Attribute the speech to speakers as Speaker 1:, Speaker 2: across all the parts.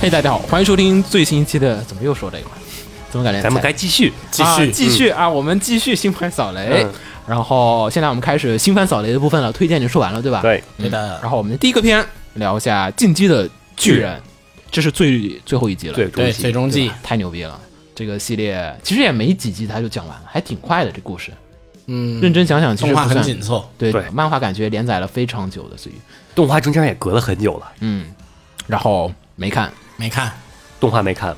Speaker 1: 嘿，大家好，欢迎收听最新一期的。怎么又说这个？ 怎么感觉
Speaker 2: 咱们该继续，
Speaker 3: 继
Speaker 1: 啊
Speaker 3: 续
Speaker 1: 继续啊？我们继续新番扫雷。
Speaker 2: 嗯
Speaker 1: 然后现在我们开始新番扫雷的部分了，推荐已经说完了，嗯对吧？。
Speaker 2: 对，
Speaker 3: 对的，
Speaker 1: 然后我们第一个片聊一下《进击的巨人》，这是最最后一集了，
Speaker 2: 最终
Speaker 3: 对最
Speaker 2: 期，
Speaker 3: 终
Speaker 1: 对
Speaker 3: 季
Speaker 1: 吧，太牛逼了！这个系列其实也没几集，它就讲完了，还挺快的。这故事
Speaker 3: 嗯，
Speaker 1: 认真想想，其实
Speaker 3: 动
Speaker 1: 不
Speaker 3: 画
Speaker 1: 算
Speaker 3: 很紧凑，
Speaker 1: 对
Speaker 2: 对
Speaker 1: 漫画感觉连载了非常久的岁月，
Speaker 2: 动画中间也隔了很久了，
Speaker 1: 嗯，然后没看
Speaker 3: 没看，
Speaker 2: 动画没看，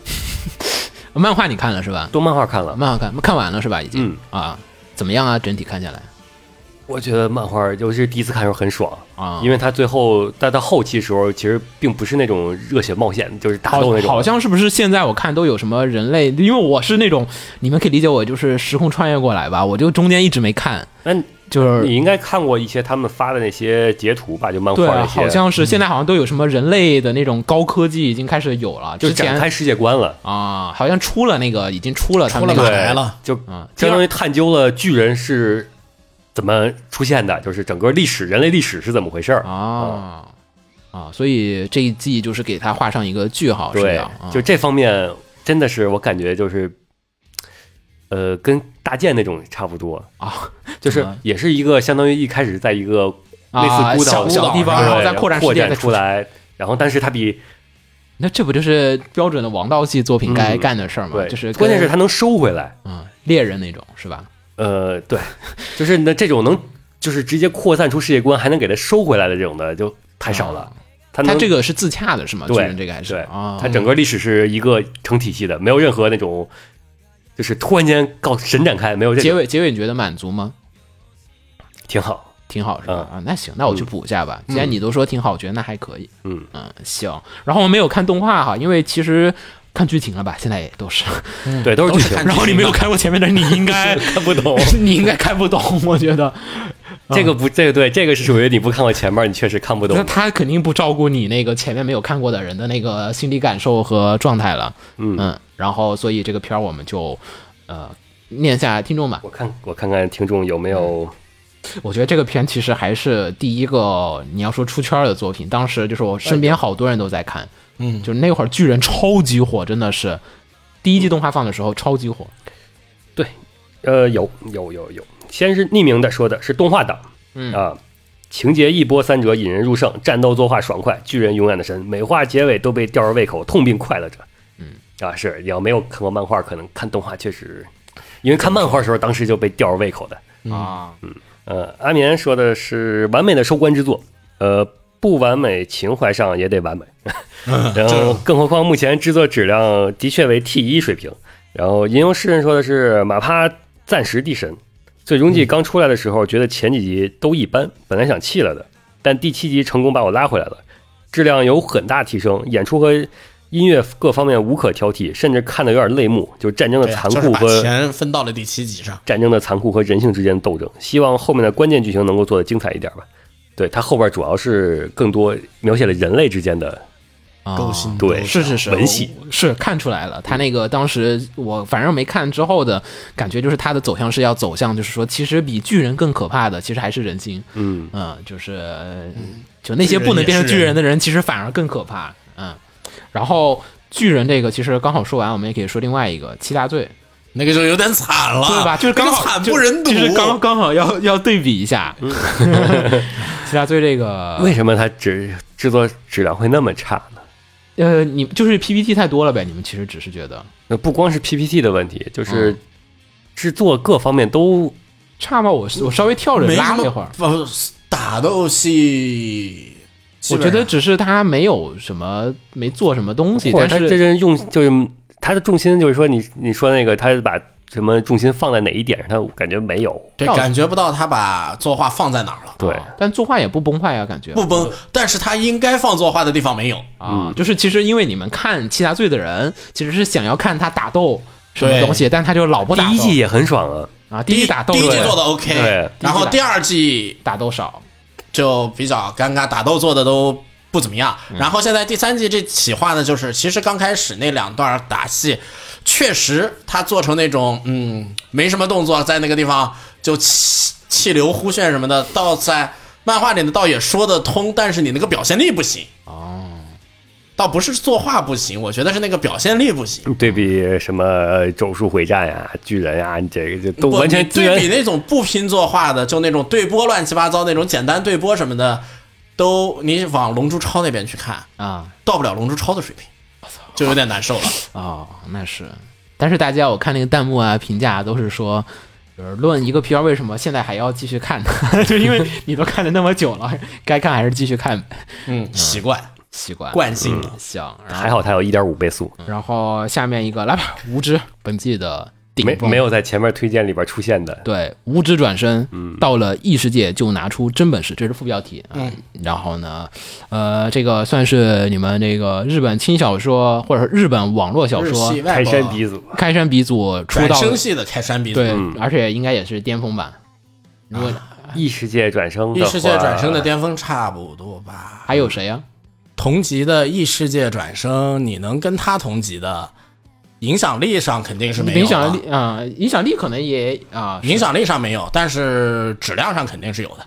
Speaker 1: 漫画，你看了是吧？
Speaker 2: 动漫画看了。
Speaker 1: 漫画看看完了是吧？已经、
Speaker 2: 嗯
Speaker 1: 啊，怎么样啊？整体看下来
Speaker 2: 我觉得漫画，尤其是第一次看的时候很爽
Speaker 1: 啊
Speaker 2: 因为它最后但到后期的时候，其实并不是那种热血冒险，就是打
Speaker 1: 好
Speaker 2: 斗那，种。
Speaker 1: 好像是不是现在我看都有什么人类？因为我是那种你们可以理解我就是时空穿越过来吧，我就中间一直没看，
Speaker 2: 那你
Speaker 1: 就是
Speaker 2: 你应该看过一些他们发的那些截图吧，就漫画
Speaker 1: 对，
Speaker 2: 哦那些，
Speaker 1: 好像是现在好像都有什么人类的那种高科技已经开始有了，
Speaker 2: 就
Speaker 1: 之
Speaker 2: 是展
Speaker 1: 前
Speaker 2: 开世界观了。
Speaker 1: 啊好像出了那个已经出了他们那
Speaker 3: 出
Speaker 1: 个
Speaker 3: 了
Speaker 2: 对，
Speaker 3: 展开了
Speaker 2: 就
Speaker 1: 啊，第二
Speaker 2: 相当于探究了巨人是怎么出现的，就是整个历史，人类历史是怎么回事儿。
Speaker 1: 啊啊，所以这一季就是给他画上一个句号，是这
Speaker 2: 对
Speaker 1: 样啊，
Speaker 2: 就这方面真的是我感觉就是，呃，跟大剑那种差不多，
Speaker 1: 啊，
Speaker 2: 就是
Speaker 1: 怎么
Speaker 2: 也是一个相当于一开始在一个类
Speaker 1: 啊
Speaker 2: 似孤
Speaker 1: 小
Speaker 2: 岛
Speaker 1: 小地方，
Speaker 2: 对
Speaker 1: 然后再扩展世
Speaker 2: 扩
Speaker 1: 界，再
Speaker 2: 展出。来。然后，但是它比
Speaker 1: 那这不就是标准的王道系作品该
Speaker 2: 嗯
Speaker 1: 干的事儿吗？
Speaker 2: 对，
Speaker 1: 啊就是
Speaker 2: 关键是
Speaker 1: 他
Speaker 2: 它能收回来。
Speaker 1: 嗯猎人那种是吧？
Speaker 2: 呃， 对，就是那这种能就是直接扩散出世界观，还能给它收回来的这种的就太少了。它
Speaker 1: 啊他
Speaker 2: 能
Speaker 1: 这个是自洽的是吗？巨
Speaker 2: 对
Speaker 1: 人这个还是
Speaker 2: 对
Speaker 1: 啊，
Speaker 2: 它整个历史是一个成体系的，没有任何那种就是突然间告神展开，没有这
Speaker 1: 结
Speaker 2: 种，
Speaker 1: 尾结尾你觉得满足吗？
Speaker 2: 挺好。
Speaker 1: 挺好是吧？
Speaker 2: 嗯
Speaker 1: 啊，那行，那我去补一下吧。既然你都说挺好，我觉得那还可以。
Speaker 2: 嗯
Speaker 1: 嗯，行。然后我没有看动画哈，因为其实看剧情了吧，现在也都是。
Speaker 2: 对，都是剧情，
Speaker 3: 看
Speaker 1: 然后你
Speaker 3: 剧情
Speaker 1: 没有
Speaker 3: 的
Speaker 1: 看过前面的，你 应该
Speaker 2: 看不懂。
Speaker 1: 你应该看不懂，我觉得。
Speaker 2: 这个不，这个对，这个是属于你不看过前面，你确实看不懂
Speaker 1: 那。他肯定不照顾你那个前面没有看过的人的那个心理感受和状态了。
Speaker 2: 嗯
Speaker 1: 嗯，然后所以这个片儿我们就呃念下听众吧。
Speaker 2: 我看，我看看听众有没有
Speaker 1: 我觉得这个片其实还是第一个你要说出圈儿的作品，当时就是我身边好多人都在看，
Speaker 3: 嗯，
Speaker 1: 就是那会儿巨人超级火，真的是第一季动画放的时候超级火。
Speaker 2: 呃，有有有有，先是匿名的说的是动画党，
Speaker 1: 嗯
Speaker 2: 啊，情节一波三折，引人入胜，战斗作画爽快，巨人永远的神，每话结尾都被吊着胃口，痛并快乐着。
Speaker 1: 嗯
Speaker 2: 啊，是你要没有看过漫画，可能看动画确实，因为看漫画的时候，当时就被吊着胃口的。
Speaker 1: 啊，
Speaker 2: 呃，阿眠说的是完美的收官之作，呃，不完美情怀上也得完 美。然后，更何况目前制作质量的确为 T 一水平。然后，吟游诗人说的是马趴暂时地神，最终
Speaker 3: 嗯
Speaker 2: 季刚出来的时候，觉得前几集都一般，本来想弃了的，但第七集成功把我拉回来了，质量有很大提升，演出和音乐各方面无可挑剔，甚至看得有点泪目，就是战争的
Speaker 3: 对啊
Speaker 2: 残
Speaker 3: 就是
Speaker 2: 酷
Speaker 3: 把
Speaker 2: 和
Speaker 3: 钱分到了第七集上，
Speaker 2: 战争的残酷和人性之间的斗争。希望后面的关键剧情能够做得精彩一点吧。对，它后边主要是更多描写了人类之间的，
Speaker 1: 啊
Speaker 3: 勾心斗
Speaker 2: 对
Speaker 3: 角
Speaker 1: 是是是，
Speaker 2: 文戏
Speaker 1: 我是看出来了，他那个当时我反正没看之后的感觉，就是他的走向是要走向，就是说其实比巨人更可怕的，其实还是人心。
Speaker 2: 嗯，
Speaker 1: 嗯，就是呃
Speaker 3: 嗯
Speaker 1: 就那些不能变成巨人的人，其实反而更可怕。嗯，然后巨人这个其实刚好说完，我们也可以说另外一个七大罪，
Speaker 3: 那个就有点惨了，
Speaker 1: 对吧？就是刚好
Speaker 3: 那个惨不忍睹，嗯
Speaker 1: 就是刚刚好要要对比一下七大罪这 个
Speaker 2: 为什么它制制作质量会那么差呢？
Speaker 1: 呃，你就是 PPT 太多了呗？你们其实只是觉得
Speaker 2: 那不光是 PPT 的问题，就是
Speaker 1: 嗯
Speaker 2: 制作各方面都
Speaker 1: 差吗？我我稍微跳着
Speaker 3: 没什
Speaker 1: 拉了一
Speaker 3: 么
Speaker 1: 会儿，
Speaker 3: 不打斗戏，
Speaker 1: 我觉
Speaker 3: 基本
Speaker 1: 得
Speaker 3: 上
Speaker 1: 只是他没有什么没做什么东西，
Speaker 2: 或者
Speaker 1: 但
Speaker 2: 他
Speaker 1: 是
Speaker 2: 这人用就是他的重心就是说你你说那个他把什么重心放在哪一点上，他感觉没有。
Speaker 3: 对感觉不到他把作画放在哪儿了，
Speaker 2: 对，
Speaker 1: 啊但作画也不崩坏啊，感觉
Speaker 3: 不崩，但是他应该放作画的地方没有，
Speaker 1: 啊，就是其实因为你们看《七大罪》的人，其实是想要看他打斗什么
Speaker 3: 对
Speaker 1: 东西，但他就老不打斗
Speaker 2: 第一季也很爽啊，
Speaker 1: 啊，第一打斗
Speaker 3: 第一季
Speaker 1: 对
Speaker 3: 做的 OK，
Speaker 2: 对
Speaker 3: 然后第二季
Speaker 1: 打斗少，
Speaker 3: 就比较尴尬，打斗做的都不怎么样。然后现在第三季这企划呢，就是其实刚开始那两段打戏，确实他做成那种嗯没什么动作，在那个地方就气气流呼旋什么的，倒在漫画里呢倒也说得通，但是你那个表现力不行。哦，倒不是作画不行，我觉得是那个表现力不行。
Speaker 2: 对比什么呃咒术回战呀、巨人呀，你这个就都
Speaker 3: 不
Speaker 2: 完全
Speaker 3: 你
Speaker 2: 资源
Speaker 3: 对比那种不拼作画的，就那种对波乱七八糟那种简单对波什么的，都你往《龙珠超》那边去看，
Speaker 1: 啊
Speaker 3: 到不了《龙珠超》的水平，就有点难受了。
Speaker 1: 哦，那是。但是大家我看那个弹幕啊，评价都是说，就是论一个片儿为什么现在还要继续看呢？ 就因为你都看了那么久了，该看还是继续看呗，
Speaker 3: 嗯，习惯
Speaker 1: 习惯
Speaker 3: 惯性了。
Speaker 1: 行。然后
Speaker 2: 还好它有一点五倍速，
Speaker 1: 然后下面一个来吧，无知本季的顶
Speaker 2: 没
Speaker 1: 峰
Speaker 2: 没有在前面推荐里边出现的。
Speaker 1: 对无知转身，到了异世界就拿出真本事，这是副标题。嗯，然后呢，呃，这个算是你们这个日本轻小说或者是日本网络小
Speaker 3: 日
Speaker 1: 说
Speaker 3: 系外
Speaker 2: 开
Speaker 3: 国
Speaker 2: 山鼻祖，
Speaker 1: 开山鼻祖出
Speaker 3: 转
Speaker 1: 道
Speaker 3: 生系的啊开山鼻祖，
Speaker 1: 对，而且应该也是巅峰版。如果
Speaker 2: 异世界转生的
Speaker 3: 异
Speaker 2: 话，
Speaker 3: 世界转生的巅峰差不多吧。
Speaker 1: 还有谁啊呀、
Speaker 3: 同级的异世界转生，你能跟他同级的，影响力上肯定是没有的
Speaker 1: 影响力啊、影响力可能也啊、
Speaker 3: 影响力上没有，但是质量上肯定是有的。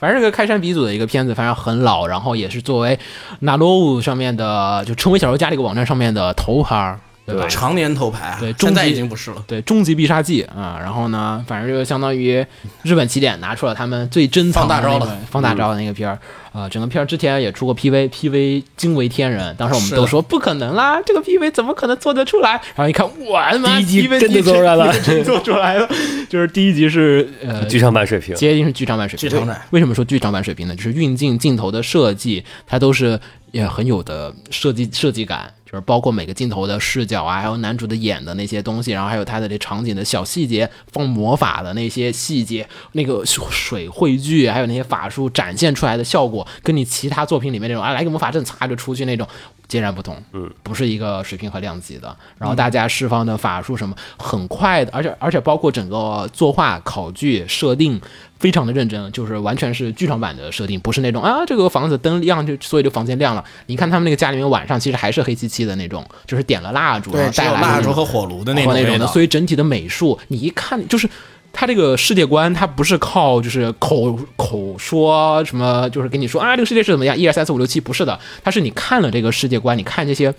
Speaker 1: 反正这个开山鼻祖的一个片子，反正很老，然后也是作为纳罗物上面的就成为小说家这个网站上面的头牌儿，对吧？
Speaker 3: 常年头牌啊，
Speaker 1: 对终
Speaker 3: 现在
Speaker 1: 极
Speaker 3: 已经不是了。
Speaker 1: 对，终极必杀技啊、然后呢，反正就相当于日本起点拿出了他们最珍藏的、那个、
Speaker 3: 放大招了，
Speaker 1: 放
Speaker 2: 嗯
Speaker 1: 大招的那个片儿。啊、整个片儿之前也出过 PV，PV 惊为天人，当时我们
Speaker 3: 是
Speaker 1: 都
Speaker 3: 的
Speaker 1: 说不可能啦，这个 PV 怎么可能做得出来？然后一看，我他妈
Speaker 2: 第一集
Speaker 1: PV
Speaker 2: 真的做出来了
Speaker 1: PV 真做出来了， 就是第一集是呃
Speaker 2: 剧场版水平，
Speaker 1: 接近是剧场版水平。
Speaker 3: 剧场版
Speaker 1: 为什么说剧场版水平呢？就是运镜、镜头的设计，它都是也很有的设计设计感，就是包括每个镜头的视角啊，还有男主的演的那些东西，然后还有他的这场景的小细节，放魔法的那些细节，那个水汇聚，还有那些法术展现出来的效果，跟你其他作品里面那种啊来个魔法阵擦就出去那种。截然不同，嗯，不是一个水平和量级的。然
Speaker 3: 嗯
Speaker 1: 后大家释放的法术什么很快的，而且而且包括整个作画、考据、设定非常的认真，就是完全是剧场版的设定，不是那种啊这个房子灯亮就所以这房间亮了。你看他们那个家里面晚上其实还是黑漆漆的那种，就是点了蜡烛，然后
Speaker 3: 啊只有
Speaker 1: 带来
Speaker 3: 蜡
Speaker 1: 的那
Speaker 3: 烛
Speaker 1: 种
Speaker 3: 和火炉的
Speaker 1: 那
Speaker 3: 那种味
Speaker 1: 的，
Speaker 3: 道。
Speaker 1: 所以整体的美术你一看就是。它这个世界观，它不是靠就是口口说什么，就是跟你说啊，这个世界是怎么样，一二三四五六七，不是的，它是你看了这个世界观，你看这些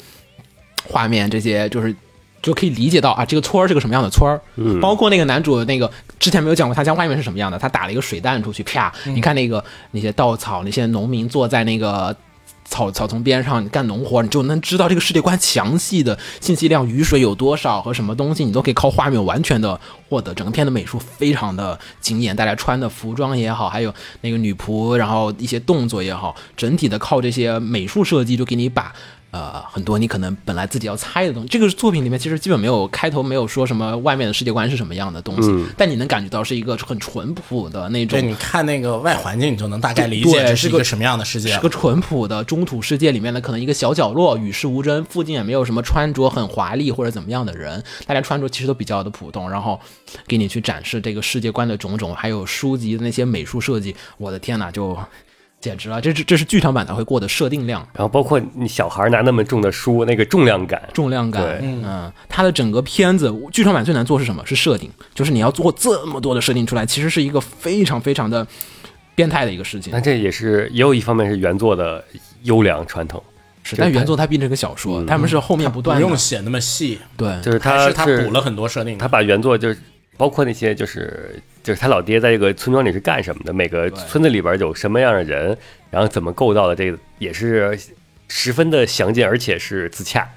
Speaker 1: 画面，这些就是就可以理解到啊，这个村儿是个什么样的村儿，
Speaker 2: 嗯
Speaker 1: 包括那个男主那个之前没有讲过他家外面是什么样的，他打了一个水弹出去，啪，
Speaker 3: 嗯
Speaker 1: 你看那个那些稻草，那些农民坐在那个。草草丛边上你干农活，你就能知道这个世界观详细的信息量、雨水有多少和什么东西，你都可以靠画面完全的获得。整个片的美术非常的惊艳，大家穿的服装也好，还有那个女仆，然后一些动作也好，整体的靠这些美术设计就给你把呃，很多你可能本来自己要猜的东西，这个作品里面其实基本没有开头没有说什么外面的世界观是什么样的东西，但你能感觉到是一个很淳朴的那种
Speaker 3: 对，你看那个外环境，你就能大概理解
Speaker 1: 对
Speaker 3: 这是
Speaker 1: 是
Speaker 3: 一
Speaker 1: 个
Speaker 3: 个什么样的世界
Speaker 1: 是
Speaker 3: 了
Speaker 1: 个。淳朴的中土世界里面的可能一个小角落，与世无争，附近也没有什么穿着很华丽或者怎么样的人，大家穿着其实都比较的普通，然后给你去展示这个世界观的种种，还有书籍的那些美术设计，我的天呐，就简直了，这是这是剧场版才会过的设定量。
Speaker 2: 然后包括你小孩拿那么重的书，那个重量感，
Speaker 1: 重量感
Speaker 2: 对，
Speaker 1: 嗯，它的整个片子剧场版最难做是什么？是设定，就是你要做这么多的设定出来，其实是一个非常非常的变态的一个事情
Speaker 2: 那。这也是也有一方面是原作的优良传统，
Speaker 1: 是，
Speaker 2: 这
Speaker 1: 但原作它毕竟是个小说，他们是后面不断
Speaker 3: 不
Speaker 1: 的
Speaker 3: 用写那么细，
Speaker 1: 对
Speaker 2: 就是
Speaker 3: 还
Speaker 2: 他
Speaker 3: 是他
Speaker 2: 是
Speaker 3: 补了很多设定。
Speaker 2: 他把原作就是包括那些就是就是他老爹在这个村庄里是干什么的，每个村子里边有什么样的人，然后怎么构造的，这个也是十分的详尽，而且是自洽，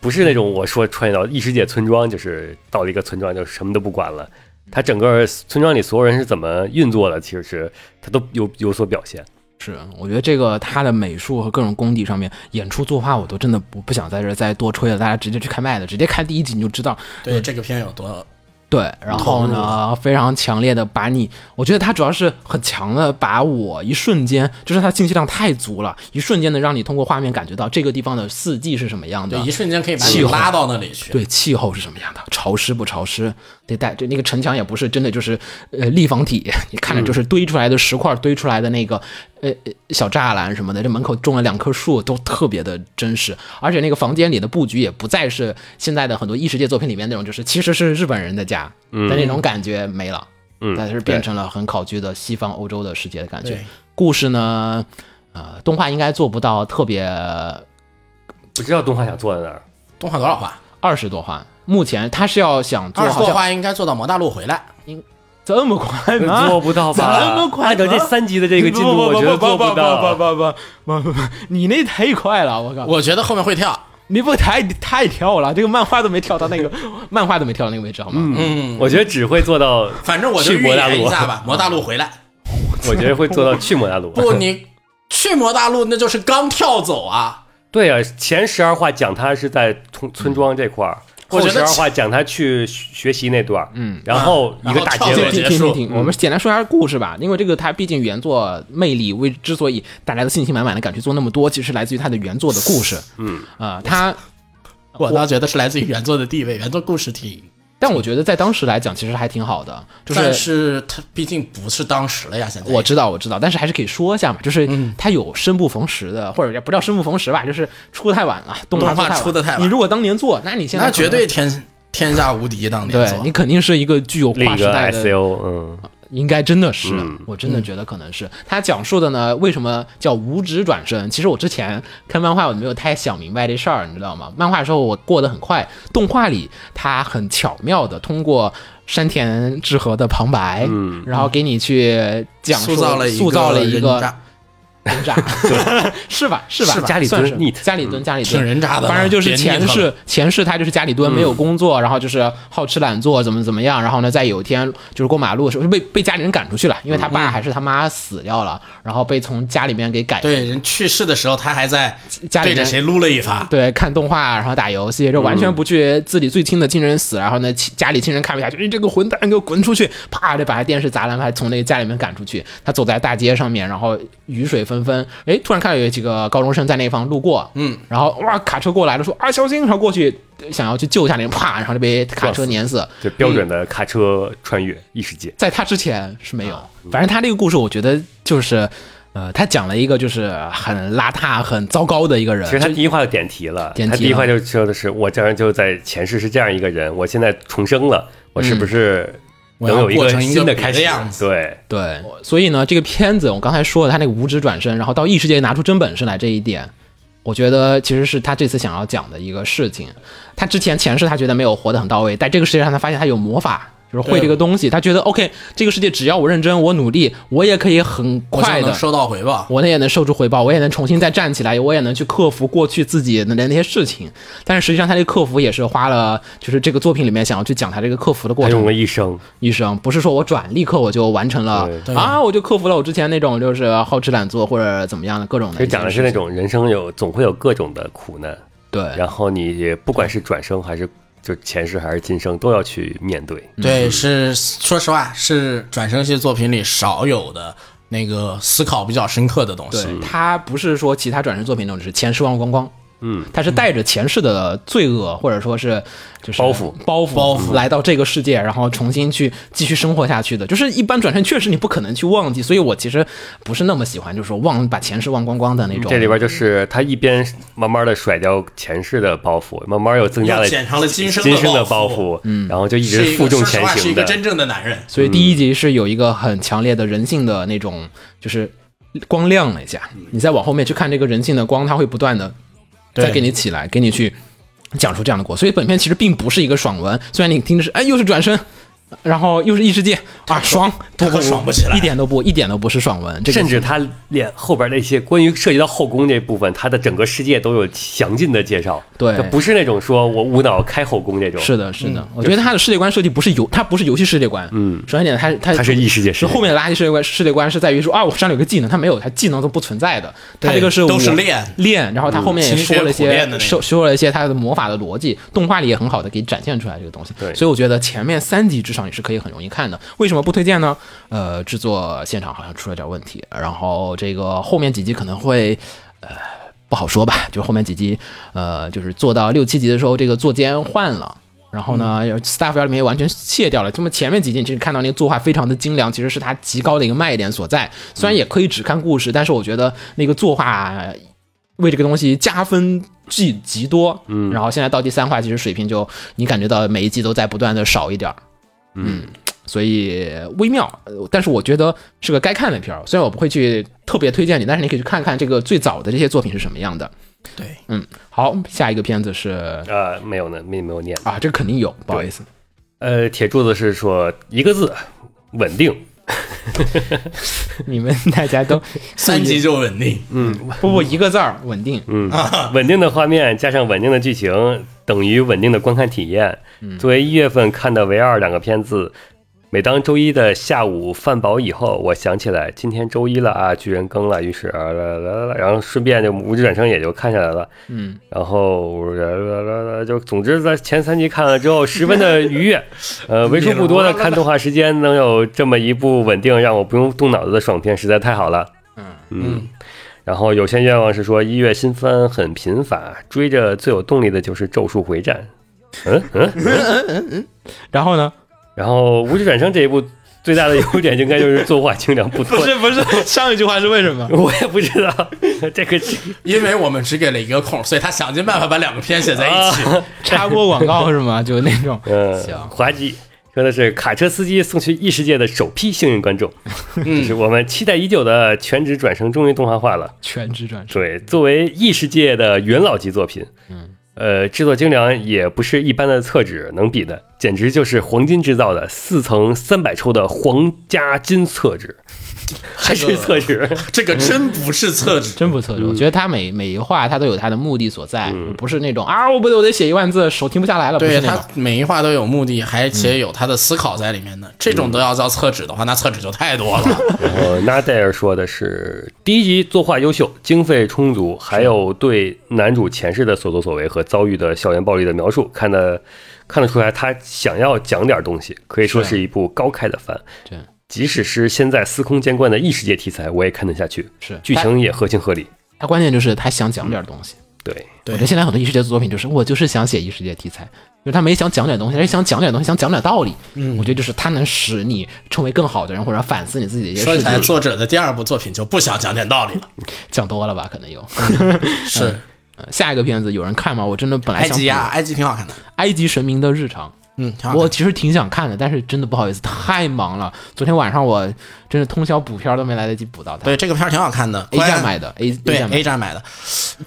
Speaker 2: 不是那种我说穿越到异世界村庄，就是到了一个村庄就什么都不管了。他整个村庄里所有人是怎么运作的，其实是他都有有所表现。
Speaker 1: 是，我觉得这个它的美术和各种功底上面，演出作画我都真的不不想在这儿再多吹了，大家直接去看麦的，直接看第一集你就知道
Speaker 3: 对这个片有多
Speaker 1: 对，然后呢，非常强烈的把你，我觉得他主要是很强的把我一瞬间，就是他信息量太足了，一瞬间的让你通过画面感觉到这个地方的四季是什么样的
Speaker 3: 对，，一瞬间可以把
Speaker 1: 气
Speaker 3: 你
Speaker 1: 候
Speaker 3: 拉到那里去。
Speaker 1: 对气候是什么样的，潮湿不潮湿，得带这那个城墙也不是真的就是呃立方体， 你看着就是堆出来的石块堆出来的那个呃呃小栅栏什么的，这门口种了两棵树，都特别的真实，而且那个房间里的布局也不再是现在的很多异世界作品里面那种，就是其实是日本人的家的那种感觉没了，
Speaker 2: 嗯
Speaker 1: 但是变成了很考据的西方欧洲的世界的感觉
Speaker 3: 对。
Speaker 1: 故事呢，呃，动画应该做不到特别
Speaker 2: 不知道动画想做到 哪儿。
Speaker 3: 动画多少话？
Speaker 1: 二十多话。目前他是要想做
Speaker 3: 二十
Speaker 1: 好
Speaker 3: 多
Speaker 1: 像
Speaker 3: 话应该做到魔大陆回来。
Speaker 1: 这么快吗？
Speaker 2: 做不到吧？
Speaker 1: 这么快吗？
Speaker 2: 按照这三集的这个进度，
Speaker 1: 不
Speaker 2: 我觉得做
Speaker 1: 不不
Speaker 2: 到。
Speaker 1: 不不不不不不不不，你那太快了，我靠！
Speaker 3: 我觉得后面会跳。
Speaker 1: 你不太太跳了，这个漫画都没跳到那个漫画都没跳到那个位置，好吗？
Speaker 2: 嗯，我觉得只会做 到，
Speaker 3: 反正我就
Speaker 2: 去
Speaker 3: 预
Speaker 2: 魔大
Speaker 3: 言一
Speaker 2: 陆
Speaker 3: 下吧， 魔大陆回来。
Speaker 2: 我觉得会做到去摩大陆。
Speaker 3: 不，你去魔大陆那就是刚跳走啊。
Speaker 2: 对啊，前十二话讲他是在村村庄这块儿，
Speaker 3: 我
Speaker 2: 后
Speaker 3: 觉得
Speaker 2: 十二话讲他去学学习那段，
Speaker 1: 嗯，
Speaker 2: 然后一个
Speaker 3: 啊
Speaker 2: 大
Speaker 3: 然后
Speaker 2: 结
Speaker 3: 跳
Speaker 2: 尾
Speaker 1: 停
Speaker 3: 进。结
Speaker 1: 停
Speaker 3: 束
Speaker 1: 停停，我们简单说一下故事吧，因为这个它毕竟原作魅力为之所以大家都信心满满的敢去做那么多，其实来自于它的原作的故事。嗯啊、它，
Speaker 3: 我倒觉得是来自于原作的地位，原作故事挺，
Speaker 1: 但我觉得在当时来讲，其实还挺好的，就
Speaker 3: 但
Speaker 1: 是
Speaker 3: 是它毕竟不是当时了呀，现在
Speaker 1: 我知道，我知道，但是还是可以说一下嘛，就是
Speaker 3: 嗯
Speaker 1: 它有生不逢时的，或者也不叫生不逢时吧，就是出太晚了，动
Speaker 3: 动画
Speaker 1: 出
Speaker 3: 出得太晚
Speaker 1: 你如果当年做，那你现在
Speaker 3: 那
Speaker 1: 可能
Speaker 3: 绝对天天下无敌，当年
Speaker 1: 对
Speaker 3: 做
Speaker 1: 你肯定是一个具有
Speaker 2: 另
Speaker 1: 跨
Speaker 2: 一
Speaker 1: 时
Speaker 2: 个嗯
Speaker 1: 代的，
Speaker 2: ICO，嗯，
Speaker 1: 应该真的是，我
Speaker 3: 嗯
Speaker 1: 真的觉得可能是。他讲述的呢，为什么叫无职转生？其实我之前看漫画，我没有太想明白这事儿，你知道吗？漫画的时候我过得很快，动画里他很巧妙的通过。山田智和的旁白，嗯，然后给你去讲述
Speaker 3: 塑造了一个
Speaker 1: 塑造了一
Speaker 3: 人
Speaker 1: 个
Speaker 3: 渣
Speaker 1: 轰 炸，是吧？是吧？
Speaker 3: 是吧
Speaker 2: 家里
Speaker 1: 算
Speaker 2: 蹲
Speaker 1: 是
Speaker 2: neat
Speaker 1: 家里蹲，家里
Speaker 3: 挺
Speaker 1: 蹲，
Speaker 3: 人渣的了，
Speaker 1: 反正就是
Speaker 3: 别腻
Speaker 1: 前
Speaker 3: 他嗯了
Speaker 1: 世前世他就是家里蹲，没有工作，然后就是好吃懒做，怎么怎么样，然后呢，在有一天就是过马路的时候就被被家里人赶出去了，因
Speaker 3: 嗯
Speaker 1: 为他爸还是他妈死掉了，然后被从家里面给赶
Speaker 3: 对人去世的时候，他还在
Speaker 1: 家里
Speaker 3: 对着
Speaker 1: 面
Speaker 3: 谁撸了一发，
Speaker 1: 对，看动画，然后打游戏，就完
Speaker 2: 嗯
Speaker 1: 全不去自己最亲的亲人死，然后呢，亲家里亲人看不下去，你这个混蛋，给我滚出去！啪，就把他电视砸烂，把他从那个家里面赶出去。他走在大街上面，然后雨水纷纷，哎，突然看到有几个高中生在那方路过，嗯，然后哇，卡车过来了，说啊，小心！然后过去想要去救一下那个，啪，然后就被卡车碾死。
Speaker 2: 就标准的卡车穿越异世
Speaker 3: 嗯
Speaker 2: 界。
Speaker 1: 在他之前是没有。
Speaker 2: 啊
Speaker 1: 反正他这个故事，我觉得就是，呃，他讲了一个就是很邋遢、很糟糕的一个人
Speaker 2: 其，实他第一话就点题了，
Speaker 1: 点题
Speaker 2: 他第一
Speaker 1: 了
Speaker 2: 话就说的是我这样就在前世是这样一个人，我现在重生了，我是不是
Speaker 3: 嗯我
Speaker 2: 能
Speaker 3: 要
Speaker 2: 有一
Speaker 3: 过
Speaker 2: 个
Speaker 3: 成一个
Speaker 2: 新的
Speaker 3: 别
Speaker 2: 开
Speaker 3: 的
Speaker 2: 始
Speaker 3: 样？子
Speaker 2: 对，
Speaker 1: 对，所以呢，这个片子我刚才说了，他那个无职转身，然后到异世界拿出真本事来这一点，我觉得其实是他这次想要讲的一个事情。他之前前世他觉得没有活得很到位，在这个世界上他发现他有魔法，就是会这个东西，他觉得 OK，这个世界只要我认真，我努力，我也可以很
Speaker 3: 我就
Speaker 1: 快
Speaker 3: 能
Speaker 1: 的。
Speaker 3: 收到回报。
Speaker 1: 我那也能收出回报，我也能重新再站起来，我也能去克服过去自己的那些事情。但是实际上，他这个克服也是花了，就是这个作品里面想要去讲他这个克服的过
Speaker 2: 他
Speaker 1: 程
Speaker 2: 用。了一生，
Speaker 1: 医生，不是说我转立刻我就完成了
Speaker 3: 对
Speaker 1: 啊，我就克服了我之前那种就是好吃懒做或者怎么样的各种的一些
Speaker 2: 就
Speaker 1: 事情。
Speaker 2: 讲的是那种人生有总会有各种的苦难，
Speaker 1: 对
Speaker 3: 哎
Speaker 2: 然后你不管是转生还是就前世还是今生都要去面对。
Speaker 3: 对，是说实话，是转生系作品里少有的那个思考比较深刻的东西。
Speaker 1: 对，他不是说其他转世作品那种，只是前世忘光光。
Speaker 2: 嗯，
Speaker 1: 他是带着前世的罪恶，或者说是就是
Speaker 2: 包袱
Speaker 1: 包袱
Speaker 3: 包袱
Speaker 1: 来到这个世界，然后重新去继续生活下去的。就是一般转身确实你不可能去忘记，所以我其实不是那么喜欢，就是说忘把前世忘光光的那种。
Speaker 2: 这里边就是他一边慢慢的甩掉前世的包袱，慢慢又增加了
Speaker 3: 又减长了今生的
Speaker 2: 今生的
Speaker 3: 包
Speaker 2: 包
Speaker 3: 袱
Speaker 2: 袱，嗯，然后就一
Speaker 3: 是
Speaker 2: 直
Speaker 3: 一个
Speaker 2: 负重
Speaker 3: 说实
Speaker 2: 前
Speaker 3: 话，是一
Speaker 2: 行
Speaker 3: 个
Speaker 2: 的。
Speaker 3: 真正的男人。
Speaker 1: 所以第一集是有一个很强烈的人性的那种，就是光亮了一下。
Speaker 3: 嗯
Speaker 1: 你再往后面去看这个人性的光，它会不断的再给你起来，给你去讲出这样的果。所以本片其实并不是一个爽文，虽然你听的是哎又是转身，然后又是异世界啊爽，
Speaker 3: 它可爽不起来
Speaker 1: 一点都不一点都不是爽文，这个
Speaker 2: 甚至他连后边那些关于涉及到后宫这部分，他的整个世界都有详尽的介绍。
Speaker 1: 对
Speaker 2: 就不是那种说我无脑开后宫这种，
Speaker 1: 是的，是
Speaker 3: 嗯
Speaker 1: 的，我觉得它的世界观设计不是游，它不是游戏世界观。嗯，首先一点，它它
Speaker 2: 它是异世界世
Speaker 1: 是
Speaker 2: 界
Speaker 1: 后面的垃圾世界观，世界观是在于说啊，我上面有个技能，它没有，它技能都不存在的，它
Speaker 3: 对
Speaker 1: 这个是
Speaker 3: 都是
Speaker 1: 我
Speaker 3: 练
Speaker 1: 练，然后它后面也
Speaker 3: 勤学
Speaker 1: 说了一
Speaker 3: 苦练
Speaker 1: 些
Speaker 3: 的那
Speaker 1: 说
Speaker 3: 种
Speaker 1: 说了一些它的魔法的逻辑，动画里也很好的给展现出来这个东西。
Speaker 2: 对
Speaker 1: 所以我觉得前面三集至少也是可以很容易看的。为什么不推荐呢？呃，制作现场好像出了点问题，然后这个后面几集可能会。呃不好说吧，就后面几集，呃，就是做到六七集的时候，这个坐监换了。然后呢、s
Speaker 3: 嗯
Speaker 1: t a f f 里面也完全卸掉了。这么前面几集，其实看到那个作画非常的精良，其实是它极高的一个卖点所在。虽
Speaker 3: 嗯
Speaker 1: 然也可以只看故事，但是我觉得那个作画为这个东西加分巨极多。嗯，然后现在到第三话，其实水平就你感觉到每一集都在不断的少一点儿。嗯，所以微妙，呃但是我觉得是个该看的片儿。虽然我不会去特别推荐你，但是你可以去看看这个最早的这些作品是什么样的。
Speaker 3: 对，
Speaker 1: 嗯，好，下一个片子是
Speaker 2: 呃，没有呢，没没有念。
Speaker 1: 啊，这个肯定有，不好意思，
Speaker 2: 呃，铁柱子是说一个字，稳定。
Speaker 1: 你们大家 都
Speaker 3: 三级就稳定，
Speaker 1: 不不一个字儿稳定，
Speaker 2: 嗯，稳定的画面加上稳定的剧情，等于稳定的观看体验。作为一月份看的唯二两个片子，每当周一的下午饭饱以后，我想起来今天周一了啊，巨人更了，于是啊啦啦啦啦，然后顺便就《无职转生》也就看下来了。
Speaker 1: 嗯，
Speaker 2: 然后啦啦啦啦，就总之在前三集看了之后，十分的愉悦。呃，为数不多的看动画时间能有这么一部稳定让我不用动脑子的爽片，实在太好了。嗯嗯。然后有些愿望是说一月新番很贫乏，追着最有动力的就是《咒术回战》。嗯嗯。
Speaker 1: 然后呢，
Speaker 2: 然后《无职转生》这一部最大的优点应该就是作画精良不 错。
Speaker 1: 不是上一句话是为什么？
Speaker 2: 我也不知道，这个是
Speaker 3: 因为我们只给了一个空，所以他想尽办法把两个片写在一起。
Speaker 1: 插播广告是吗？就那种，
Speaker 2: 嗯
Speaker 1: 行，
Speaker 2: 滑稽。说的是卡车司机送去异世界的首批幸运观众，嗯就是我们期待已久的《全职转生》终于动画化了。
Speaker 1: 全职转生，
Speaker 2: 对，作为异世界的元老级作品，嗯，呃，制作精良也不是一般的厕纸能比的，简直就是黄金制造的四层三百抽的皇家金厕纸， 还是厕纸，
Speaker 3: 这个真不是厕纸，
Speaker 1: 真不错。
Speaker 3: 嗯
Speaker 1: 我觉得他每每一话他都有他的目的所在，不是那种啊，我不得我得写一万字，手停不下来了，不
Speaker 3: 对
Speaker 1: 是那
Speaker 3: 他
Speaker 1: 种。
Speaker 3: 每一话都有目的，还且有他的思考在里面的。这种都要叫厕纸的话，那厕纸就太多 了。
Speaker 2: 然后纳戴尔说的是，第一集作画优秀，经费充足，还有对男主前世的所作所为和遭遇的校园暴力的描述，看得看得出来他想要讲点东西，可以说是一部高开的番。
Speaker 1: 对，
Speaker 2: 即使是现在司空见惯的异世界题材，我也看得下去，
Speaker 1: 是
Speaker 2: 剧情也合情合理。
Speaker 1: 他关键就是他想讲点东西。
Speaker 2: 对，
Speaker 1: 我觉得现在很多异世界作品就是我就是想写异世界题材，就是他没想讲点东西，他是想讲点东西，想讲点道理。嗯，我觉得就是他能使你成为更好的人，或者反思你自己的一些
Speaker 3: 说
Speaker 1: 事
Speaker 3: 起来，
Speaker 1: 情。
Speaker 3: 作者的第二部作品就不想讲点道理了。嗯
Speaker 1: 讲多了吧，可能有。
Speaker 3: 是
Speaker 1: 呃下一个片子有人看吗？我真的本来
Speaker 3: 埃
Speaker 1: 想哎
Speaker 3: 及啊，埃及挺好看的。
Speaker 1: 埃及神明的日常。
Speaker 3: 嗯，挺好看
Speaker 1: 我其实挺想看的，但是真的不好意思，太忙了。昨天晚上我真是通宵补片儿都没来得及补到它。
Speaker 3: 对这个片儿挺好看的
Speaker 1: A 站买
Speaker 3: 买
Speaker 1: 的 A
Speaker 3: 对
Speaker 1: A 站买
Speaker 3: A
Speaker 1: 的
Speaker 3: 站买的，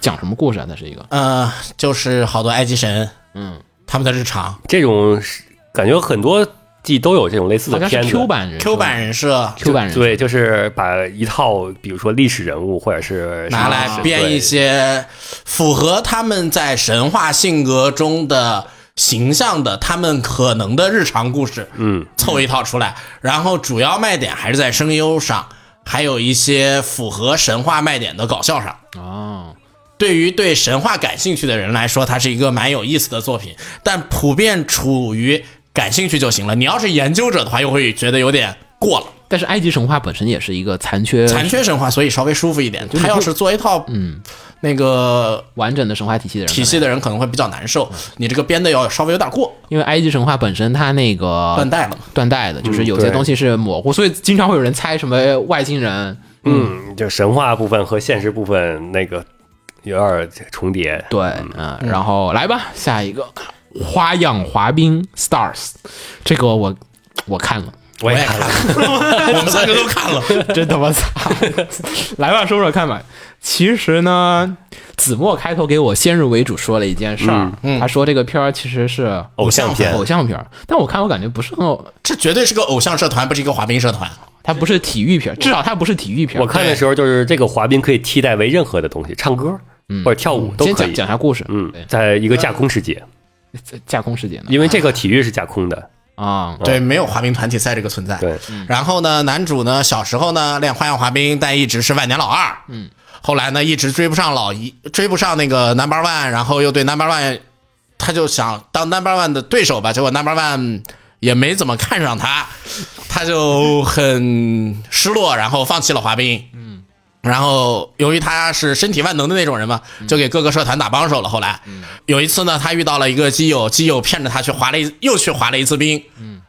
Speaker 1: 讲什么故事啊？那是一个
Speaker 3: 呃，就是好多埃及神，
Speaker 1: 嗯，
Speaker 3: 他们的日常
Speaker 2: 这种是感觉很多季都有这种类似
Speaker 1: 好像
Speaker 2: 的
Speaker 1: 是
Speaker 2: 片子。
Speaker 1: Q 版人设
Speaker 3: ，Q 版人设
Speaker 1: Q 版人设
Speaker 2: 对，就是把一套，比如说历史人物或者是
Speaker 3: 拿来编一
Speaker 2: 对
Speaker 3: 些符合他们在神话性格中的形象的他们可能的日常故事，嗯，凑一套出来。然后主要卖点还是在声优上，还有一些符合神话卖点的搞笑上。
Speaker 1: 哦，
Speaker 3: 对于对神话感兴趣的人来说，它是一个蛮有意思的作品，但普遍处于感兴趣就行了。你要是研究者的话，又会觉得有点过了，
Speaker 1: 但是埃及神话本身也是一个残缺
Speaker 3: 残缺神话，所以稍微舒服一点。
Speaker 1: 是
Speaker 3: 他要是做一套，嗯，那个
Speaker 1: 完整的神话体系的人
Speaker 3: 体
Speaker 1: 可
Speaker 3: 系
Speaker 1: 能，
Speaker 3: 的人可能会比较难受。你这个编的要稍微有点过，
Speaker 1: 因为埃及神话本身它那个
Speaker 3: 断代了嘛。
Speaker 1: 断代的，就是
Speaker 2: 嗯
Speaker 1: 有些
Speaker 2: 对
Speaker 1: 东西是模糊，所以经常会有人猜什么外星人。
Speaker 2: 嗯，就神话部分和现实部分那个有点儿重叠。
Speaker 1: 对，嗯，然后来吧，下一个花样滑冰 Stars，这个我我看了，
Speaker 2: 嗯我
Speaker 3: 也看了， 我们三个都看了。
Speaker 1: 真他妈惨！来吧，说说看吧。其实呢，子墨开头给我先入为主说了一件事儿，他说这个片儿其实是
Speaker 2: 嗯偶像片
Speaker 1: 偶像片儿，但我看我感觉不是很偶，
Speaker 3: 这绝对是个偶像社团，不是一个滑冰社团。
Speaker 1: 它不是体育片儿，至少它不是体育片儿。
Speaker 2: 我看的时候就是这个滑冰可以替代为任何的东西，唱歌或者跳舞都
Speaker 1: 先
Speaker 2: 可
Speaker 1: 讲
Speaker 2: 以。
Speaker 1: 讲一下故事，
Speaker 2: 嗯
Speaker 1: 对，，
Speaker 2: 在一个架空世界，
Speaker 1: 架空世界呢
Speaker 2: 因为这个体育是架空的，
Speaker 1: 啊，
Speaker 3: 对，没有滑冰团体赛这个存在。
Speaker 2: 对，
Speaker 3: 然后呢，男主呢小时候呢练花样滑冰，但一直是万年老二。嗯，后来呢一直追不上老一，追不上那个 number one，然后又对 number one，他就想当 number one 的对手吧，结果 number one 也没怎么看上他，他就很失落，然后放弃了滑冰。嗯。然后，由于他是身体万能的那种人嘛，就给各个社团打帮手了。后来，有一次呢，他遇到了一个基友，基友骗着他去滑了一，又去滑了一次冰。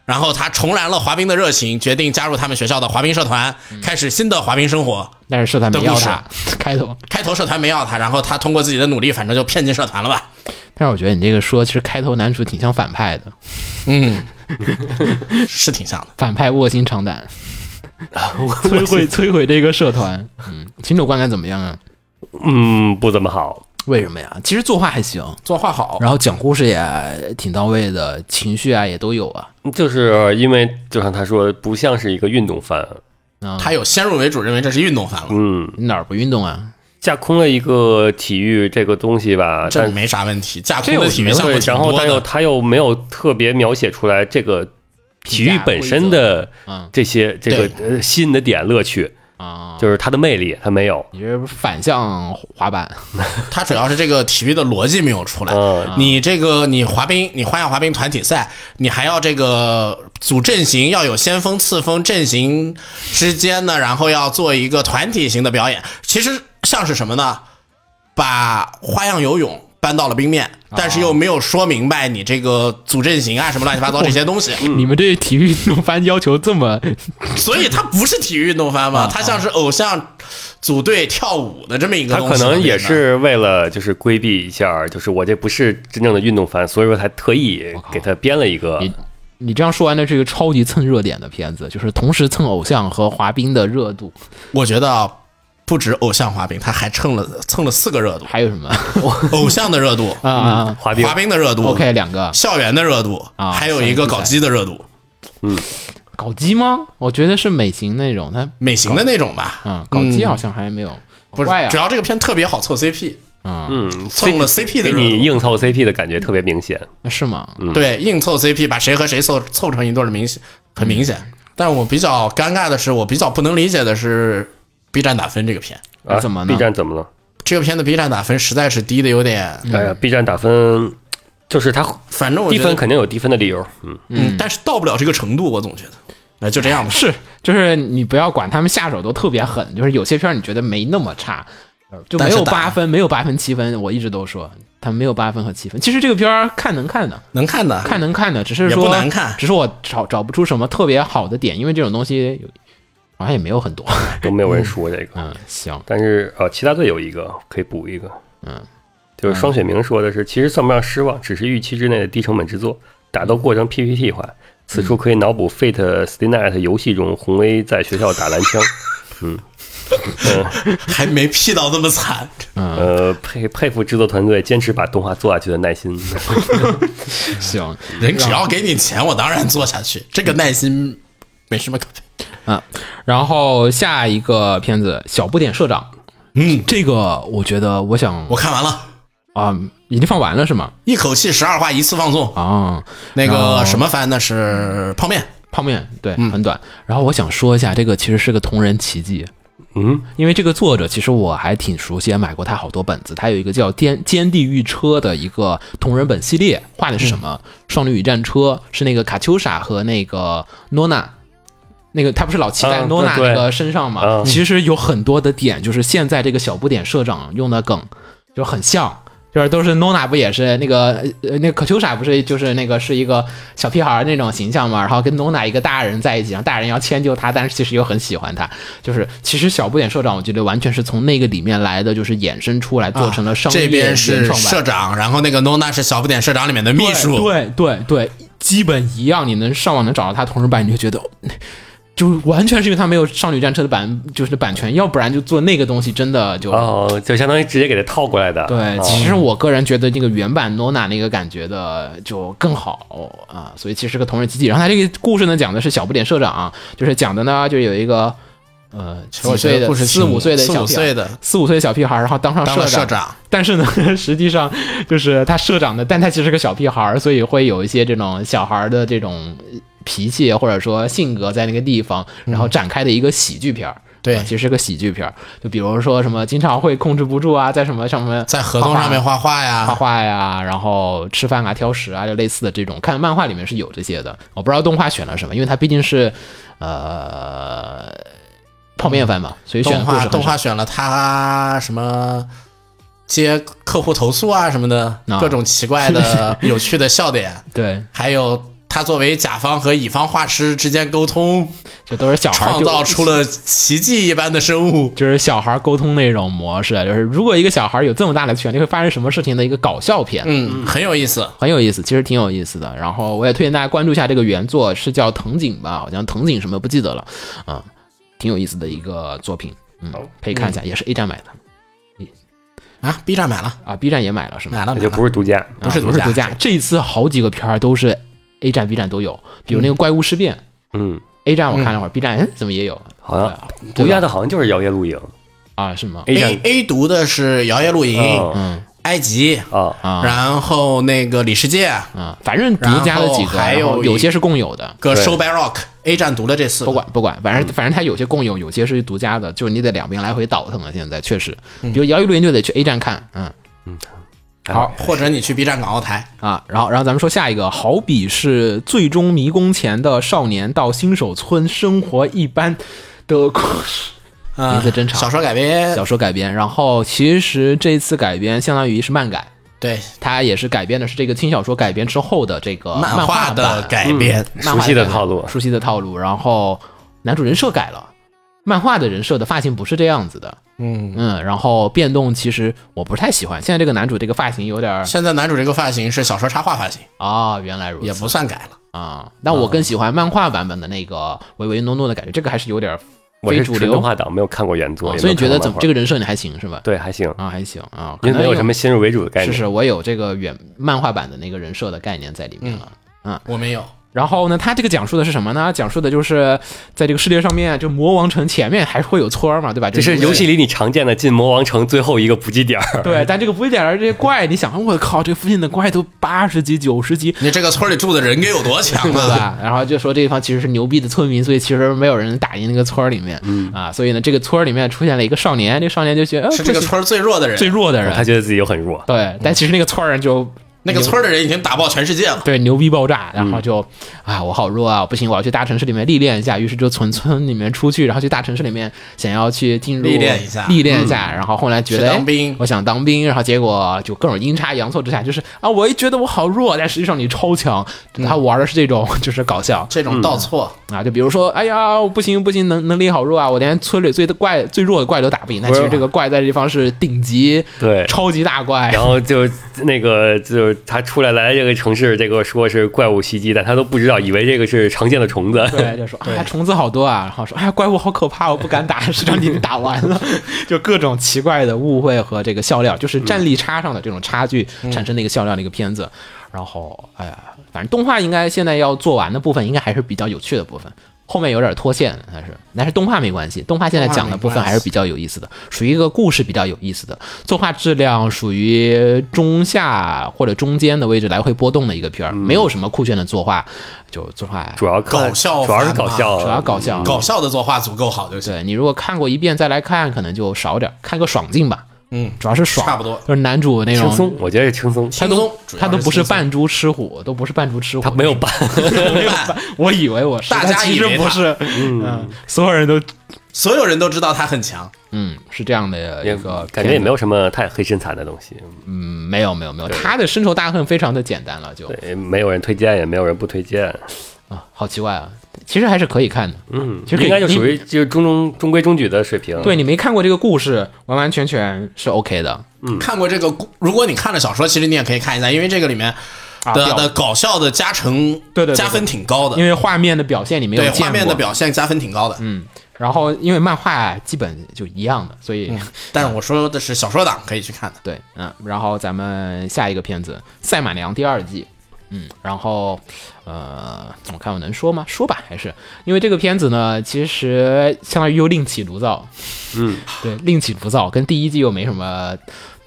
Speaker 3: 然后他重燃了滑冰的热情，决定加入他们学校的滑冰社团，开始新的滑冰生活。
Speaker 1: 但是社团没要
Speaker 3: 的故事
Speaker 1: 他开头。
Speaker 3: 开头社团没要他，然后他通过自己的努力，反正就骗进社团了吧。
Speaker 1: 但是我觉得你这个说，其实开头男主挺像反派的，
Speaker 3: 嗯，是挺像的。
Speaker 1: 反派卧薪尝 胆，摧毁摧毁这个社团。嗯，秦主观感怎么样啊？
Speaker 2: 嗯，不怎么好。
Speaker 1: 为什么呀？其实作画还行，
Speaker 3: 作画好，
Speaker 1: 然后讲故事也挺到位的，情绪啊也都有啊。
Speaker 2: 就是因为就像他说，不像是一个运动番。
Speaker 1: 啊，
Speaker 3: 他有先入为主，认为这是运动番了，
Speaker 2: 嗯，
Speaker 1: 你哪儿不运动啊？
Speaker 2: 架空了一个体育这个东西吧，
Speaker 3: 这
Speaker 2: 但
Speaker 3: 没啥问题。架
Speaker 2: 这
Speaker 3: 空
Speaker 2: 有
Speaker 3: 的体育项目
Speaker 2: 对，
Speaker 3: 挺
Speaker 2: 然后
Speaker 3: 多
Speaker 2: 但又
Speaker 3: 的，
Speaker 2: 他又没有特别描写出来这个体育本身的
Speaker 1: 嗯
Speaker 2: 这些这个呃吸引的点乐趣，
Speaker 1: 啊，
Speaker 2: 就是它的魅力，它没有。
Speaker 1: 你这不是反向滑板，
Speaker 3: 他主要是这个体育的逻辑没有出
Speaker 1: 啊
Speaker 3: 来。
Speaker 2: 嗯，
Speaker 3: 你这个你滑冰，你花样滑冰团体赛，你还要这个组阵型要有先锋、次锋阵型之间呢，然后要做一个团体型的表演。其实像是什么呢？把花样游泳搬到了冰面，
Speaker 2: 啊
Speaker 3: 但是又没有说明白你这个组阵型啊什么乱七八糟这些东西，
Speaker 2: 嗯
Speaker 1: 你们对体育运动番要求这么
Speaker 3: 嗯所以它不是体育运动番
Speaker 2: 啊
Speaker 3: 嘛，它像是偶像组队跳舞的这么一个
Speaker 2: 他
Speaker 3: 东
Speaker 2: 可
Speaker 3: 西。
Speaker 2: 能也
Speaker 3: 我觉得
Speaker 2: 是为了就是规避一下，就是我这不是真正的运动番，所以说才特意给他编了一个。
Speaker 1: 你你这样说完了，是一个超级蹭热点的片子，就是同时蹭偶像和滑冰的热度，
Speaker 3: 我觉得啊不止偶像滑冰，它还蹭了蹭了四个热度：
Speaker 1: 还有什么
Speaker 3: 偶像的 热度、
Speaker 1: 啊啊
Speaker 2: 滑冰
Speaker 3: 滑冰的热度、
Speaker 1: ？OK，两个
Speaker 3: 校园的热度，
Speaker 1: 啊
Speaker 3: 还有一个搞基的热度，
Speaker 1: 搞基吗？我觉得是美型那种，它
Speaker 3: 美型的那种吧。
Speaker 1: 啊，搞基好像还没有，
Speaker 3: 嗯不是
Speaker 1: 坏，
Speaker 3: 主
Speaker 1: 啊，
Speaker 3: 要这个片特别好凑 CP，
Speaker 2: 嗯，
Speaker 3: 蹭了 CP 的
Speaker 2: 给
Speaker 3: 热
Speaker 2: 你
Speaker 3: 度。
Speaker 2: 硬凑 CP 的感觉特别明显。
Speaker 1: 是吗？
Speaker 3: 对，硬凑 CP，把谁和谁凑凑成一对儿的明显很明
Speaker 1: 嗯
Speaker 3: 显。但我比较尴尬的是，我比较不能理解的是 B 站打分这个片，
Speaker 2: 啊，
Speaker 1: 怎么呢
Speaker 2: b 站怎么了？
Speaker 3: 这个片的 B 站打分实在是低的有点，
Speaker 1: 嗯
Speaker 2: 哎呀，B 站打分就是它
Speaker 3: 反正我
Speaker 2: 低
Speaker 3: 觉
Speaker 2: 分
Speaker 3: 得，
Speaker 2: 肯定有低分的理由。嗯，
Speaker 3: 嗯，但是到不了这个程度，我总觉得，那就这样吧。
Speaker 1: 是，就是你不要管他们下手都特别狠，就是有些片儿你觉得没那么差，就没
Speaker 3: 但是
Speaker 1: 有
Speaker 3: 打
Speaker 1: 八分，没有八分七分，我一直都说他没有八分和七分。其实这个片儿看能看的，
Speaker 3: 能看的，
Speaker 1: 看能看的，只是
Speaker 3: 嗯也
Speaker 1: 说
Speaker 3: 不难看
Speaker 1: 只是我找找不出什么特别好的点，因为这种东西有好像也没有 很多。
Speaker 2: 都没有人说这个。
Speaker 1: 嗯，行，
Speaker 2: 但是呃，其他队有一个可以补一个，
Speaker 1: 嗯，
Speaker 2: 就是双雪明说的是，其实算不上失望，只是预期之内的低成本制作，打斗
Speaker 1: 嗯
Speaker 2: 过程 PPT 化，此处可以脑补 Fate Stay Night 游戏中红威在学校打篮枪，
Speaker 3: 还没 P 到那么惨。
Speaker 1: 嗯
Speaker 2: 呃，佩佩服制作团队坚持把动画做下去的耐心。
Speaker 1: 行，
Speaker 3: 人只要给你钱，我当然做下去，这个耐心没什么可佩。
Speaker 1: 嗯，然后下一个片子《小不点社长》，
Speaker 3: 嗯，
Speaker 1: 这个我觉得我想
Speaker 3: 我看完了，
Speaker 1: 啊、已经放完了是吗？
Speaker 3: 一口气十二话一次放送。
Speaker 1: 啊，
Speaker 3: 那
Speaker 1: 哦
Speaker 3: 个什么番呢？是泡面。
Speaker 1: 泡面对，
Speaker 3: 嗯
Speaker 1: 很短。然后我想说一下，这个其实是个同人奇迹，
Speaker 2: 嗯，
Speaker 1: 因为这个作者其实我还挺熟悉，也买过他好多本子。他有一个叫《坚坚地狱车》的一个同人本系列，画的是什么？
Speaker 2: 嗯
Speaker 1: 少女与战车是那个卡秋莎和那个诺娜。那个他不是老骑在
Speaker 2: 啊
Speaker 1: 诺娜
Speaker 2: 对
Speaker 1: 那个身上嘛？
Speaker 2: 啊
Speaker 1: 其实有很多的点，就是现在这个小不点社长用的梗就很像，就是都是诺娜不也是那个呃那个可秋莎不是就是那个是一个小屁孩儿那种形象嘛，然后跟诺娜一个大人在一起，然后大人要迁就他，但是其实又很喜欢他，就是其实小不点社长我觉得完全是从那个里面来的，就是衍生出来做成了商业
Speaker 3: 啊这边
Speaker 1: 原
Speaker 3: 是
Speaker 1: 创版
Speaker 3: 社长，然后那个 Nona 是小不点社长里面的秘书。
Speaker 1: 对对对对，基本一样。你能上网能找到他同人版，你就觉得，就完全是因为他没有少女战车的版，就是版权，要不然就做那个东西真的就。
Speaker 2: 哦，就相当于直接给它套过来的。
Speaker 1: 对，
Speaker 2: 啊
Speaker 1: 其实我个人觉得那个原版 Nona 那个感觉的就更好啊，所以其实是个同人集体。然后他这个故事呢，讲的是小不点社长、就是讲的呢，就有一个呃几
Speaker 3: 我觉
Speaker 1: 岁
Speaker 3: 得
Speaker 1: 的
Speaker 3: 故事
Speaker 1: 四五岁的
Speaker 3: 四
Speaker 1: 小
Speaker 3: 五
Speaker 1: 屁孩
Speaker 3: 岁的
Speaker 1: 四五岁的小屁孩儿，然后当上
Speaker 3: 当
Speaker 1: 社
Speaker 3: 了社
Speaker 1: 长，
Speaker 3: 长，
Speaker 1: 但是呢，实际上就是他社长的，但他其实是个小屁孩儿，所以会有一些这种小孩儿的这种脾气或者说性格在那个地方，然后展开的一个喜剧片儿。
Speaker 3: 对
Speaker 1: 啊其实是个喜剧片儿，就比如说什么经常会控制不住啊，在什么上面
Speaker 3: 在合同上面画画
Speaker 1: 画
Speaker 3: 呀。
Speaker 1: 画呀，然后吃饭啊、挑食啊，就类似的这种。看漫画里面是有这些的，我不知道动画选了什么，因为它毕竟是呃泡面番嘛，所以选的
Speaker 3: 动
Speaker 1: 故事
Speaker 3: 画
Speaker 1: 很
Speaker 3: 动
Speaker 1: 少
Speaker 3: 画选了他什么接客户投诉啊什么的
Speaker 1: 啊
Speaker 3: 各种奇怪的有趣的笑点，
Speaker 1: 对
Speaker 3: 还有他作为甲方和乙方画师之间沟通，
Speaker 1: 这都是小孩
Speaker 3: 创
Speaker 1: 就
Speaker 3: 造出了奇迹一般的生物。
Speaker 1: 就是小孩沟通那种模式，啊就是如果一个小孩有这么大的权利，会发生什么事情的一个搞笑片。
Speaker 3: 嗯，很有意思。
Speaker 1: 很有意思，其实挺有意思的。然后我也推荐大家关注一下这个原作，是叫藤井吧？好像藤井什么不记得了，啊、挺有意思的一个作品，嗯
Speaker 2: 好，
Speaker 1: 可以看一下，也是 A 站买的
Speaker 3: 啊！B 站买了，
Speaker 1: 啊，B 站也买了是吗？
Speaker 3: 买了，
Speaker 2: 那
Speaker 3: 买
Speaker 2: 就
Speaker 3: 了
Speaker 2: 不是独家。
Speaker 1: 啊
Speaker 3: 不是
Speaker 1: 不
Speaker 3: 独
Speaker 1: 是
Speaker 3: 家
Speaker 1: 独家，这一次好几个片儿都是 A 站、B 站都有，比如那个怪物事变、
Speaker 2: 嗯，啊
Speaker 1: a 站我看了会儿、b 站哎怎么也有
Speaker 2: 好像
Speaker 1: 对
Speaker 2: 独
Speaker 1: 吧
Speaker 2: 家的好像就是摇曳露营
Speaker 1: 啊？是吗？
Speaker 2: ，A 站
Speaker 3: A A 读的是《摇曳露营》
Speaker 2: 嗯
Speaker 1: 嗯
Speaker 3: 埃及，
Speaker 2: 啊，
Speaker 1: 啊
Speaker 3: 然后那个《里世界》
Speaker 1: 啊，反正独家的几个，
Speaker 3: 然后还有
Speaker 1: 然后有
Speaker 3: 一
Speaker 1: 些是共有的。
Speaker 3: 个《
Speaker 2: 对
Speaker 3: Show by Rock》A 站读了这四个
Speaker 1: 不管不管，反正反正它有些共有，有些是独家的，就是你得两边来回倒腾了。啊现在确实，比如《摇一录音》就得去 A 站看，嗯，好
Speaker 3: 或者你去 B 站港澳台，
Speaker 1: 啊，然后然后咱们说下一个，好比是最终迷宫前的少年到新手村生活一般的故事。
Speaker 3: 嗯
Speaker 1: 名字真长
Speaker 3: 小说改编
Speaker 1: 小，说改编，然后其实这次改编相当于是漫改，
Speaker 3: 对，
Speaker 1: 它也是改编的是这个轻小说改编之后的这个漫
Speaker 3: 画的
Speaker 1: 版
Speaker 3: 改编，
Speaker 1: 漫
Speaker 2: 熟
Speaker 1: 画
Speaker 2: 悉的
Speaker 1: 改编
Speaker 2: 套路，
Speaker 1: 熟悉的套路。然后男主人设改了，漫画的人设的发型不是这样子的，
Speaker 3: 嗯。
Speaker 1: 嗯，然后变动其实我不太喜欢，现在这个男主这个发型有点儿
Speaker 3: 现在男主这个发型是小说插画发型，
Speaker 1: 啊、原来如此，
Speaker 3: 也不算改了。
Speaker 1: 啊，但我更喜欢漫画版本的那个唯唯诺诺的感觉，这个还是有点
Speaker 2: 我
Speaker 1: 非
Speaker 2: 是
Speaker 1: 主
Speaker 2: 纯
Speaker 1: 流
Speaker 2: 动，画党，没有看过原作，
Speaker 1: 啊
Speaker 2: 也
Speaker 1: 所以
Speaker 2: 没有
Speaker 1: 你觉
Speaker 2: 看过
Speaker 1: 得怎么
Speaker 2: 漫画
Speaker 1: 这个人设你还行是吧？
Speaker 2: 对还行，
Speaker 1: 啊，还行啊，可
Speaker 2: 因为
Speaker 1: 能
Speaker 2: 没有什么先入为主的概
Speaker 1: 是
Speaker 2: 念。
Speaker 1: 是，我有这个原漫画版的那个人设的概念在里面
Speaker 2: 嗯
Speaker 1: 了。
Speaker 3: 我没有，
Speaker 1: 然后呢，他这个讲述的是什么呢？讲述的就是在这个世界上面，就魔王城前面还会有村儿嘛，对吧？
Speaker 2: 这是游戏里你常见的进魔王城最后一个补给点 儿，
Speaker 1: 对，但这个不一点儿这些怪，你想，我靠，这附近的怪都八十级、九十级，
Speaker 3: 你这个村里住的人该有多强
Speaker 1: 对
Speaker 3: 啊！
Speaker 1: 吧？然后就说这地方其实是牛逼的村民，所以其实没有人打赢那个村儿里面、啊，所以呢，这个村儿里面出现了一个少年，这个少年就觉得、呃、
Speaker 3: 嗯是这个村最弱的人，
Speaker 1: 最弱的
Speaker 2: 他
Speaker 1: 人，
Speaker 2: 觉得自己又很弱。
Speaker 1: 对，但其实那个村儿人就
Speaker 3: 那个
Speaker 1: 牛
Speaker 3: 村的人已经打爆全世界了。
Speaker 1: 对牛逼爆炸，然
Speaker 3: 嗯
Speaker 1: 后就、啊，我好弱啊，不行，我要去大城市里面历练一下，于是就从村里面出去，然后去大城市里面想要去进入
Speaker 3: 历练一下嗯
Speaker 1: 历练一下，然后后来觉
Speaker 3: 去
Speaker 1: 得哎
Speaker 3: 当兵
Speaker 1: 我想当兵，然后结果就各种阴差阳错之下，就是啊，我一觉得我好弱，但实际上你超强，
Speaker 3: 嗯
Speaker 1: 他玩的是这种就是搞笑，
Speaker 3: 这种倒错，
Speaker 1: 啊，就比如说，哎呀，我不行不行，能能力好弱啊，我连村里最的怪最弱的怪都打不赢。但其实这个怪在这地方是顶级，
Speaker 2: 对
Speaker 1: 超级大怪
Speaker 2: 然。后就那个，就是他出来来这个城市，这个说是怪物袭击的，他都不知道，以为这个是常见的虫子。
Speaker 1: 对，就说哎呀，虫子好多啊，然后说哎呀，怪物好可怕，我不敢打，实际上你打完了，就各种奇怪的误会和这个笑料，就是战力差上的这种差距产生的一个笑料的一个片子。然后哎呀，反正动画应该现在要做完的部分，应该还是比较有趣的部分。后面有点脱线，但是但是动画没关系，动画现在讲的部分还是比较有意思的，属于一个故事比较有意思的，作画质量属于中下或者中间的位置来回波动的一个片儿，没有什么酷炫的作画，就作画
Speaker 2: 主要看
Speaker 3: 搞笑
Speaker 2: 主要是
Speaker 3: 番嘛
Speaker 2: 搞笑，
Speaker 1: 主要搞笑。
Speaker 3: 搞笑的作画足够好就行。
Speaker 1: 对你如果看过一遍再来看，可能就少点儿，看个爽劲吧。
Speaker 3: 嗯，
Speaker 1: 主要是爽，
Speaker 3: 差不多
Speaker 1: 就是男主那
Speaker 2: 轻
Speaker 1: 种，
Speaker 2: 松，我觉得是轻松。
Speaker 1: 他
Speaker 3: 轻
Speaker 1: 都
Speaker 3: 松主要
Speaker 1: 他都
Speaker 3: 是
Speaker 1: 不是
Speaker 3: 轻松
Speaker 1: 扮猪吃虎，都不是扮猪吃虎，
Speaker 2: 他没有办，
Speaker 1: 没 有扮。我以为我是，
Speaker 3: 大
Speaker 1: 但
Speaker 3: 家
Speaker 1: 其
Speaker 3: 以
Speaker 1: 实
Speaker 3: 为
Speaker 1: 不
Speaker 3: 他
Speaker 1: 是，嗯，所有人都
Speaker 3: 所有人都知道他很强，
Speaker 1: 嗯是这样的一个
Speaker 2: 感觉也没
Speaker 1: 有，
Speaker 2: 有什么太黑身材的东西。
Speaker 1: 嗯没有没有没有，他的深仇大恨非常的简单了，就
Speaker 2: 对，没有人推荐，也没有人不推荐。
Speaker 1: 啊好奇怪啊，其实还是可以看的，
Speaker 2: 嗯，
Speaker 1: 其实可以
Speaker 2: 应该就属于就是中中中规中矩的水平。
Speaker 1: 对你没看过这个故事，完完全全是 OK 的
Speaker 3: 看过这个故，如果你看了小说，其实你也可以看一下，因为这个里面
Speaker 1: 啊，
Speaker 3: 的
Speaker 1: 表
Speaker 3: 的搞笑的加成，
Speaker 1: 对对对
Speaker 3: 加分挺高的
Speaker 1: 因，为画面的表现你没有
Speaker 3: 对
Speaker 1: 见过，
Speaker 3: 画面的表现加分挺高的。
Speaker 1: 嗯，然后因为漫画基本就一样的，所以、
Speaker 3: 但是我说的是小说党可以去看的，
Speaker 1: 对，嗯，然后咱们下一个片子《赛马娘》第二季，嗯，然后呃，我看我能说吗？说吧，还是因为这个片子呢，其实相当于又另起炉灶，
Speaker 2: 嗯，
Speaker 1: 对，另起炉灶，跟第一季又没什么。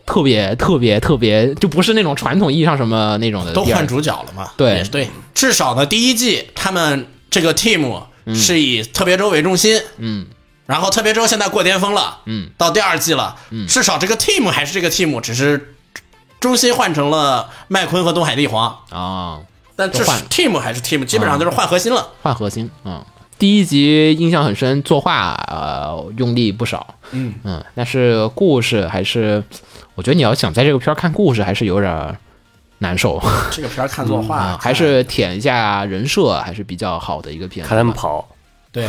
Speaker 1: 特别特别特别，就不是那种传统意义上什么那种的
Speaker 3: 都
Speaker 1: 第二
Speaker 3: 换主角了嘛。
Speaker 1: 对
Speaker 3: 也是对，至少呢，第一季他们这个 team 是以特别周为中心，
Speaker 1: 嗯，
Speaker 3: 然后特别周现在过巅峰了，
Speaker 1: 嗯，
Speaker 3: 到第二季了，嗯，至少这个 team 还是这个 team，只是中心换成了麦昆和东海帝皇，
Speaker 1: 啊、
Speaker 3: 但至
Speaker 1: 都
Speaker 3: 少
Speaker 1: 换了啊
Speaker 3: team 还是 team，基本上就是换核心了。
Speaker 1: 换核心，嗯，第一集印象很深，作画呃用力不少，
Speaker 3: 嗯
Speaker 1: 嗯，但是故事还是，我觉得你要想在这个片儿看故事，还是有点儿难受。
Speaker 3: 这个片儿看作画
Speaker 1: 啊，还是舔一下人设还是比较好的一个片子吧。
Speaker 2: 看他们跑，
Speaker 3: 对，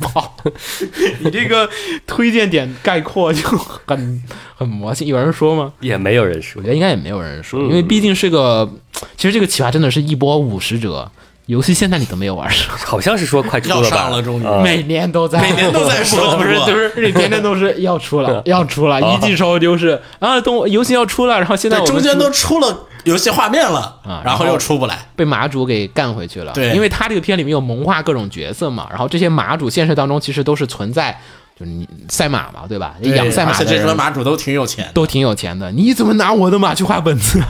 Speaker 1: 跑， 你这个推荐点概括就很很魔性。有人说吗？
Speaker 2: 也没有人说
Speaker 1: 我觉。得应该也没有人说，
Speaker 2: 嗯
Speaker 1: 因为毕竟是个，其实这个企划真的是一波五十折，游戏现在你都没有玩上，
Speaker 2: 好像是说快出
Speaker 3: 要
Speaker 2: 了吧？
Speaker 3: 上了终于
Speaker 2: 啊
Speaker 1: 每年都在，
Speaker 3: 每年都 在说
Speaker 1: 不是
Speaker 3: 不过
Speaker 1: 就是你天天都是要出 了，要出了，一季时候就是啊，动游戏要出了，然后现在
Speaker 3: 对，
Speaker 1: 我们
Speaker 3: 中间
Speaker 1: 出
Speaker 3: 都出了游戏画面了，
Speaker 1: 啊
Speaker 3: 然
Speaker 1: 然
Speaker 3: 后
Speaker 1: 后
Speaker 3: 又出不来。
Speaker 1: 被马主给干回去了。
Speaker 3: 对
Speaker 1: 因为他这个片里面有萌化各种角色嘛，然后这些马主现实当中其实都是存在，就是你赛马嘛，对吧？养赛
Speaker 3: 而
Speaker 1: 马
Speaker 3: 且
Speaker 1: 的
Speaker 3: 这
Speaker 1: 人
Speaker 3: 些马主都挺有钱，
Speaker 1: 都挺有钱的，你怎么拿我的马去画本子？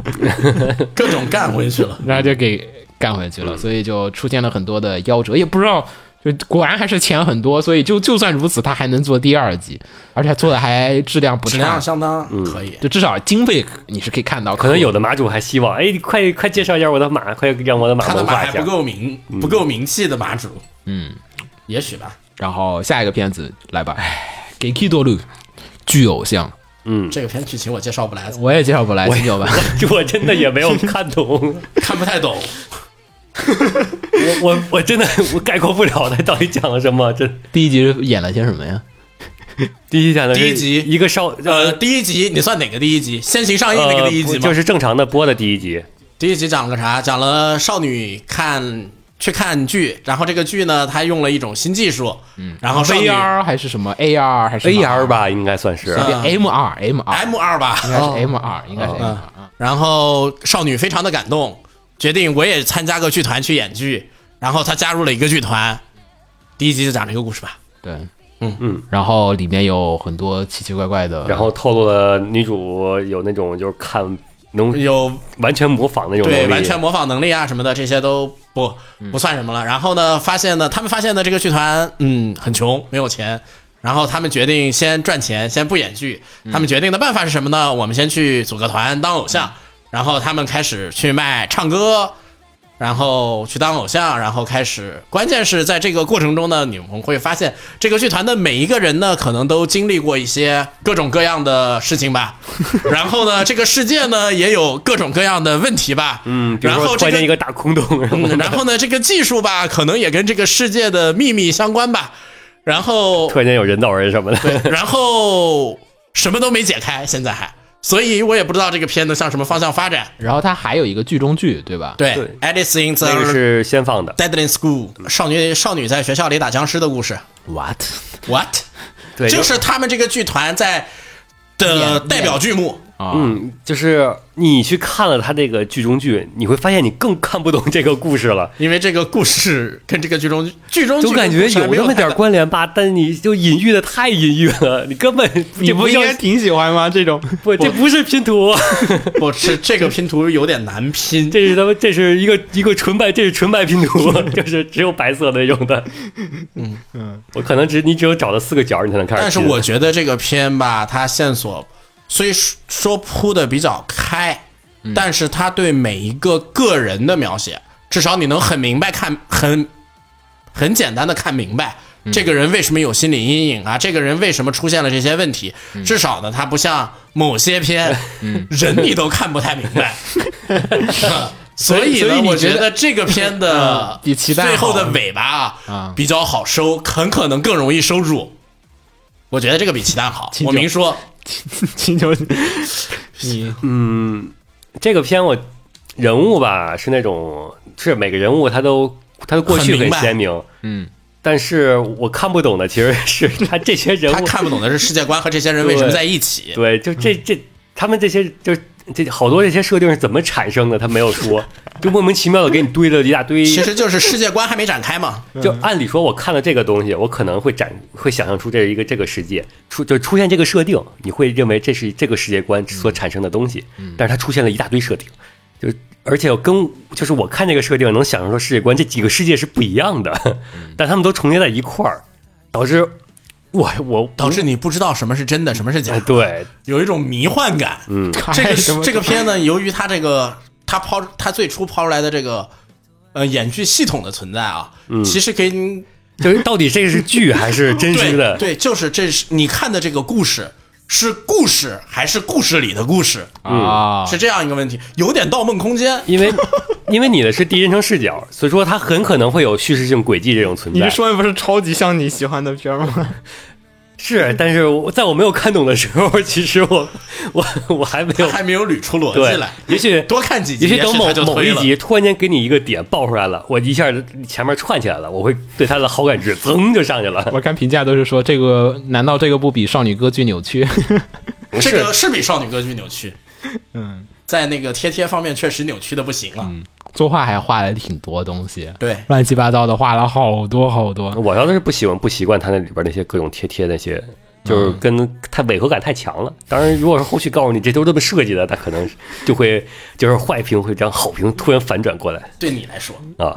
Speaker 3: 各种干回去了。
Speaker 1: 然后就给干回去了，
Speaker 3: 嗯
Speaker 1: 所以就出现了很多的夭折，也不知道。就果然还是钱很多，所以就就算如此，他还能做第二季，而且做的还质量不
Speaker 3: 质量
Speaker 1: 差，嗯
Speaker 3: 相当可以，
Speaker 1: 就至少经费你是可以看到，
Speaker 2: 可能有的马主还希望，哎，你快快介绍一下我的马，快让我的马
Speaker 3: 他的
Speaker 2: 文
Speaker 3: 马
Speaker 2: 化嗯一
Speaker 3: 还
Speaker 2: 下
Speaker 3: 不。够名，不够名气的马主，嗯，也许吧。
Speaker 1: 然后下一个片子来吧，唉给 Kido 路巨偶像，
Speaker 3: 这个片剧情我介绍不来，
Speaker 1: 我也介绍不来，有吧？
Speaker 2: 我真的也没有看懂，
Speaker 3: 看不太懂。
Speaker 2: 我我我真的 我概括不了他到底讲了什么。这
Speaker 1: 第一集演了些什么呀？
Speaker 2: 第一讲的是
Speaker 3: 第一集
Speaker 2: 一个少
Speaker 3: 呃，第一集你算哪个第一集？先行上映
Speaker 2: 呃
Speaker 3: 那个第一
Speaker 2: 不
Speaker 3: 集吗？
Speaker 2: 就是正常的播的第一集，
Speaker 3: 第一集讲了个啥？讲了少女看去看剧，然后这个剧呢，它用了一种新技术，嗯，然
Speaker 1: 啊
Speaker 3: 后少女
Speaker 1: VR 还是什么 AR 还是什么
Speaker 2: AR？吧，应该算是
Speaker 3: 是啊
Speaker 1: MR MR
Speaker 3: M 二吧，
Speaker 1: 应该是 MR，应该是 MR 啊。
Speaker 3: 然后少女非常的感动，决定我也参加个剧团去演剧，然后她加入了一个剧团。第一集就讲这个故事吧，
Speaker 1: 对，
Speaker 3: 嗯
Speaker 2: 嗯，
Speaker 1: 然后里面有很多奇奇怪怪的，
Speaker 2: 然后透露了女主有那种就是看能
Speaker 3: 有
Speaker 2: 完全模仿那种能
Speaker 3: 对
Speaker 2: 力，嗯
Speaker 3: 完全模仿能力啊什么的，这些都不不算什么了。然后呢，发现呢，他们发现呢，这个剧团嗯很穷，没有钱。然后他们决定先赚钱，先不演剧。
Speaker 2: 嗯
Speaker 3: 他们决定的办法是什么呢？我们先去组个团当偶像，然后他们开始去卖唱歌，然后去当偶像，然后开始。关键是在这个过程中呢，你们会发现这个剧团的每一个人呢，可能都经历过一些各种各样的事 情吧。然后呢，这个世界呢也有各种各样的问题吧。
Speaker 2: 嗯，比如
Speaker 3: 然
Speaker 2: 说
Speaker 3: 后
Speaker 2: 突
Speaker 3: 这
Speaker 2: 然间一个
Speaker 3: 个。
Speaker 2: 大空洞，然后
Speaker 3: 嗯然后呢，这个技术吧，可能也跟这个世界的秘密相关吧。然后
Speaker 2: 突，然间有人造人什么的，
Speaker 3: 然后什么都没解开，现在还，所以我也不知道这个片子向什么方向发展。
Speaker 1: 然后它还有一个剧中剧，对吧？，
Speaker 3: 对
Speaker 2: 对
Speaker 3: a l i c e in
Speaker 2: 那个
Speaker 3: the
Speaker 2: 是先放的，
Speaker 3: Deadly School 少女少女在学校里打僵尸的故事。
Speaker 1: What？
Speaker 3: What？
Speaker 2: 对，
Speaker 3: 就是他们这个剧团在
Speaker 1: 演
Speaker 3: 的
Speaker 1: 演
Speaker 3: 代表剧目。
Speaker 1: 啊，
Speaker 2: 嗯，就是你去看了他这个剧中剧，你会发现你更看不懂这个故事了，
Speaker 3: 因为这个故事跟这个剧中剧中
Speaker 2: 总
Speaker 3: 剧
Speaker 2: 感
Speaker 3: 跟
Speaker 2: 觉
Speaker 3: 故事还
Speaker 2: 有
Speaker 3: 没
Speaker 2: 那
Speaker 3: 有
Speaker 2: 么
Speaker 3: 太
Speaker 2: 点
Speaker 3: 大
Speaker 2: 关联吧，但你就隐喻的太隐喻了，你根本
Speaker 1: 你
Speaker 2: 这
Speaker 1: 不应
Speaker 2: 叫
Speaker 1: 该挺喜欢吗？这种
Speaker 2: 不这不是拼图，
Speaker 3: 不是这个拼图有点难拼，
Speaker 2: 这是他妈这是一个一个纯白，这是纯白拼图， 就是只有白色的那种的。嗯嗯，我可能只你只有找到四个角，你才能开始拼。
Speaker 3: 但是我觉得这个片吧，它线索虽说铺的比较开，
Speaker 1: 嗯
Speaker 3: 但是它对每一个个人的描写，至少你能很明白看，很很简单的看明白。
Speaker 1: 嗯
Speaker 3: 这个人为什么有心理阴影啊？这个人为什么出现了这些问题？
Speaker 1: 嗯
Speaker 3: 至少呢，他不像某些片， 人你都看不太明 白。啊所以
Speaker 1: 所以
Speaker 3: 呢，
Speaker 1: 你
Speaker 3: 我
Speaker 1: 觉
Speaker 3: 觉
Speaker 1: 得
Speaker 3: 得这个片的
Speaker 1: 嗯比其他
Speaker 3: 最后的
Speaker 1: 好
Speaker 3: 尾巴啊
Speaker 1: 啊
Speaker 3: 比较好收，很可能更容易收住。我觉得这个比奇蛋好，
Speaker 1: 秦
Speaker 3: 我
Speaker 1: 九
Speaker 3: 明说，
Speaker 1: 请求你
Speaker 2: 这个片我人物吧是那种是每个人物他都他的过去
Speaker 3: 很
Speaker 2: 很
Speaker 3: 明白
Speaker 2: 鲜明，
Speaker 1: 嗯，
Speaker 2: 但是我看不懂的其实是他这些人
Speaker 3: 他
Speaker 2: 物，
Speaker 3: 看不懂的是世界观和这些人为什么在一起。
Speaker 2: 对，就
Speaker 3: 嗯
Speaker 2: 这这他们这些就这好多这些设定是怎么产生的，他没有 说，就莫名其妙的给你堆了一大堆。
Speaker 3: 其实就是嗯世界观还没展开嘛，
Speaker 2: 就按理说，我看了这个东西，我可能会展会想象出这是一个这个世界出就出现这个设定，你会认为这是这个世界观
Speaker 3: 嗯
Speaker 2: 所产生的东西，但是它出现了一大堆设定，就而且跟就是我看这个设定能想象出世界观这几个世界是不一样的，
Speaker 3: 嗯
Speaker 2: 但他们都重叠在一块儿，导致我 我
Speaker 3: 导致你不知道什么是真的，什么是假
Speaker 2: 哎，对
Speaker 3: 哦有一种迷幻感。嗯，这
Speaker 1: 太
Speaker 3: 个
Speaker 1: 什么
Speaker 3: 这个片呢，由于它这个它抛它最初抛出来的这个呃演剧系统的存在啊，其实给你
Speaker 2: 就是到底这个是剧还是真实
Speaker 3: 对
Speaker 2: 的？
Speaker 3: 对，就是这是你看的这个故事是故事还是故事里的故事，
Speaker 1: 啊，
Speaker 3: 是这样一个问题，有点《盗梦空间》。
Speaker 2: 因为 因为你的是第一人称视角，所以说它很可能会有叙事性轨迹这种存
Speaker 4: 你这
Speaker 2: 在。
Speaker 4: 说的不是超级像你喜欢的片儿 吗？
Speaker 2: 是，但是我在我没有看懂的时候，其实我我我还没有
Speaker 3: 还没有捋出逻辑
Speaker 2: 对
Speaker 3: 来，，
Speaker 2: 也许
Speaker 3: 多看几集，
Speaker 2: 也许
Speaker 3: 也
Speaker 2: 等
Speaker 3: 许
Speaker 2: 某
Speaker 3: 他就
Speaker 2: 某
Speaker 3: 推
Speaker 2: 一
Speaker 3: 了。
Speaker 2: 集突然间给你一个点爆出来了，我一下前面串起来了，我会对他的好感值噌就上去了。
Speaker 1: 我看评价都是说这个，难道这个不比少女歌剧扭曲？
Speaker 3: 这个是比少女歌剧扭曲，嗯，在那个贴贴方面确实扭曲的不行了。啊
Speaker 2: 嗯
Speaker 1: 作画还画了挺多东西，
Speaker 3: 对，
Speaker 1: 乱七八糟的画了好多好多。
Speaker 2: 我要是不喜欢不习惯他那里边那些各种贴贴那些，就是跟他违和感太强了。当然，如果是后续告诉你这都是这么设计的，他可能就会就是坏评会让好评突然反转过来
Speaker 3: 对你来说，
Speaker 2: 啊。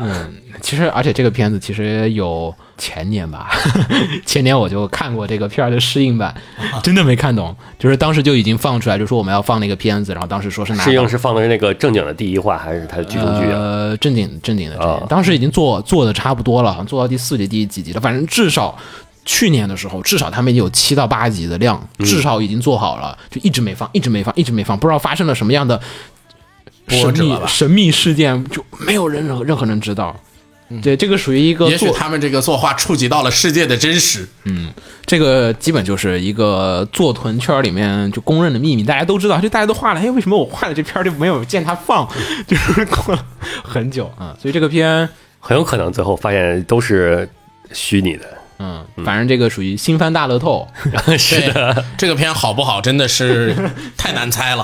Speaker 1: 其实，而且这个片子其实有前年吧， 前年我就看过这个片儿的适应版，
Speaker 3: 啊
Speaker 1: 真的没看懂。就是当时就已经放出来，就说我们要放那个片子，然后当时说是哪
Speaker 2: 适应是放的是那个正经的第一话，还是他的剧中剧啊？
Speaker 1: 呃，正经正经的正经
Speaker 2: 啊
Speaker 1: 当时已经做做的差不多了，好像做到第四集、第几集了，反正至少。去年的时候，至少他们也有七到八集的量，
Speaker 3: 嗯
Speaker 1: 至少已经做好了，就一直没放，一直没放，一直没放，不知道发生了什么样的神
Speaker 3: 波折
Speaker 1: 秘
Speaker 3: 吧
Speaker 1: 神秘事件，就没有人任何任何人知道。对，这个属于一个
Speaker 3: 嗯也许
Speaker 1: 做
Speaker 3: 他们这个作画触及到了世界的 真实。
Speaker 1: 这个基本就是一个做臀圈儿里面就公认的秘密，大家都知道，就大家都画了，哎，为什么我画的这片儿就没有见它放，就是过了很久啊、嗯所以这个片，
Speaker 2: 很有可能最后发现都是虚拟的。
Speaker 1: 嗯，反正这个属于新番大乐透，
Speaker 2: 是
Speaker 3: 对
Speaker 2: 的，，
Speaker 3: 这个片好不好真的是太难猜了。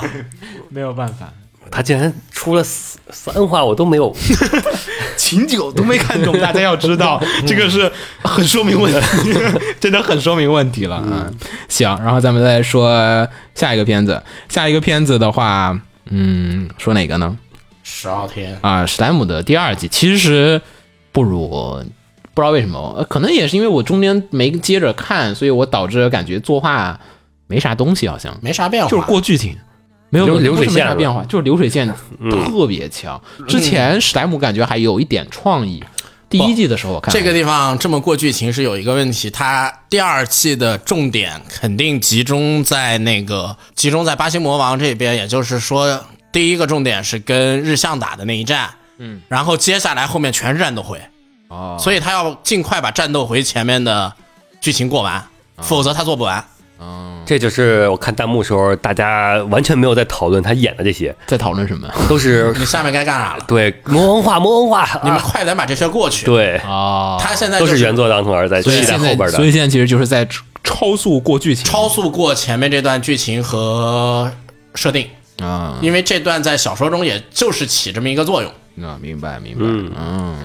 Speaker 1: 没有办法，
Speaker 2: 他竟然出了三三话，我都没有
Speaker 4: 秦九都没看懂，大家要知 道，这个是很说明问题。
Speaker 1: 真的很说明问题了。嗯，行，然后咱们再说下一个片子，下一个片子的话，嗯，说哪个呢？
Speaker 3: 十二天，
Speaker 1: 啊，史莱姆的第二季其实不如，不知道为什么，呃可能也是因为我中间没接着看，所以我导致感觉作画没啥东西，好像
Speaker 3: 没啥变化，
Speaker 1: 就是过剧情，没有
Speaker 2: 流
Speaker 1: 不是
Speaker 2: 流水
Speaker 1: 没啥
Speaker 2: 线
Speaker 1: 变化，就是流水线
Speaker 2: 嗯
Speaker 3: 嗯
Speaker 1: 特别强。之前史莱姆感觉还有一点创意，第一季的时候我看
Speaker 3: 这个地方这么过剧情是有一个问题，它第二季的重点肯定集中在那个集中在巴西魔王这边，也就是说，第一个重点是跟日向打的那一战，嗯，然后接下来后面全是战斗回，
Speaker 1: 哦，
Speaker 3: 所以他要尽快把战斗回前面的剧情过完，否则他做不完。
Speaker 2: 这就是我看弹幕时候，大家完全没有在讨论他演的这些，
Speaker 1: 在讨论什么
Speaker 2: 都 是
Speaker 3: 你下面该干 啥了？
Speaker 2: 对魔王化，魔王化，
Speaker 3: 你们
Speaker 2: 啊、
Speaker 3: 快点把这些过去。
Speaker 2: 对，
Speaker 1: 哦，
Speaker 3: 他现在
Speaker 2: 都
Speaker 3: 就是
Speaker 2: 原作当中而在
Speaker 1: 所以
Speaker 2: 期待
Speaker 1: 现
Speaker 2: 后
Speaker 1: 在
Speaker 2: 边
Speaker 1: 所
Speaker 2: 的
Speaker 1: 以现在其实就是在超超速过剧情，
Speaker 3: 超速过前面这段剧情和设定，
Speaker 1: 啊，
Speaker 3: 因为这段在小说中也就是起这么一个作用。
Speaker 1: 那明白明白，
Speaker 2: 嗯
Speaker 1: 嗯，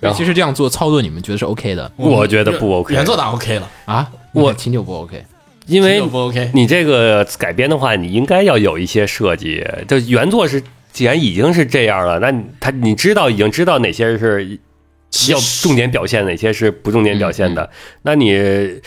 Speaker 2: 然后
Speaker 1: 其实这样做操作你们觉得是 OK 的
Speaker 2: 我觉得不 OK
Speaker 3: 嗯原作党 OK 了，
Speaker 1: 啊？
Speaker 2: 我
Speaker 1: 秦九不 OK，
Speaker 2: 因为
Speaker 3: 秦九不 OK
Speaker 2: 你这个改编的话，你应该要有一些设计。就原作是，既然已经是这样了，那你他你知道已经知道哪些是
Speaker 3: 其
Speaker 2: 要
Speaker 3: 实
Speaker 2: 重点表现，哪些是不重点表现
Speaker 3: 嗯
Speaker 2: 的。那你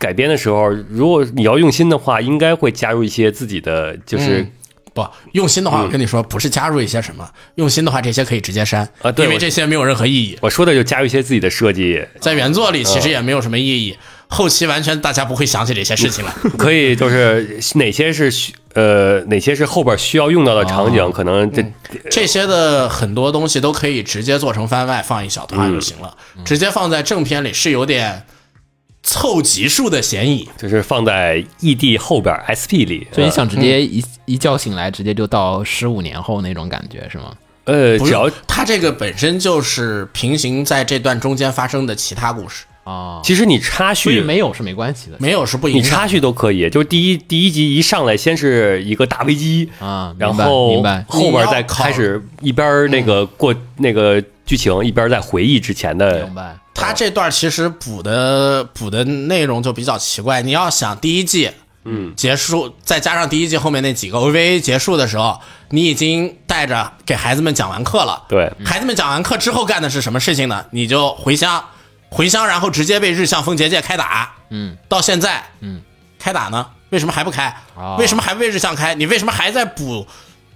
Speaker 2: 改编的时候，如果你要用心的话，应该会加入一些自己的，就是、
Speaker 3: 嗯不用心的
Speaker 2: 嗯
Speaker 3: 话，我跟你说，不是加入一些什么，用心的话，这些可以直接删
Speaker 2: 啊对
Speaker 3: 因为
Speaker 2: 我
Speaker 3: 这些没有任何意义，
Speaker 2: 我说的就加入一些自己的设 计，
Speaker 3: 在原作
Speaker 2: 嗯
Speaker 3: 里其实也没有什么意义，后期完全大家不会想起这些事情了。
Speaker 2: 可以就是哪些是需呃哪些是后边需要用到的场
Speaker 3: 哦
Speaker 2: 景，可能这
Speaker 3: 这些的很多东西都可以直接做成番外放一小段就行了，
Speaker 2: 嗯
Speaker 3: 直接放在正片里是有点凑集数的嫌疑。
Speaker 2: 就是放在 ED 后边 SP 里。
Speaker 1: 所以你想直接一、一觉醒来，直接就到十五年后那种感觉是吗？
Speaker 2: 呃，
Speaker 3: 不
Speaker 2: 只
Speaker 3: 是
Speaker 2: 要，
Speaker 3: 它这个本身就是平行在这段中间发生的其他故事，
Speaker 1: 哦，
Speaker 2: 其实你插
Speaker 1: 所以
Speaker 2: 叙。
Speaker 1: 没有是没关系的
Speaker 3: 没有是啊不
Speaker 2: 你
Speaker 3: 影响
Speaker 2: 插
Speaker 3: 的。
Speaker 2: 叙都可以，就是第一第一集一上来先是一个大危机，
Speaker 1: 啊。明
Speaker 2: 然
Speaker 1: 白
Speaker 2: 后
Speaker 1: 明白，
Speaker 2: 后边再
Speaker 3: 你要考
Speaker 2: 开始一边那个过那个剧情，一边在回忆之前的
Speaker 1: 明白，
Speaker 2: 啊
Speaker 3: 它这段其实补的补的内容就比较奇怪。你要想第一季，嗯，结束，再加上第一季后面那几个 OVA 结束的时候，你已经带着给孩子们讲完课了，
Speaker 2: 对
Speaker 3: 孩子们讲完课之后干的是什么事情呢？你就回乡，回乡，然后直接被日向风结界开打。嗯，到现在，嗯，开打呢？为什么还不开？
Speaker 2: 啊
Speaker 1: 哦
Speaker 3: 为什么还不被日向开？你为什么还在补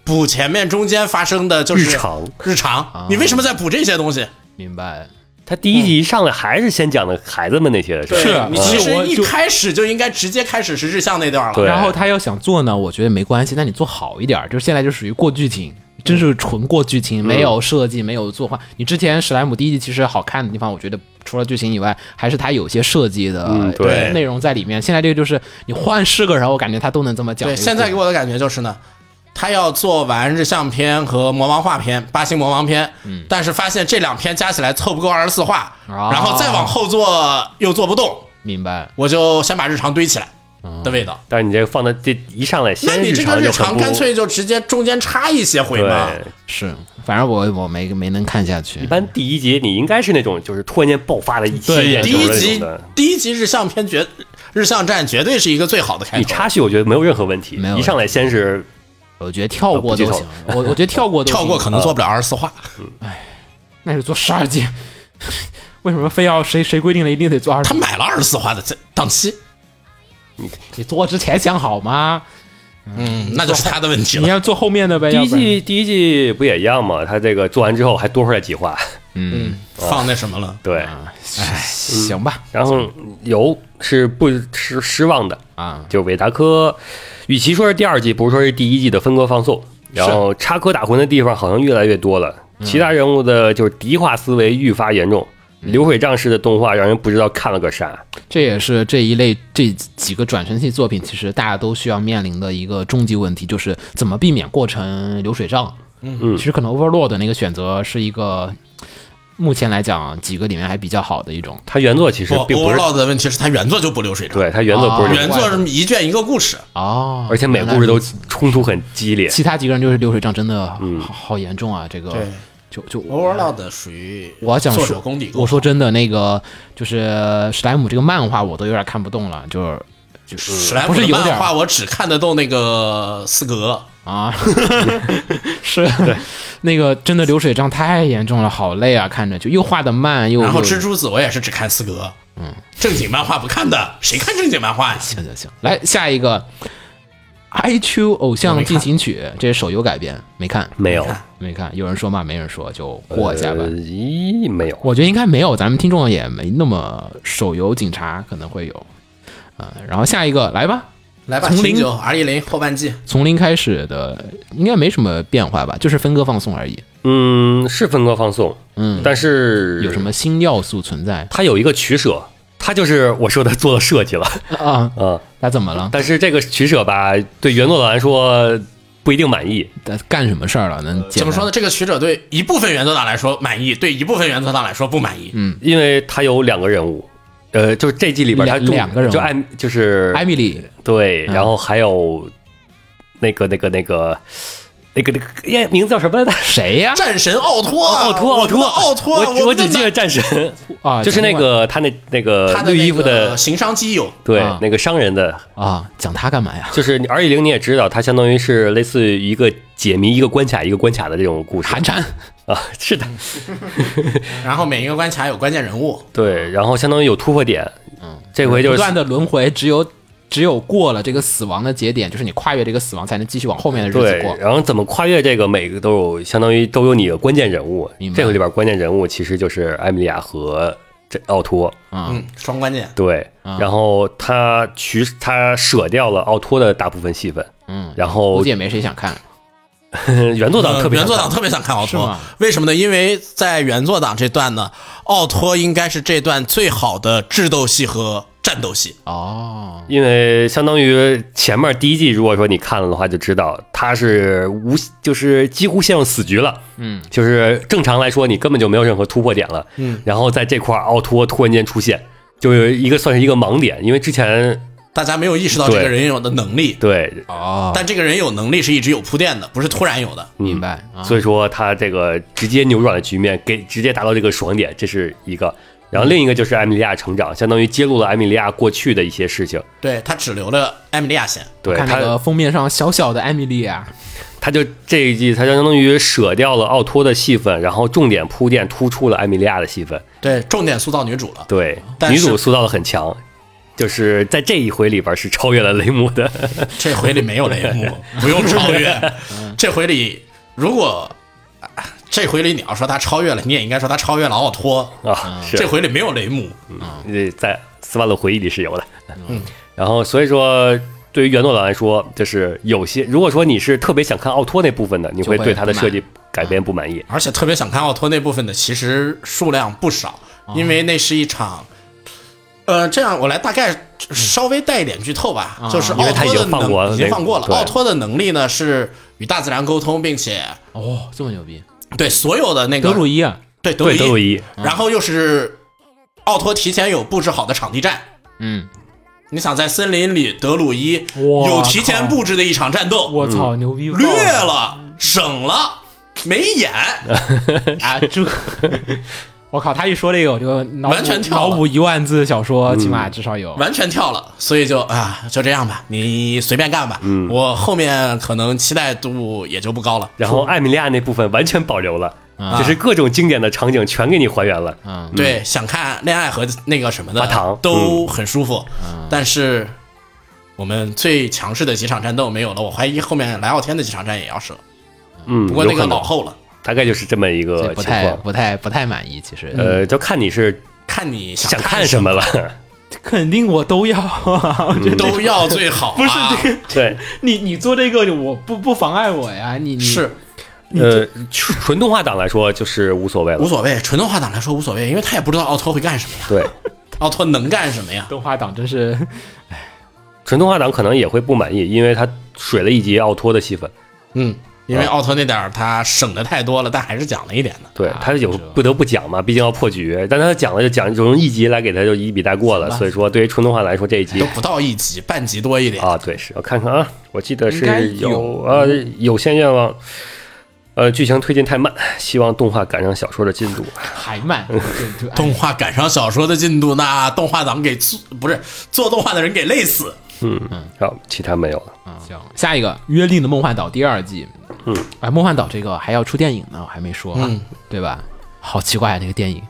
Speaker 3: 补前面中间发生的就是
Speaker 2: 日常啊
Speaker 3: 日常？你为什么在补这些东西？
Speaker 1: 明白，
Speaker 2: 他第一集一上来还是先讲的孩子们那些事儿，
Speaker 4: 是
Speaker 3: 你
Speaker 4: 嗯
Speaker 3: 其
Speaker 1: 我
Speaker 3: 实一
Speaker 1: 就
Speaker 3: 开始就应该直接开始是日向那段了
Speaker 2: 啊对。
Speaker 1: 然后他要想做呢，我觉得没关系，但你做好一点儿，就是现在就属于过剧情。真是纯过剧情，没有设计，没有作画。你之前史莱姆第一季其实好看的地方，我觉得除了剧情以外，还是它有些设计的、
Speaker 2: 嗯对
Speaker 1: 呃内容在里面。现在这个就是你换是个人，我感觉他都能这么讲。
Speaker 3: 对，现在给我的感觉就是呢，他要做完日向篇和魔王画篇、八星魔王篇，嗯，但是发现这两篇加起来凑不够二十四话，
Speaker 2: 啊
Speaker 1: 哦
Speaker 3: 然后再往后做又做不动，
Speaker 1: 明白，
Speaker 3: 我就先把日常堆起来的味道。
Speaker 2: 但是你这个放到这一上来
Speaker 3: 那
Speaker 2: 啊先
Speaker 3: 你这个
Speaker 2: 就
Speaker 3: 日
Speaker 2: 很
Speaker 3: 常
Speaker 2: 不
Speaker 3: 干脆就直接中间插一些回
Speaker 2: 对，
Speaker 3: 嘛，
Speaker 1: 是，反正我我没没能看下去
Speaker 2: 一。般第一集你应该是那种就是突然间爆发的一系
Speaker 4: 对
Speaker 2: 列
Speaker 3: 第一
Speaker 2: 就是那种
Speaker 3: 集
Speaker 2: 的
Speaker 3: 第一集日向篇绝日向战绝对是一个最好的开
Speaker 2: 你
Speaker 3: 头，
Speaker 2: 插叙我觉得没有任何问题
Speaker 1: 没有，
Speaker 2: 一上来先是
Speaker 1: 我觉得跳
Speaker 2: 啊
Speaker 1: 过都行，我我觉得跳过都行
Speaker 3: 跳过可能做不了二十四话，
Speaker 1: 那就做十二季。 为什么非要谁谁规定了一定得做二
Speaker 3: 他
Speaker 1: 十？
Speaker 3: 买了二十四话的这档期，
Speaker 1: 你做之前想好吗？
Speaker 3: 嗯，那就是他的问题
Speaker 1: 你
Speaker 3: 了。
Speaker 1: 要做后面的呗，
Speaker 2: 第
Speaker 1: 哎要
Speaker 2: 一
Speaker 1: 不然
Speaker 2: 季第一季不也一样嘛？他这个做完之后还多出来几话，
Speaker 1: 嗯，
Speaker 3: 放那什么了，
Speaker 2: 对，
Speaker 1: 啊，行吧，
Speaker 2: 然后有是不失失望的，
Speaker 1: 啊，
Speaker 2: 就韦达科，与其说是第二季，不如说是第一季的分割放送。然后插科打诨的地方好像越来越多了，其他人物的就是敌化思维愈发严重，
Speaker 1: 嗯
Speaker 2: 流水账式的动画让人不知道看了个啥。
Speaker 1: 这也是这一类这几个转生系作品，其实大家都需要面临的一个终极问题，就是怎么避免过程流水账。
Speaker 2: 嗯
Speaker 1: 其实可能 Overlord 那个选择是一个目前来讲几个里面还比较好的一种。
Speaker 2: 它原作其实
Speaker 3: 不
Speaker 2: 并不是，
Speaker 3: ，Overlord 的问题是他原作就不流水账，
Speaker 2: 对它原作不
Speaker 1: 哦
Speaker 2: 是这
Speaker 3: 原
Speaker 2: 么，
Speaker 3: 作是一卷一个故事，
Speaker 1: 哦，
Speaker 2: 而且每个故事都冲突很激烈。
Speaker 1: 其他几个人就是流水账，真的
Speaker 2: 嗯
Speaker 1: 好好严重啊！这个
Speaker 3: 对
Speaker 1: 就就
Speaker 3: Overlord 属于
Speaker 1: 我想
Speaker 3: 做
Speaker 1: 说
Speaker 3: 手功底，，
Speaker 1: 我说真的，那个就是史莱姆这个漫画，我都有点看不懂了，就是
Speaker 3: 史莱
Speaker 1: 不
Speaker 3: 姆
Speaker 1: 是
Speaker 3: 的
Speaker 1: 有点
Speaker 3: 漫画我只看得动那个四格，
Speaker 1: 啊， 是那个真的流水账太严重了，好累啊！看着就又画的慢又
Speaker 3: 然后
Speaker 1: 又
Speaker 3: 蜘蛛子我也是只看四格，嗯，正经漫画不看的，谁看正经漫画呀？
Speaker 1: 行行行，来下一个《IQ 偶像进行曲》，这是手游改编，没看
Speaker 2: 没有，
Speaker 1: 没看，有人说嘛，没人说就过一下吧
Speaker 2: 呃。咦，没有，
Speaker 1: 我觉得应该没有，咱们听众也没那么手游警察可能会有，啊、然后下一个来吧，
Speaker 3: 来吧，
Speaker 1: 从零
Speaker 3: 零九 R 一零后半季，
Speaker 1: 从零开始的应该没什么变化吧，就是分割放送而已。
Speaker 2: 嗯，是分割放送，
Speaker 1: 嗯，
Speaker 2: 但是
Speaker 1: 有什？么新要素存在
Speaker 2: 它有一个取舍，它就是我说的做了设计了，
Speaker 1: 啊？
Speaker 2: 嗯。
Speaker 1: 他怎么了？
Speaker 2: 但是这个取舍吧，对原作党来说不一定满意。
Speaker 1: 他干什么事儿了？能
Speaker 3: 怎么说呢？？这个取舍对一部分原作党来说满意，对一部分原作党来说不满意。
Speaker 1: 嗯
Speaker 2: 因为他有两个人物，呃，就是这季里边他
Speaker 1: 两两个人物
Speaker 2: 就艾米就是
Speaker 1: 艾米丽
Speaker 2: 对，
Speaker 1: 嗯
Speaker 2: 然后还有那个那个那个那个那个耶，名字叫什么来着？
Speaker 1: 谁呀？
Speaker 3: 战神奥托，
Speaker 2: 奥托，
Speaker 3: 啊我
Speaker 2: 奥
Speaker 3: 觉得
Speaker 2: 托，
Speaker 3: 奥托，啊
Speaker 2: 我我
Speaker 3: 觉
Speaker 2: 只记得战神，
Speaker 1: 啊，
Speaker 2: 就是那
Speaker 1: 讲
Speaker 2: 个他那那个
Speaker 3: 他的
Speaker 2: 绿
Speaker 3: 那
Speaker 2: 衣服
Speaker 3: 个
Speaker 2: 的，
Speaker 3: 行商基友，
Speaker 2: 对
Speaker 1: 啊，
Speaker 2: 那个商人的，
Speaker 1: 他啊，讲他干嘛呀？
Speaker 2: 就是你 R 一零你也知道，它相当于是类似于一个解谜一个关卡一个关卡的这种故事
Speaker 1: 寒蝉
Speaker 2: 啊，是的，
Speaker 3: 然后每一个关卡有关键人物，
Speaker 2: 对，然后相当于有突破点，嗯，这回就
Speaker 1: 不
Speaker 2: 是
Speaker 1: 断的轮回，只有只有过了这个死亡的节点，就是你跨越这个死亡，才能继续往后面的日子
Speaker 2: 对
Speaker 1: 过，。
Speaker 2: 然后怎么跨越这个，每个都有相当于都有你的关键人物
Speaker 1: 明。白
Speaker 2: 这回里边关键人物其实就是艾米莉亚和这奥托，
Speaker 1: 啊
Speaker 3: 嗯，双关键。
Speaker 2: 对，然后他取他舍掉了奥托的大部分戏份，
Speaker 1: 嗯，
Speaker 2: 然
Speaker 1: 估
Speaker 2: 后
Speaker 1: 计也没谁想看。
Speaker 2: 原作党
Speaker 3: 呃
Speaker 2: 特别
Speaker 3: 原作
Speaker 2: 想
Speaker 3: 党特别想看奥
Speaker 1: 是
Speaker 3: 托
Speaker 1: 吗，
Speaker 3: 为什么呢？因为在原作党这段呢，奥托应该是这段最好的智斗戏和战斗戏。
Speaker 1: 哦，
Speaker 2: 因为相当于前面第一季，如果说你看了的话，就知道他是无，就是几乎陷入死局了。嗯，就是正常来说，你根本就没有任何突破点了。嗯，然后在这块儿奥托突然间出现，就是一个算是一个盲点，因为之前
Speaker 3: 大家没有意识到这
Speaker 2: 对
Speaker 3: 个人有的能力，
Speaker 2: 对，
Speaker 1: 哦，
Speaker 3: 但这个人有能力是一直有铺垫的，不是突然有的。
Speaker 1: 明白啊。
Speaker 2: 所以说他这个直接扭转了局面，给直接达到这个爽点，这是一个。然后另一个就是艾米莉亚成长，相当于揭露了艾米莉亚过去的一些事情。
Speaker 3: 对他只留了艾米莉亚线，
Speaker 2: 对
Speaker 1: 看那个
Speaker 2: 他，
Speaker 1: 封面上小小的艾米丽啊亚，
Speaker 2: 他就这一季，他就相当于舍掉了奥托的戏份，然后重点铺垫突出了艾米莉亚的戏份。
Speaker 3: 对，重点塑造女主了。
Speaker 2: 对，
Speaker 3: 但
Speaker 2: 女
Speaker 3: 是
Speaker 2: 主塑造的很强，就是在这一回里边是超越了雷姆 的。
Speaker 3: 这 回里没有雷姆，不用超越。这回里如果啊这回里你要说他超越了，你也应该说他超越了奥托。
Speaker 2: 啊，是
Speaker 3: 这回里没有雷姆，
Speaker 2: 呃，在斯巴鲁回忆里是有的。嗯，然后所以说，对于原作党来说，就是有些，如果说你是特别想看奥托那部分的，你会
Speaker 1: 就会
Speaker 2: 对它的
Speaker 1: 不满
Speaker 2: 设计改编不满意。
Speaker 3: 而且特别想看奥托那部分的，其实数量不少，
Speaker 2: 啊
Speaker 3: 因为那是一场。呃，这样我来大概稍微带一点剧透吧，就是
Speaker 2: 嗯啊因为
Speaker 3: 奥
Speaker 2: 他
Speaker 3: 托
Speaker 2: 已
Speaker 3: 的
Speaker 2: 经放过
Speaker 3: 能已经
Speaker 2: 那
Speaker 3: 放过了，
Speaker 2: 对
Speaker 3: 奥托的能力呢是与大自然沟通，并且
Speaker 1: 哦，这么牛逼，
Speaker 3: 对所有的那个
Speaker 1: 德鲁伊啊，
Speaker 3: 对德
Speaker 2: 对，德
Speaker 3: 鲁
Speaker 2: 鲁
Speaker 3: 伊，
Speaker 2: 伊，
Speaker 3: 然后又是奥托提前有布置好的场地战，
Speaker 1: 嗯，
Speaker 3: 你想在森林里，德鲁伊
Speaker 5: 哇
Speaker 3: 有提前布置的一场战斗，
Speaker 5: 我操，牛逼爆
Speaker 3: 略
Speaker 5: 了！
Speaker 3: 了，省了，没 演，
Speaker 5: 啊，这，我靠！他一说这个，我就脑补
Speaker 3: 完全跳了嗯
Speaker 5: 脑补一万字小说，起码至少有。
Speaker 3: 完全跳了，所以就啊，就这样吧，你随便干吧。嗯，我后面可能期待度也就不高了。
Speaker 2: 然后艾米莉亚那部分完全保留了，
Speaker 3: 啊
Speaker 2: 就是各种经典的场景全给你还原了。
Speaker 1: 嗯，
Speaker 3: 对，想看恋爱和那个什么
Speaker 2: 发
Speaker 3: 的
Speaker 2: 糖
Speaker 3: 都很舒服，但是我们最强势的几场战斗没有了，我怀疑后面莱奥天的几场战也要舍，
Speaker 2: 嗯，
Speaker 3: 不过那
Speaker 2: 有
Speaker 3: 个
Speaker 2: 可能
Speaker 3: 老后了，
Speaker 2: 大概就是这么一
Speaker 1: 这
Speaker 2: 个
Speaker 1: 不
Speaker 2: 情
Speaker 1: 太
Speaker 2: 况。
Speaker 1: 不太不太满意，其实，
Speaker 2: 呃，就看你是
Speaker 3: 看你
Speaker 2: 想
Speaker 3: 看
Speaker 2: 看什
Speaker 3: 么
Speaker 2: 么了。嗯
Speaker 5: 肯定我都 要啊！我觉得
Speaker 3: 都要最好、 啊，
Speaker 5: 不是这个，
Speaker 2: 对，
Speaker 5: 你你做这个，我不不妨碍我呀。你你
Speaker 3: 是
Speaker 2: 呃，纯纯动画党来说就是无所谓
Speaker 3: 无
Speaker 2: 了。
Speaker 3: 所谓，纯动画党来说无所谓，因为他也不知道奥托会干什么呀，
Speaker 2: 对，
Speaker 3: 奥托能干什么呀？
Speaker 5: 动画党真是
Speaker 2: 纯动画党可能也会不满意，因为他水了一集奥托的戏份。
Speaker 3: 嗯，因
Speaker 2: 啊
Speaker 3: 为奥托那点儿他省的太多了，但还是讲了一点的。
Speaker 2: 对
Speaker 1: 啊
Speaker 2: 他有
Speaker 1: 是吧
Speaker 2: 不得不讲嘛，毕竟要破局。但他讲了就讲，就用一集来给他就一笔带过了。所以说，对于纯动画来说，这一集
Speaker 3: 都不到一集，半集多一点。
Speaker 2: 啊，对，是我看看啊，我记得
Speaker 5: 应该
Speaker 2: 是
Speaker 5: 有
Speaker 2: 呃有限愿望，呃，剧情推进太慢，希望动画赶上小说的进度。
Speaker 5: 还 慢，就就
Speaker 3: 动画赶上小说的进度，那动画党给做不是做动画的人给累死。
Speaker 2: 嗯好，其他没有了。
Speaker 1: 嗯，行，下一个《约定的梦幻岛》第二季，嗯，哎，梦幻岛这个还要出电影呢，我还没说，啊
Speaker 3: 嗯
Speaker 1: 对吧？好奇怪啊，这个电影。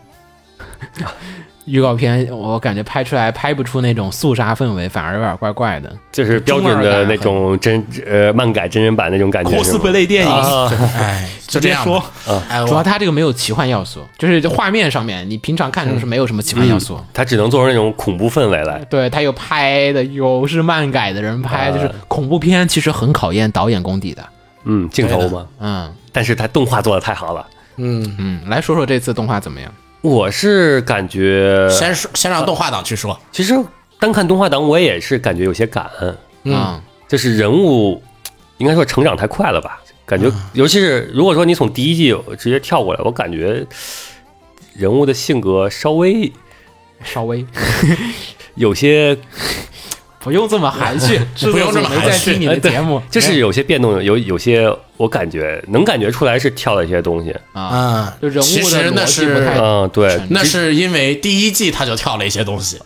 Speaker 1: 预告片我感觉拍出来拍不出那种肃杀氛围，反而有点怪怪的。
Speaker 2: 这是标准的那种真呃漫改真人版那种感觉是吗
Speaker 5: cosplay 电影，
Speaker 2: 啊，
Speaker 3: 哎，就这样
Speaker 5: 直接
Speaker 3: 吧。哎，
Speaker 1: 主要
Speaker 3: 我
Speaker 1: 它这个没有奇幻要素，就是这画面上面你平常看的时候是没有什么奇幻要
Speaker 5: 嗯
Speaker 1: 素。
Speaker 2: 他只能做出那种恐怖氛围来。
Speaker 1: 对他有拍的，有是漫改的人拍，就是恐怖片其实很考验导演功底的。
Speaker 2: 嗯，镜头嘛，
Speaker 1: 嗯
Speaker 2: 但是他动画做的太好了。
Speaker 3: 嗯，
Speaker 1: 嗯，来说说这次动画怎么样？
Speaker 2: 我是感觉，
Speaker 3: 先说先让动画党去说。
Speaker 2: 其实单看动画党，我也是感觉有些感恩。
Speaker 1: 嗯
Speaker 2: 就是人物应该说成长太快了吧？感觉，尤其是如果说你从第一季直接跳过来，我感觉人物的性格稍微
Speaker 5: 稍 微
Speaker 2: 有些，
Speaker 5: 不用这么含蓄，制
Speaker 3: 不
Speaker 5: 作
Speaker 3: 用这么
Speaker 5: 组没
Speaker 3: 含
Speaker 5: 在
Speaker 3: 蓄
Speaker 5: 听你的
Speaker 2: 哎对
Speaker 5: 节目，
Speaker 2: 就是有些变动，有有些我感觉能感觉出来是跳了一些东西。
Speaker 1: 啊，
Speaker 3: 嗯，
Speaker 5: 就人物的
Speaker 3: 其实那
Speaker 5: 逻辑不太
Speaker 3: 是
Speaker 2: 嗯，对，
Speaker 3: 那
Speaker 2: 其
Speaker 3: 是因为第一季他就跳了一些东西，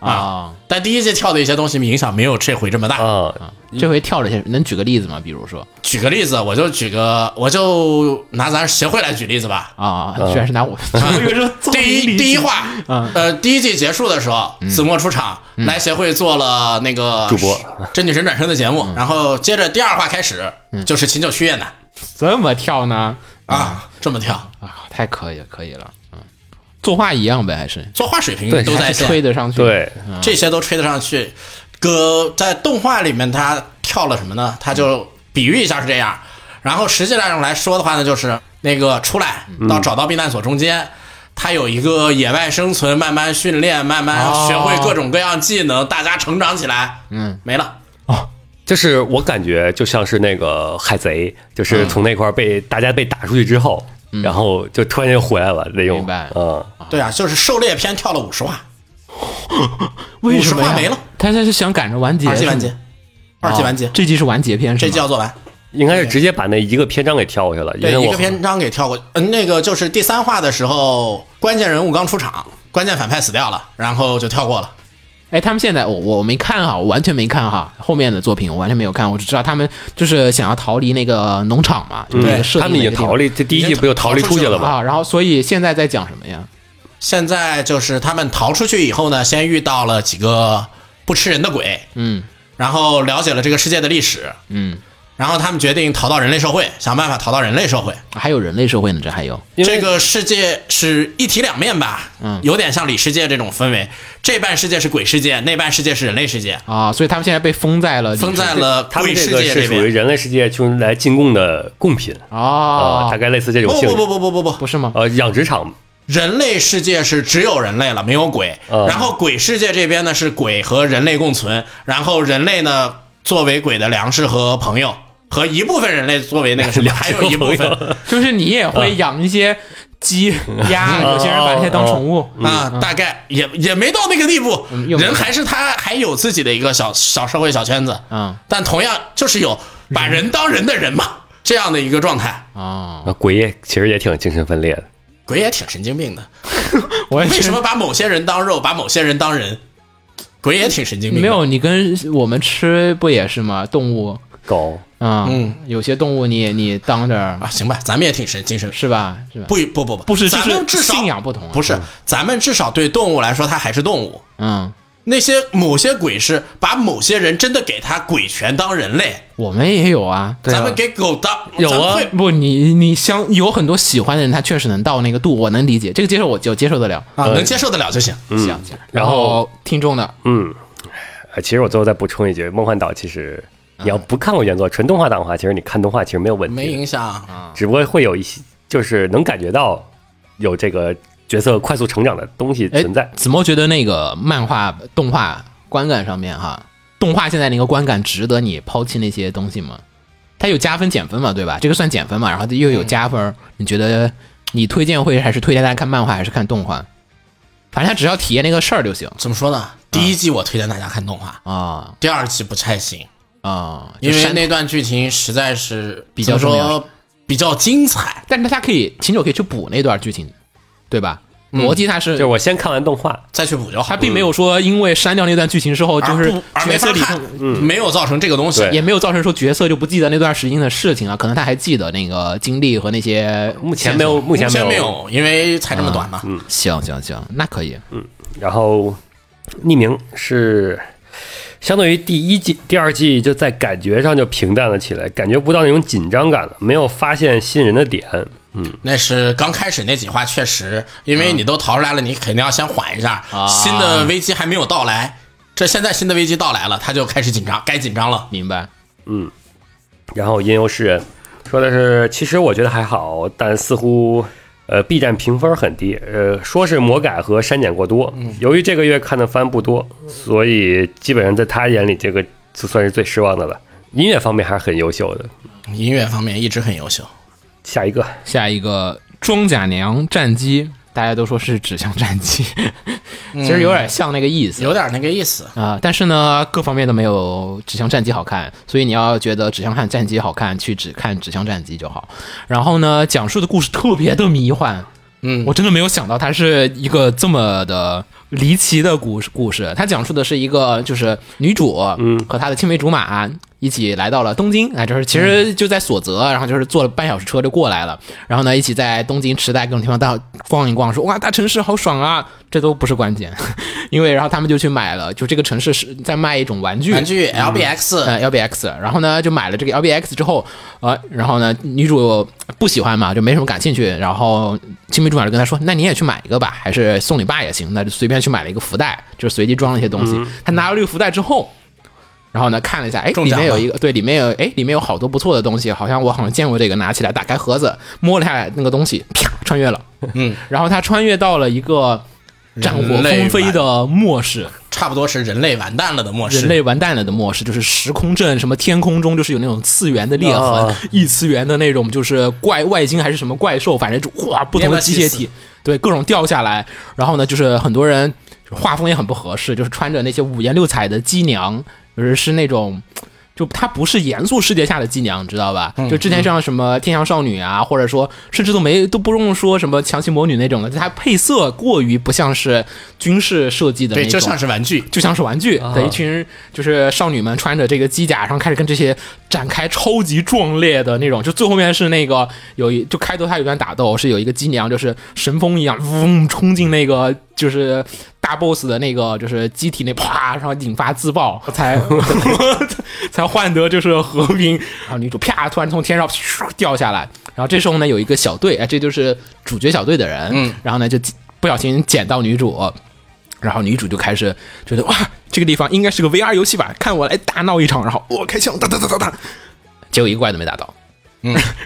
Speaker 1: 啊，
Speaker 3: 但第一季跳的一些东西影响没有这回这么大。
Speaker 2: 啊，
Speaker 1: 这回跳了些，能举个例子吗？比如说
Speaker 3: 举个例子，我就举个，我就拿咱协会来举例子吧。
Speaker 1: 啊，居然是拿我，
Speaker 5: 我以为是综
Speaker 3: 第
Speaker 5: 艺
Speaker 3: 一
Speaker 5: 里
Speaker 3: 第一话，呃，第一季结束的时候，子墨出场来协会做了那个
Speaker 2: 主播
Speaker 3: 《真女神转生》的节目，然后接着第二话开始就是秦九旭月男
Speaker 5: 这么跳呢？
Speaker 3: 啊，这么跳，
Speaker 1: 啊，太可以了，可以了，嗯，作画一样呗，还是
Speaker 3: 作画水平
Speaker 2: 对
Speaker 3: 都在
Speaker 1: 还是
Speaker 3: 线，
Speaker 1: 吹得上去，，
Speaker 2: 对，
Speaker 3: 这些都吹得上去。哥在动画里面他跳了什么呢？他就比喻一下是这样，然后实际上来说的话呢，就是那个出来到找到避难所中间。他有一个野外生存，慢慢训练，慢慢学会各种各样技能，大家成长起来。嗯，没了。
Speaker 2: 就是我感觉就像是那个海贼，就是从那块儿被大家被打出去之后，然后就突然间回来了那种。
Speaker 1: 明白
Speaker 2: 嗯，
Speaker 3: 对啊，就是狩猎篇跳了五十话，
Speaker 1: 为什么
Speaker 3: 50话
Speaker 1: 呀
Speaker 3: 没了？
Speaker 1: 他这是想赶着完结，
Speaker 3: 二季完结，二季完结
Speaker 1: 哦，这季是完结篇，是
Speaker 3: 这
Speaker 1: 吗
Speaker 3: 季要做完。
Speaker 2: 应该是直接把那一个篇章给跳过去了，因
Speaker 3: 对
Speaker 2: 为，
Speaker 3: 一
Speaker 2: 我
Speaker 3: 个篇章给跳过。嗯，那个就是第三话的时候，关键人物刚出场，关键反派死掉了，然后就跳过了。
Speaker 1: 哎，他们现在我我没看哈，我完全没看哈，后面的作品我完全没有看，我只知道他们就是想要逃离那个农场嘛，就是那
Speaker 2: 嗯
Speaker 1: 个设定
Speaker 2: 他们已
Speaker 1: 那
Speaker 2: 经
Speaker 1: 个地方
Speaker 2: 逃离，这第一季不就逃离出去了吗？
Speaker 1: 啊，然后所以现在在讲什么呀？
Speaker 3: 现在就是他们逃出去以后呢，先遇到了几个不吃人的鬼，
Speaker 1: 嗯
Speaker 3: 然后了解了这个世界的历史，
Speaker 1: 嗯
Speaker 3: 然后他们决定逃到人类社会，想办法逃到人类社会。
Speaker 1: 还有人类社会呢，这还有
Speaker 2: 因为
Speaker 3: 这个世界是一体两面吧，嗯，有点像里世界这种氛围。这半世界是鬼世界，那半世界是人类世界，
Speaker 1: 啊，所以他们现在被封在了
Speaker 3: 封在了
Speaker 2: 他们
Speaker 3: 鬼
Speaker 2: 这
Speaker 3: 世
Speaker 2: 个
Speaker 3: 界
Speaker 2: 是
Speaker 3: 这
Speaker 2: 属于
Speaker 3: 边。
Speaker 2: 人类世界用来进贡的贡品啊、
Speaker 1: 啊
Speaker 2: 大，概类似这种
Speaker 3: 不
Speaker 2: 性
Speaker 3: 不
Speaker 2: 质。
Speaker 3: 不不不不不
Speaker 1: 不，是吗？
Speaker 2: 呃，养殖场
Speaker 3: 人类世界是只有人类了，没有鬼。
Speaker 2: 嗯
Speaker 3: 然后鬼世界这边呢是鬼和人类共存，然后人类呢作为鬼的粮食和朋友，和一部分人类作为那 个什么，还有一部
Speaker 2: 朋友
Speaker 3: 分。
Speaker 5: 就是你也会养一些鸡、鸭，
Speaker 1: 嗯
Speaker 5: 有些人把这些当宠
Speaker 1: 哦
Speaker 5: 物。
Speaker 3: 啊、大概也也没到那个地步，
Speaker 1: 嗯又没
Speaker 3: 人还是他还有自己的一个小小社会小圈子，
Speaker 1: 嗯
Speaker 3: 但同样就是有把人当人的人嘛这样的一个状态，
Speaker 1: 啊，
Speaker 2: 啊，鬼也其实也挺精神分裂的。
Speaker 3: 鬼也挺神经 病的，
Speaker 5: 我也
Speaker 3: 为
Speaker 5: 是
Speaker 3: 什么把某些人当肉，把某些人当人？鬼也挺神经病的，
Speaker 1: 没有你跟我们吃不也是吗？动物，
Speaker 2: 狗
Speaker 1: 嗯有些动物你你当着
Speaker 3: 啊？行吧，咱们也挺神精神，
Speaker 1: 是吧？是吧？
Speaker 3: 不不不不
Speaker 5: 不是就
Speaker 3: 咱们
Speaker 5: 是
Speaker 3: 至少
Speaker 5: 信仰不同啊，
Speaker 3: 不是，咱们至少对动物来说，它还是动物。
Speaker 1: 嗯，
Speaker 3: 那些某些鬼是把某些人真的给他鬼权当人类，
Speaker 1: 我们也有啊。
Speaker 3: 咱们给狗当
Speaker 2: 有啊
Speaker 3: 咱会
Speaker 1: 不，你你相有很多喜欢的人，他确实能到那个度，我能理解，这个接受我就接受得了。
Speaker 3: 啊，能接受得了就行。
Speaker 1: 行行，然
Speaker 2: 然后
Speaker 1: 听众的
Speaker 2: 呃，其实我最后再补充一句，《梦幻岛》其实你要不看过原作，纯动画党的话，其实你看动画其实没有问
Speaker 3: 没
Speaker 2: 题，
Speaker 3: 影响啊，
Speaker 2: 只不过会有一些就是能感觉到有这个角色快速成长的东西
Speaker 1: 哎
Speaker 2: 存在。
Speaker 1: 子墨觉得那个漫画动画观感上面哈，动画现在那个观感值得你抛弃那些东西吗？它有加分减分嘛，对吧？这个算减分嘛，然后又有加分，你觉得你推荐会还是推荐大家看漫画还是看动画？反正他只要体验那个事儿就行
Speaker 3: 怎么说呢？第一季我推荐大家看动画，
Speaker 1: 啊
Speaker 3: 第二季不太行，
Speaker 1: 啊，就
Speaker 3: 因为
Speaker 1: 删
Speaker 3: 那段剧情实在是
Speaker 1: 比较
Speaker 3: 怎
Speaker 1: 重
Speaker 3: 么
Speaker 1: 要
Speaker 3: 说比较精彩。
Speaker 1: 但是他可以秦九可以去补那段剧情，对吧？逻辑他是、
Speaker 2: 嗯就是我先看完动画，
Speaker 3: 再去补就好
Speaker 1: 他。并没有哎说因为删掉那段剧情之后
Speaker 3: 而
Speaker 1: 就是
Speaker 3: 不而没
Speaker 1: 角色
Speaker 3: 法
Speaker 1: 里
Speaker 3: 看，没有造成这个东西。
Speaker 2: 对
Speaker 1: 也没有造成说角色就不记得那段时间的事情了，可能他还记得那个经历和那些
Speaker 2: 目前没有，目前
Speaker 3: 目前
Speaker 2: 没
Speaker 3: 没有，因为才这么短嘛。
Speaker 1: 行行行，那可以，
Speaker 2: 然后匿名是相对于第一季、第二季，就在感觉上就平淡了起来，感觉不到那种紧张感了，没有发现吸引人的点。
Speaker 3: 那是刚开始那几话，确实，因为你都逃出来了，你肯定要先缓一下，
Speaker 5: 啊
Speaker 3: 新的危机还没有到来。这现在新的危机到来了，他就开始紧张，该紧张了。
Speaker 1: 明白。
Speaker 2: 然后吟游诗人说的是，其实我觉得还好，但似乎呃 B 站评分很低，呃说是魔改和删减过多。
Speaker 3: 嗯
Speaker 2: 由于这个月看的番不多，所以基本上在他眼里这个就算是最失望的了。音乐方面还是很优秀的。
Speaker 3: 音乐方面一直很优秀，
Speaker 2: 下一个，
Speaker 1: 下一个装甲娘战机，大家都说是指向战机，其实有点像那个意思。
Speaker 3: 有点那个意思。
Speaker 1: 啊、但是呢，各方面都没有《指向战机》好看，所以你要觉得《指向看战机》好看，去只看《指向战机》就好。然后呢，讲述的故事特别的迷幻，
Speaker 3: 嗯
Speaker 1: 我真的没有想到它是一个这么的离奇的故事。故事它讲述的是一个就是女主和她的青梅竹马一起来到了东京，哎，就是其实就在所泽，然后就是坐了半小时车就过来了。然后呢，一起在东京、池袋各种地方到逛一逛，说哇，大城市好爽啊！这都不是关键， 因为然后他们就去买了，就这个城市是在卖一种玩具，
Speaker 3: 玩具
Speaker 5: 嗯
Speaker 3: LBX，
Speaker 1: 呃 LBX，然后呢就买了这个 LBX 之后，呃，然后呢女主不喜欢嘛，就没什么感兴趣，然后青梅竹马就跟她说，那你也去买一个吧，还是送你爸也行，那就随便去买了一个福袋，就是随机装了一些东西。她拿了这个福袋之后。然后呢，看了一下，哎，
Speaker 3: 嗯中
Speaker 1: 里
Speaker 3: 奖
Speaker 1: 面有
Speaker 3: 了
Speaker 1: 一个，对，里面有，哎，里面有好多不错的东西，好像我好像见过这个，拿起来，打开盒子，摸了下来那个东西，啪，穿越了，
Speaker 3: 嗯，
Speaker 1: 然后她穿越到了一个战火
Speaker 3: 人类
Speaker 1: 纷飞
Speaker 3: 版
Speaker 1: 的末世，
Speaker 3: 差不多是人类完蛋了的末世。
Speaker 1: 人类完蛋了的末世，就是时空阵，什么天空中就是有那种次元的裂痕
Speaker 3: 哦
Speaker 2: 啊，
Speaker 1: 异次元的那种就是怪外星还是什么怪兽，反正就哇不同的机械体，对各种掉下来，然后呢就是很多人画风也很不合适，就是穿着那些五颜六彩的机娘，就是是那种。就它不是严肃世界下的伎俩，你知道吧？
Speaker 3: 嗯
Speaker 1: 就之前像什么天翔少女啊，或者说甚至都没都不用说什么强袭魔女那种的，就它配色过于不像是军事设计的那
Speaker 3: 对，
Speaker 1: 种，
Speaker 3: 就像是玩具，
Speaker 1: 就像是玩具的一群，就是少女们穿着这个机甲，然后开始跟这些展开超级壮烈的那种。就最后面是那个有一就开头它有一段打斗，是有一个机娘就是神风一样，嗡冲进那个就是大 boss 的那个就是机体那啪，然后引发自爆，才才
Speaker 5: 才换得就是和平。然后女主啪突然从天上唰掉下来，然后这时候呢有一个小队，哎，这就是主角小队的人，
Speaker 3: 嗯，
Speaker 5: 然后呢就不小心捡到女主。然后女主就开始觉得哇，这个地方应该是个 VR 游戏吧，看我来大闹一场。然后我、开枪，哒哒哒哒哒，结果一个怪都没打到。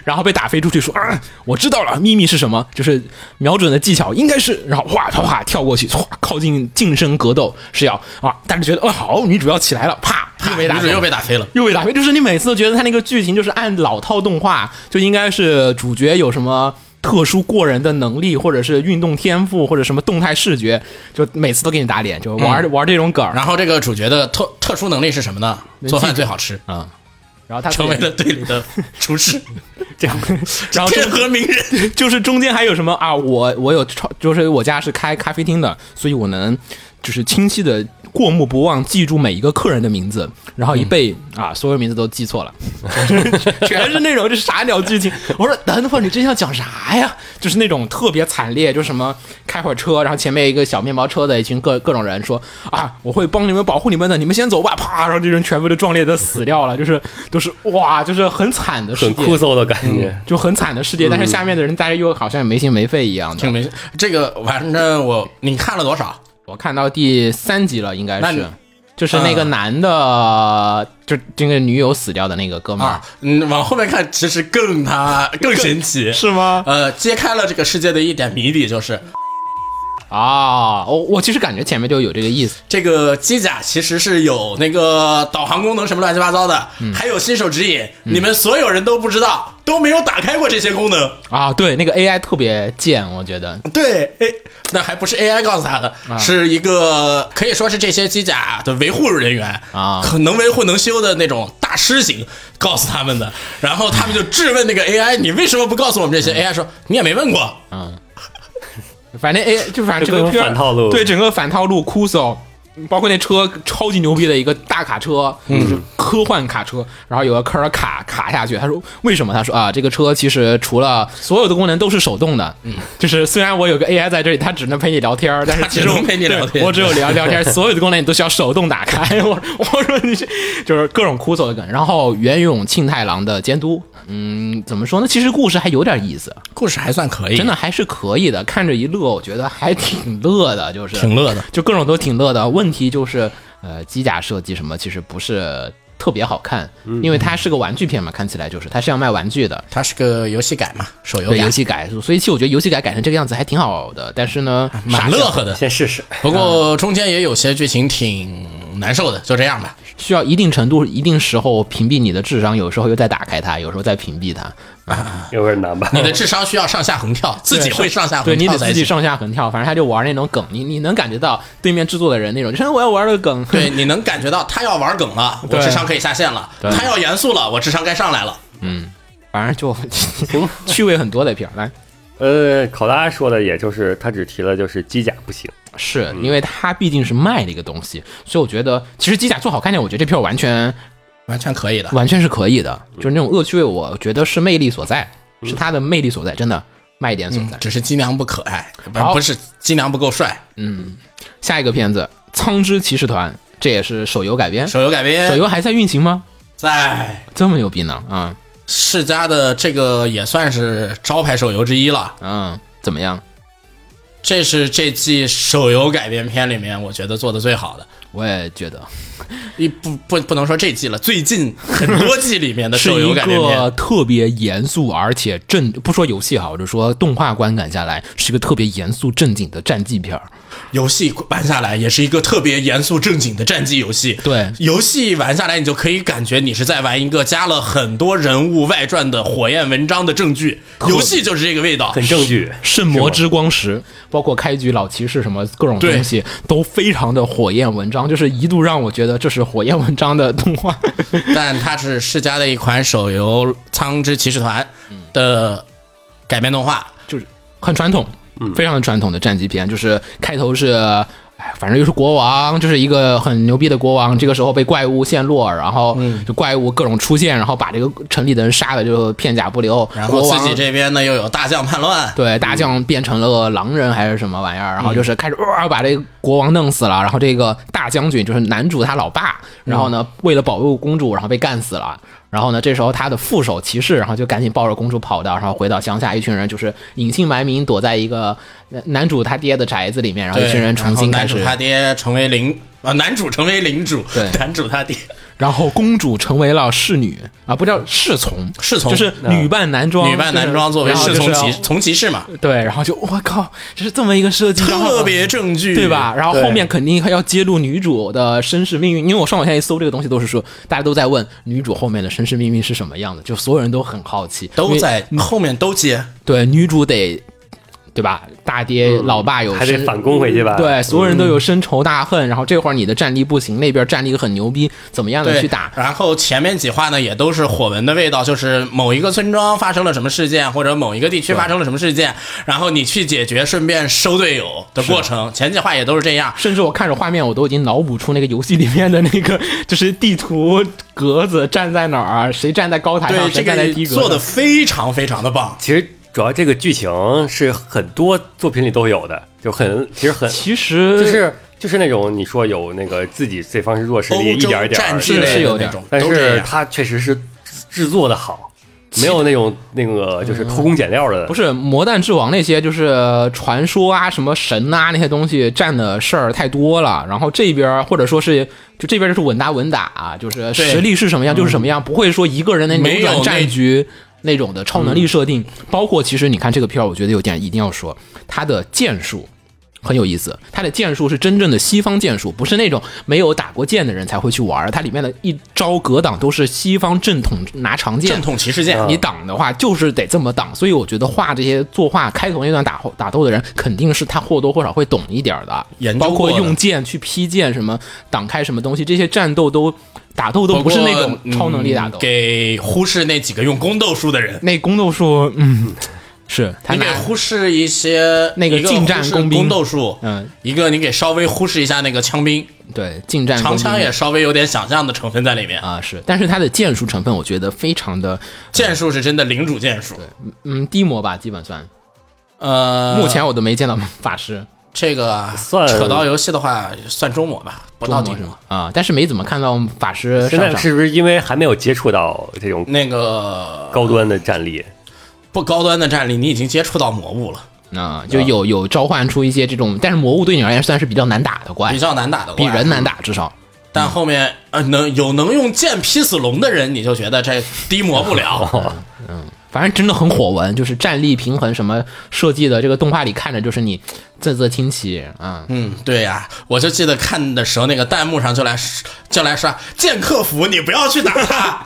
Speaker 5: 然后被打飞出去，说啊，我知道了，秘密是什么？就是瞄准的技巧应该是，然后哗啪啪跳过去，哗靠近近身格斗是要啊，但是觉得哦好，女主要起来了，啪啪又被打
Speaker 3: 女
Speaker 5: 中
Speaker 3: 主又被打飞了。
Speaker 5: 又被打飞，就是你每次都觉得他那个剧情就是按老套动画，就应该是主角有什么。特殊过人的能力，或者是运动天赋，或者什么动态视觉，就每次都给你打脸，就玩、玩这种梗儿。
Speaker 3: 然后这个主角的特特殊能力是什么呢？做饭最好吃，
Speaker 5: 然后他
Speaker 3: 成为了队里的厨师，
Speaker 5: 这样，然后就
Speaker 3: 天河名人。
Speaker 5: 就是中间还有什么啊？我我有超，就是我家是开咖啡厅的，所以我能就是清晰的过目不忘记住每一个客人的名字，然后一背、啊，所有名字都记错了， 全是那种这傻鸟剧情。我说等会儿你真想讲啥呀？就是那种特别惨烈，就什么开会儿车，然后前面一个小面包车的一群各各种人说啊，我会帮你们保护你们的，你们先走吧，啪，然后这人全部都壮烈的死掉了，就是都是哇，就是很惨的世
Speaker 2: 很
Speaker 5: 界，
Speaker 2: 酷搜的感觉。
Speaker 5: 就很惨的世界，但是下面的人大家又好像没心没肺一样
Speaker 3: 挺
Speaker 5: 的。
Speaker 3: 没这个，反正我你看了多少？
Speaker 5: 我看到第三集了，应该
Speaker 3: 那你
Speaker 5: 是，啊就是那
Speaker 3: 嗯
Speaker 5: 个男的，就这个女友死掉的那个哥们儿
Speaker 3: 啊，，嗯，往后面看其实更 他更神奇，
Speaker 4: 是吗？
Speaker 3: 呃，揭开了这个世界的一点谜底，就是
Speaker 5: 啊，我我其实感觉前面就有这个意思，
Speaker 3: 这个机甲其实是有那个导航功能什么乱七八糟的，还有新手指引，你们所有人都不知道，都没有打开过这些功能。
Speaker 5: 啊，对，那个 AI 特别贱，我觉得
Speaker 3: 对， 啊哎，那还不是 AI 告诉他的，是一个可以说是这些机甲的维护人员
Speaker 5: 啊
Speaker 3: 可能维护能修的那种大师型告诉他们的。然后他们就质问那个 AI：“ 你为什么不告诉我们这些？”AI 说：“你也没问过。
Speaker 5: 反正 AI 就反正
Speaker 2: 就
Speaker 5: 整
Speaker 2: 各种
Speaker 5: 个片儿
Speaker 2: 反套路
Speaker 5: 对整个反套路酷搜。包括那车超级牛逼的一个大卡车，
Speaker 2: 嗯
Speaker 5: 就是科幻卡车，然后有个坑儿卡卡下去。他说为什么？他说啊，这个车其实除了所有的功能都是手动的，
Speaker 2: 嗯
Speaker 5: 就是虽然我有个 AI 在这里，它只能陪你聊天儿，但 是其实
Speaker 3: 只能
Speaker 5: 我
Speaker 3: 陪你聊天
Speaker 5: 对我只有聊 聊天，所有的功能你都需要手动打开。我我说你是就是各种枯燥的梗。然后袁咏庆太郎的监督，嗯，怎么说呢？其实故事还有点意思，”
Speaker 3: 故事还算可以，
Speaker 5: 真的还是可以的，看着一乐，我觉得还挺乐的，就是
Speaker 3: 挺乐的。
Speaker 5: 就各种都挺乐的。问题就是，呃，机甲设计什么其实不是特别好看，
Speaker 3: 嗯
Speaker 5: 因为它是个玩具片嘛，看起来就是它是要卖玩具的，
Speaker 3: 它是个游戏改嘛，手游
Speaker 5: 对
Speaker 3: 改
Speaker 5: 游，戏改，所以其实我觉得游戏改改成这个样子还挺好的，但是呢，
Speaker 3: 蛮乐呵的。
Speaker 2: 先试试，
Speaker 3: 不过中间也有些剧情挺难受的，就这样吧。
Speaker 5: 需要一定程度、一定时候屏蔽你的智商，有时候又再打开它，有时候再屏蔽它，
Speaker 2: 有点难吧？
Speaker 3: 你的智商需要上下横跳，自己会上下
Speaker 5: 对
Speaker 3: 横
Speaker 5: 你
Speaker 3: 跳
Speaker 5: 得
Speaker 3: 才
Speaker 5: 自己
Speaker 3: 行。
Speaker 5: 上下横跳，反正他就玩那种梗，你你能感觉到对面制作的人那种，就是哎我要玩个梗，
Speaker 3: 对，你能感觉到他要玩梗了，我
Speaker 5: 对
Speaker 3: 智商可以下线了；他要严肃了，我智商该上来了。
Speaker 5: 反正就 趣味很多的片儿，来。
Speaker 2: 呃，考拉说的也就是他只提了就是机甲不行，
Speaker 5: 是因为它毕竟是卖的一个东西，所以我觉得其实机甲做好看点，我觉得这片儿完全
Speaker 3: 完全可以的。
Speaker 5: 完全是可以的，就是那种恶趣味，我觉得是魅力所在，是它的魅力所在，真的卖点所在。
Speaker 3: 嗯只是金良不可爱，不
Speaker 5: 好
Speaker 3: 不是金良不够帅。
Speaker 5: 下一个片子《苍之骑士团》，这也是手游改编，
Speaker 3: 手游改编，
Speaker 5: 哎手游还在运行吗？
Speaker 3: 在
Speaker 5: 这么牛逼呢？啊
Speaker 3: 世嘉的这个也算是招牌手游之一了。
Speaker 5: 嗯，怎么样？
Speaker 3: 这是这季手游改编片里面，我觉得做的最好的。
Speaker 5: 我也觉得
Speaker 3: 一不不不能说这季了，最近很多季里面的
Speaker 5: 是
Speaker 3: 手游
Speaker 5: 一
Speaker 3: 改编片
Speaker 5: 个特别严肃，而且正不说游戏哈，我就说动画观感下来是一个特别严肃正经的战绩片儿。
Speaker 3: 游戏玩下来也是一个特别严肃正经的战机游戏。
Speaker 5: 对
Speaker 3: 游戏玩下来，你就可以感觉你是在玩一个加了很多人物外传的火焰文章的证据。游戏就是这个味道，
Speaker 2: 很证据。
Speaker 5: 圣魔之光石，包括开局老骑士什么各种东西，都非常的火焰文章，就是一度让我觉得这是火焰文章的动画。
Speaker 3: 但它是世嘉的一款手游《苍之骑士团》
Speaker 5: 嗯
Speaker 3: 的改编动画，
Speaker 5: 就是很传统，非常传统的战机片，就是开头是哎，反正又是国王，就是一个很牛逼的国王。这个时候被怪物陷落，然后
Speaker 3: 嗯
Speaker 5: 就怪物各种出现，然后把这个城里的人杀的就片甲不留。
Speaker 3: 然后
Speaker 5: 国
Speaker 3: 自
Speaker 5: 王
Speaker 3: 己这边呢又有大将叛乱，
Speaker 5: 对，大将变成了狼人还是什么玩意儿，然后就是开始哇、把这个国王弄死了，然后这个大将军就是男主他老爸，然后呢为了保护公主，然后被干死了。然后呢，这时候他的副手骑士，然后就赶紧抱着公主跑到，然后回到乡下，一群人就是隐姓埋名躲在一个呃男主他爹的宅子里面，然后
Speaker 3: 对，
Speaker 5: 一群人重新
Speaker 3: 然后
Speaker 5: 开
Speaker 3: 男主
Speaker 5: 始，
Speaker 3: 他爹成为领啊，男主成为领主，
Speaker 5: 对
Speaker 3: 男主他爹
Speaker 5: 然后公主成为了侍女啊，不叫侍从，
Speaker 3: 侍从，
Speaker 5: 就是女扮男装，
Speaker 3: 女扮男装作为
Speaker 5: 就是
Speaker 3: 侍
Speaker 5: 然后
Speaker 3: 从
Speaker 5: 就是
Speaker 3: 骑从骑士嘛，
Speaker 5: 对，然后就我靠，这是这么一个设计，然后
Speaker 3: 特别正剧，
Speaker 5: 对吧？？然后
Speaker 2: 对
Speaker 5: 后面肯定还要揭露女主的身世命运，因为我上网现在一搜这个东西，都是说大家都在问女主后面的身世命运是什么样的，就所有人都很好奇，因
Speaker 3: 都
Speaker 5: 为
Speaker 3: 在后面都接，
Speaker 5: 对女主得对吧？大爹、
Speaker 3: 嗯
Speaker 5: 老爸有
Speaker 2: 还得
Speaker 5: 身
Speaker 2: 反攻回去吧？
Speaker 5: 对，所有人都有深仇大恨，然后这会儿你的战力不行，那边战力很牛逼，怎么样的
Speaker 3: 对，
Speaker 5: 去打？
Speaker 3: 然后前面几话呢，也都是火文的味道，就是某一个村庄发生了什么事件，或者某一个地区发生了什么事件，然后你去解决，顺便收队友的过程。前几话也都是这样。
Speaker 5: 甚至我看着画面，我都已经脑补出那个游戏里面的那个，就是地图格子站在哪儿，谁站在高台
Speaker 3: 对
Speaker 5: 上，
Speaker 3: 这
Speaker 5: 谁站在低
Speaker 3: 个
Speaker 5: 格
Speaker 3: 做
Speaker 5: 上
Speaker 3: 的非常非常的棒，
Speaker 2: 其实主要这个剧情是很多作品里都有的，就很其实很
Speaker 5: 其实
Speaker 2: 就是就是那种你说有那个自己这方是弱势力，
Speaker 3: 欧
Speaker 2: 一
Speaker 3: 洲
Speaker 2: 点儿一点儿
Speaker 3: 战
Speaker 2: 之
Speaker 3: 士
Speaker 2: 类的
Speaker 5: 是
Speaker 3: 类
Speaker 5: 有
Speaker 3: 的
Speaker 5: 点
Speaker 3: 那种，
Speaker 2: 但
Speaker 3: 都这
Speaker 2: 是
Speaker 3: 样。
Speaker 2: 它确实是制制作的好，没有那种那个就是偷工减料的。
Speaker 5: 不是魔弹之王那些，就是传说啊、什么神啊那些东西占的事儿太多了。然后这边儿或者说是就这边就是稳打稳打、就是实力是什么样就是什么样，不会说一个人能扭
Speaker 3: 没有
Speaker 5: 转
Speaker 3: 那
Speaker 5: 战局那种的超能力设定。包括其实你看这个片儿，我觉得有点一定要说他的剑术。很有意思，他的剑术是真正的西方剑术，不是那种没有打过剑的人才会去玩儿。它里面的一招格挡都是西方正统拿长剑，
Speaker 3: 正统骑士剑，
Speaker 5: 你挡的话就是得这么挡，所以我觉得画这些作画开头那段打后打斗的人，肯定是他或多或少会懂一点儿
Speaker 3: 研
Speaker 5: 的，
Speaker 3: 究
Speaker 5: 包括
Speaker 3: 过的
Speaker 5: 用剑去劈剑什么，挡开什么东西，这些战斗都打斗都
Speaker 3: 包括
Speaker 5: 不是那种超能力打斗。
Speaker 3: 嗯给忽视那几个用宫斗术的人，
Speaker 5: 那宫斗术，嗯，是他
Speaker 3: 你
Speaker 5: 拿
Speaker 3: 给忽视一些
Speaker 5: 那个
Speaker 3: 一
Speaker 5: 近战
Speaker 3: 忽视
Speaker 5: 工兵
Speaker 3: 宫斗术，
Speaker 5: 嗯，
Speaker 3: 一个你给稍微忽视一下那个枪兵，
Speaker 5: 对近战
Speaker 3: 长
Speaker 5: 攻
Speaker 3: 枪
Speaker 5: 击
Speaker 3: 也稍微有点想象的成分在里面。
Speaker 5: 啊、是，但是他的剑术成分我觉得非常的
Speaker 3: 剑术是真的领主剑术，
Speaker 5: 嗯低模吧，基本算，
Speaker 3: 呃，
Speaker 5: 目前我都没见到法师。
Speaker 3: 这个啊
Speaker 2: 算
Speaker 3: 扯到游戏的话，算中模吧，不到
Speaker 5: 中
Speaker 3: 顶
Speaker 5: 模是
Speaker 3: 模
Speaker 5: 吗。啊，但是没怎么看到法师
Speaker 2: 现
Speaker 5: 上
Speaker 2: 在
Speaker 5: 场。
Speaker 2: 是不是因为还没有接触到这种
Speaker 3: 那个
Speaker 2: 高端的战力？
Speaker 3: 不高端的战力，你已经接触到魔物了，
Speaker 5: 啊、就有有召唤出一些这种，但是魔物对你而言算是比较难打的怪
Speaker 3: 比，较难打的怪
Speaker 5: 哎比人。难打至少。
Speaker 3: 但后面呃，能有能用剑劈死龙的人，你就觉得这低魔不 了。
Speaker 5: 反正真的很火纹，就是战力平衡什么设计的，这个动画里看着就是你啧啧惊奇啊、
Speaker 3: 嗯，对呀、我就记得看的时候，那个弹幕上就来就来刷剑客服，你不要去打他。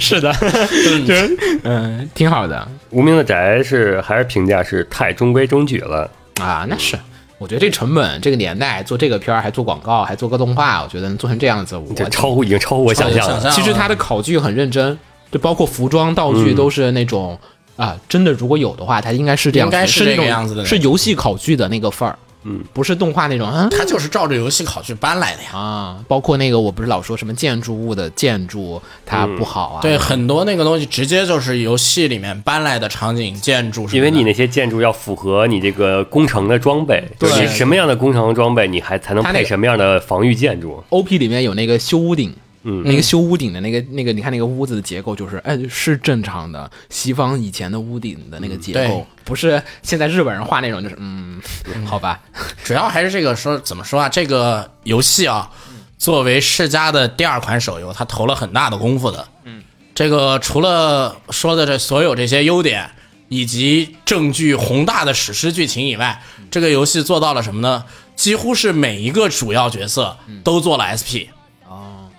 Speaker 4: 是的，就是
Speaker 5: 嗯，挺好的
Speaker 2: 无名的宅是还是评价是太中规中矩了。
Speaker 5: 啊，那是。我觉得这成本，这个年代做这个片儿，还做广告，还做个动画，我觉得能做成这样子，我
Speaker 2: 这超乎已经超乎我想象
Speaker 3: 想
Speaker 2: 了。
Speaker 3: 象
Speaker 5: 其实他的考据很认真，就包括服装、道具都是那种、啊，真的如果有的话，它应该是这样子，
Speaker 3: 应该是
Speaker 5: 是那
Speaker 3: 这个
Speaker 5: 种
Speaker 3: 样子的
Speaker 5: 是游戏考据的那个范儿，嗯，不是动画那种啊。
Speaker 3: 他就是照着游戏考据搬来的呀。
Speaker 5: 啊，包括那个我不是老说什么建筑物的建筑它
Speaker 3: 嗯
Speaker 5: 不好啊，
Speaker 3: 对，很多那个东西直接就是游戏里面搬来的场景建筑什么的，
Speaker 2: 因为你那些建筑要符合你这个工程的装备，
Speaker 5: 对
Speaker 2: 就是你什么样的工程装备，你还才能
Speaker 5: 它那
Speaker 2: 配
Speaker 5: 个
Speaker 2: 什么样的防御建筑？
Speaker 5: OP 里面有那个修屋顶，嗯，那个修屋顶的那个那个，你看那个屋子的结构就是，哎，是正常的西方以前的屋顶的那个结
Speaker 3: 对
Speaker 5: 构，不是现在日本人画那种，就是嗯，好吧，
Speaker 3: 主要还是这个说怎么说啊？这个游戏啊，作为世嘉的第二款手游，它投了很大的功夫的。嗯，这个除了说的这所有这些优点，以及证据宏大的史诗剧情以外，
Speaker 2: 嗯
Speaker 3: 这个游戏做到了什么呢？几乎是每一个主要角色
Speaker 2: 嗯
Speaker 3: 都做了 SP。哦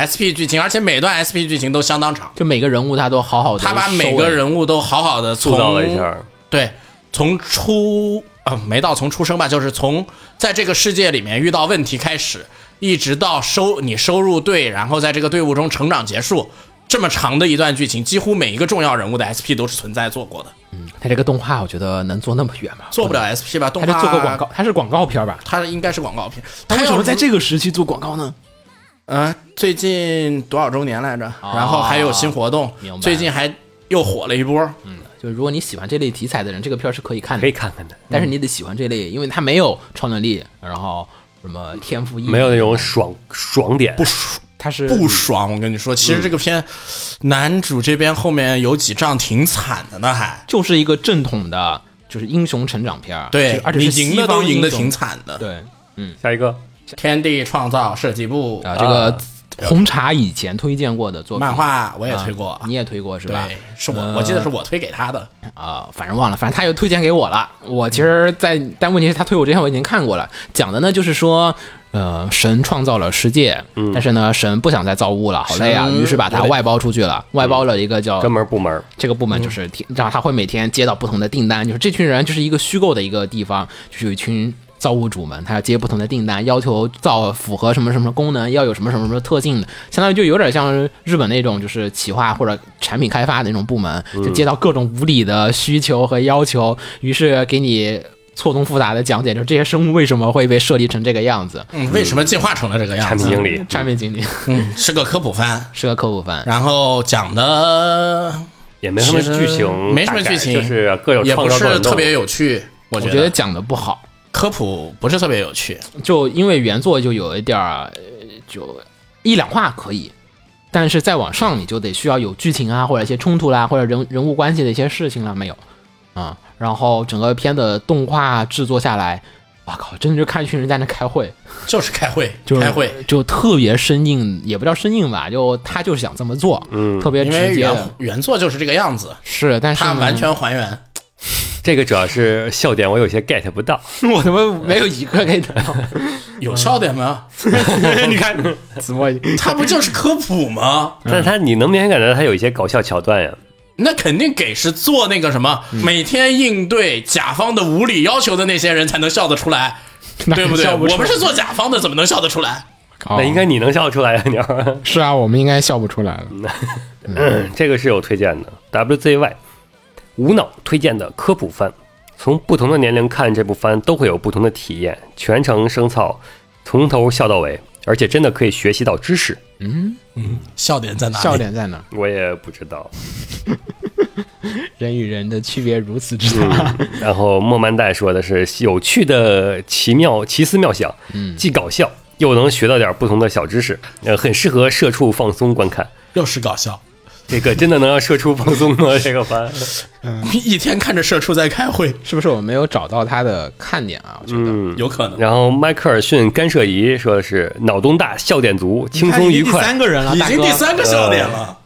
Speaker 3: ，SP 剧情，而且每段 SP 剧情都相当长。
Speaker 5: 就每个人物他都好好的，
Speaker 3: 他把每个人物都好好的
Speaker 2: 塑造了一下，
Speaker 3: 对，从出啊、没到从出生吧，就是从在这个世界里面遇到问题开始，一直到收你收入队，然后在这个队伍中成长结束，这么长的一段剧情，几乎每一个重要人物的 SP 都是存在做过的，
Speaker 5: 他这个动画，我觉得能做那么远吗？
Speaker 3: 做不了 SP 吧？动
Speaker 5: 他
Speaker 3: 画
Speaker 5: 是做个广告，，他是广告片吧？
Speaker 3: 它应该是广告片。它
Speaker 5: 他为什么在
Speaker 3: 个？
Speaker 5: 这个时期做广告呢？
Speaker 3: 呃，最近多少周年来着？然后还有新活动
Speaker 1: 哦明白，
Speaker 3: 最近还又火了一波。
Speaker 5: 就是如果你喜欢这类题材的人，这个片儿是可以看
Speaker 2: 可
Speaker 5: 的
Speaker 2: 以，看看的，
Speaker 5: 但是你得喜欢这类，因为他没有超能力，然后什么天赋异禀
Speaker 2: 没有那种爽爽点，不
Speaker 5: 他是
Speaker 3: 不爽，我跟你说，其实这个片男主这边后面有几仗挺惨的呢，还
Speaker 5: 就是一个正统的，就是英雄成长片儿，
Speaker 3: 对
Speaker 5: 就，而且
Speaker 3: 你
Speaker 5: 是
Speaker 3: 赢的都
Speaker 5: 西方
Speaker 3: 赢得
Speaker 5: 英雄
Speaker 3: 挺惨的。
Speaker 5: 对
Speaker 2: 下一个
Speaker 3: 天地创造设计部
Speaker 5: 啊，这个红茶以前推荐过的作品
Speaker 3: 漫画我也推过
Speaker 5: 啊，你也推过是吧
Speaker 3: 对？，是我我记得是我推给他的。
Speaker 5: 啊，反正忘了，反正他又推荐给我了。我其实在，但问题是他推我之前我已经看过了，讲的呢就是说。呃，神创造了世界，但是呢，神不想再造物了，好累啊，
Speaker 3: 神
Speaker 5: 于是把它外包出去了，外包了一个叫
Speaker 2: 专门部门儿，
Speaker 5: 这个部门就是天，然后他会每天接到不同的订单，就是这群人就是一个虚构的一个地方，就是有一群造物主们，他要接不同的订单，要求造符合什么什么功能，要有什么什么什么特性的，相当于就有点像日本那种就是企划或者产品开发的那种部门，就接到各种无理的需求和要求，于是给你。错综复杂的讲解，就是这些生物为什么会被设立成这个样子。
Speaker 3: 嗯，为什么进化成了这个
Speaker 2: 产
Speaker 3: 样
Speaker 2: 品
Speaker 3: 子？
Speaker 2: 经理，
Speaker 5: 产品经理
Speaker 3: 嗯，是个科普番，
Speaker 5: 是个科普番，
Speaker 3: 然后讲的
Speaker 2: 也没什么剧
Speaker 3: 其实
Speaker 2: 情，
Speaker 3: 没什么剧情
Speaker 2: 就是各有
Speaker 3: 也
Speaker 2: 创
Speaker 3: 不
Speaker 2: 造，各有
Speaker 3: 是
Speaker 2: 弄
Speaker 3: 特别有趣，我
Speaker 5: 我
Speaker 3: 觉
Speaker 5: 觉得
Speaker 3: 得
Speaker 5: 讲的不好。
Speaker 3: 科普不是特别有趣。
Speaker 5: 就因为原作就有一点儿，呃就一两话可以，但是再往上你就得需要有剧情啊，或者一些冲突啦、或者人人物关系的一些事情啦、没有啊、然后整个片的动画制作下来，哇靠，真的就看一群人在那开会，
Speaker 3: 就是开会，
Speaker 5: 就是
Speaker 3: 开会，
Speaker 5: 就特别生硬，也不叫生硬吧，就他就是想这么做，嗯，特别
Speaker 3: 因为
Speaker 5: 直接的
Speaker 3: 原原作就是这个样子，
Speaker 5: 是，但是
Speaker 3: 它
Speaker 5: 呢
Speaker 3: 完全还原。
Speaker 2: 这个主要是笑点，我有些 get 不到，
Speaker 5: 我他妈没有一个给他，
Speaker 3: 有笑点吗？哎
Speaker 2: 你 看，
Speaker 3: 嗯
Speaker 5: 子墨
Speaker 3: 它不就是科普吗？
Speaker 2: 但是他你能明显感觉到他有一些搞笑桥段啊呀，
Speaker 3: 那肯定给是做那个什么，每天应对甲方的无理要求的那些人才能笑得出来，对 不对？我们是做甲方的，怎么能笑得出来？
Speaker 5: 哦
Speaker 2: 那应该你能笑出来呀，你要。
Speaker 5: 是啊，我们应该笑不出来了。
Speaker 2: 嗯， 这个是有推荐的，WZY 无脑推荐的科普番，从不同的年龄看这部番都会有不同的体验，全程生草，从头笑到尾，而且真的可以学习到知识。
Speaker 3: 笑点在哪里？
Speaker 5: 笑点在哪儿？
Speaker 2: 我也不知道。
Speaker 5: 人与人的区别如此之大。
Speaker 2: 然后莫曼代说的是有趣的奇妙奇思妙想，
Speaker 5: 嗯
Speaker 2: 既搞笑又能学到点不同的小知识，呃，很适合社畜放松观看。
Speaker 3: 又是搞笑，
Speaker 2: 这个真的能让社畜放松吗？这个番，
Speaker 3: 一天看着社畜在开会，
Speaker 5: 是不是我没有找到他的看点啊？我觉得、
Speaker 2: 嗯。
Speaker 3: 有可能。
Speaker 2: 然后迈克尔逊干涉仪说的是脑洞大，笑点足，轻松愉快。
Speaker 5: 个人
Speaker 3: 已
Speaker 5: 大
Speaker 3: 经
Speaker 5: 哥
Speaker 3: 第三个笑点了，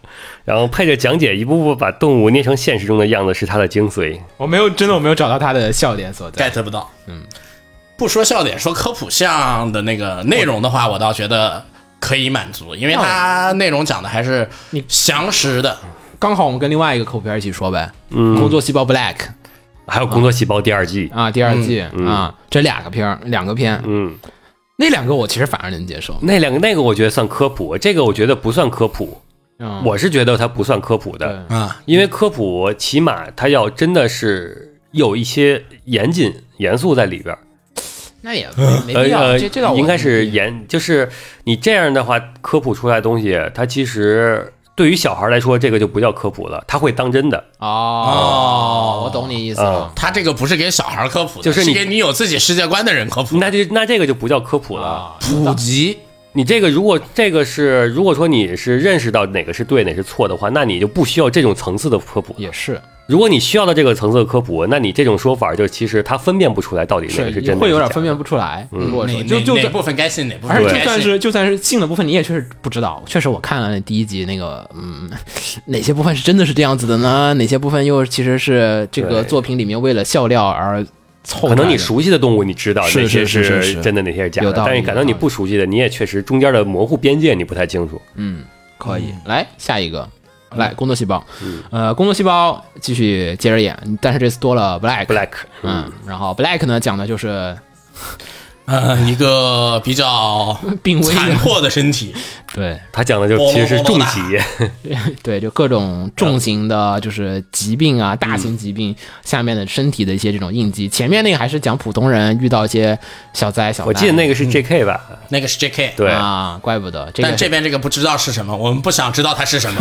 Speaker 2: 然后配着讲解，一步步把动物捏成现实中的样子，是它的精髓。
Speaker 5: 我没有真的我没有找到他的笑点所在。
Speaker 3: get 不到。嗯，不说笑点，说科普项的那个内容的话，我倒觉得可以满足，因为它内容讲的还是详实的。
Speaker 5: 刚好我们跟另外一个口片一起说呗，
Speaker 2: 嗯
Speaker 5: 工作细胞 Black》
Speaker 2: 还有《工作细胞》第二季，
Speaker 5: 啊，第二季、啊，这两个片儿，两个片，
Speaker 2: 嗯，
Speaker 5: 那两个我其实反而能接受。
Speaker 2: 那两个那个我觉得算科普，这个我觉得不算科普，
Speaker 5: 嗯，
Speaker 2: 我是觉得它不算科普的，
Speaker 5: 对
Speaker 3: 啊，
Speaker 2: 因为科普起码它要真的是有一些严谨严肃在里边儿。呃
Speaker 5: 那也没没必要，这这倒我
Speaker 2: 应该是严，就是你这样的话，科普出来的东西，它其实对于小孩来说，这个就不叫科普了，他会当真的。
Speaker 5: 哦，我懂你意思了。
Speaker 3: 它这个不是给小孩科普的，
Speaker 2: 就是
Speaker 3: 是
Speaker 2: 你
Speaker 3: 给你有自己世界观的人科普。
Speaker 2: 那就那这个就不叫科普了。
Speaker 5: 啊，
Speaker 3: 普及
Speaker 2: 你这个如果这个是如果说你是认识到哪个是对哪个是错的话，那你就不需要这种层次的科普。
Speaker 5: 也是，
Speaker 2: 如果你需要到这个层次的科普，那你这种说法就其实他分辨不出来到底哪个
Speaker 5: 是
Speaker 2: 真的，
Speaker 5: 会有点分辨不出来。
Speaker 2: 嗯
Speaker 5: 如果说
Speaker 3: 哪
Speaker 5: 嗯就
Speaker 3: 哪
Speaker 5: 就
Speaker 3: 哪
Speaker 5: 这
Speaker 3: 部分该信哪部
Speaker 5: 而
Speaker 3: 分
Speaker 5: 且
Speaker 3: 不
Speaker 5: 就
Speaker 3: 该
Speaker 5: 算
Speaker 3: 信。
Speaker 5: 是就算是性的部分，你也确实不知道。确实，我看了第一集那个，嗯，哪些部分是真的是这样子的呢？哪些部分又其实是这个
Speaker 2: 对
Speaker 5: 作品里面为了笑料而凑出
Speaker 2: 可
Speaker 5: 来的？
Speaker 2: 能你熟悉的动物你知道
Speaker 5: 是
Speaker 2: 哪些
Speaker 5: 是是是是
Speaker 2: 真的，哪些是假
Speaker 5: 有
Speaker 2: 的，
Speaker 5: 道理
Speaker 2: 但是感到你不熟悉的，你也确实中间的模糊边界你不太清楚。
Speaker 5: 可以。来下一个，来工作细胞，呃，工作细胞继续接着演，但是这次多了 Black。
Speaker 2: Black，
Speaker 5: 嗯，然后 Black 呢讲的就是
Speaker 3: 嗯，一个比较
Speaker 5: 病危
Speaker 3: 残
Speaker 5: 的
Speaker 3: 破的身体，
Speaker 5: 对
Speaker 2: 他讲的就其实是重疾，
Speaker 5: 对，就各种重型的，就是疾病啊，大型疾病下面的身体的一些这种应激。前面那个还是讲普通人遇到一些小灾小难，
Speaker 2: 我记得那个是 J.K. 吧？
Speaker 3: 那个是 J.K.
Speaker 2: 对，
Speaker 5: 啊，怪不得这个
Speaker 3: 但这边这个不知道是什么，我们不想知道它是什么。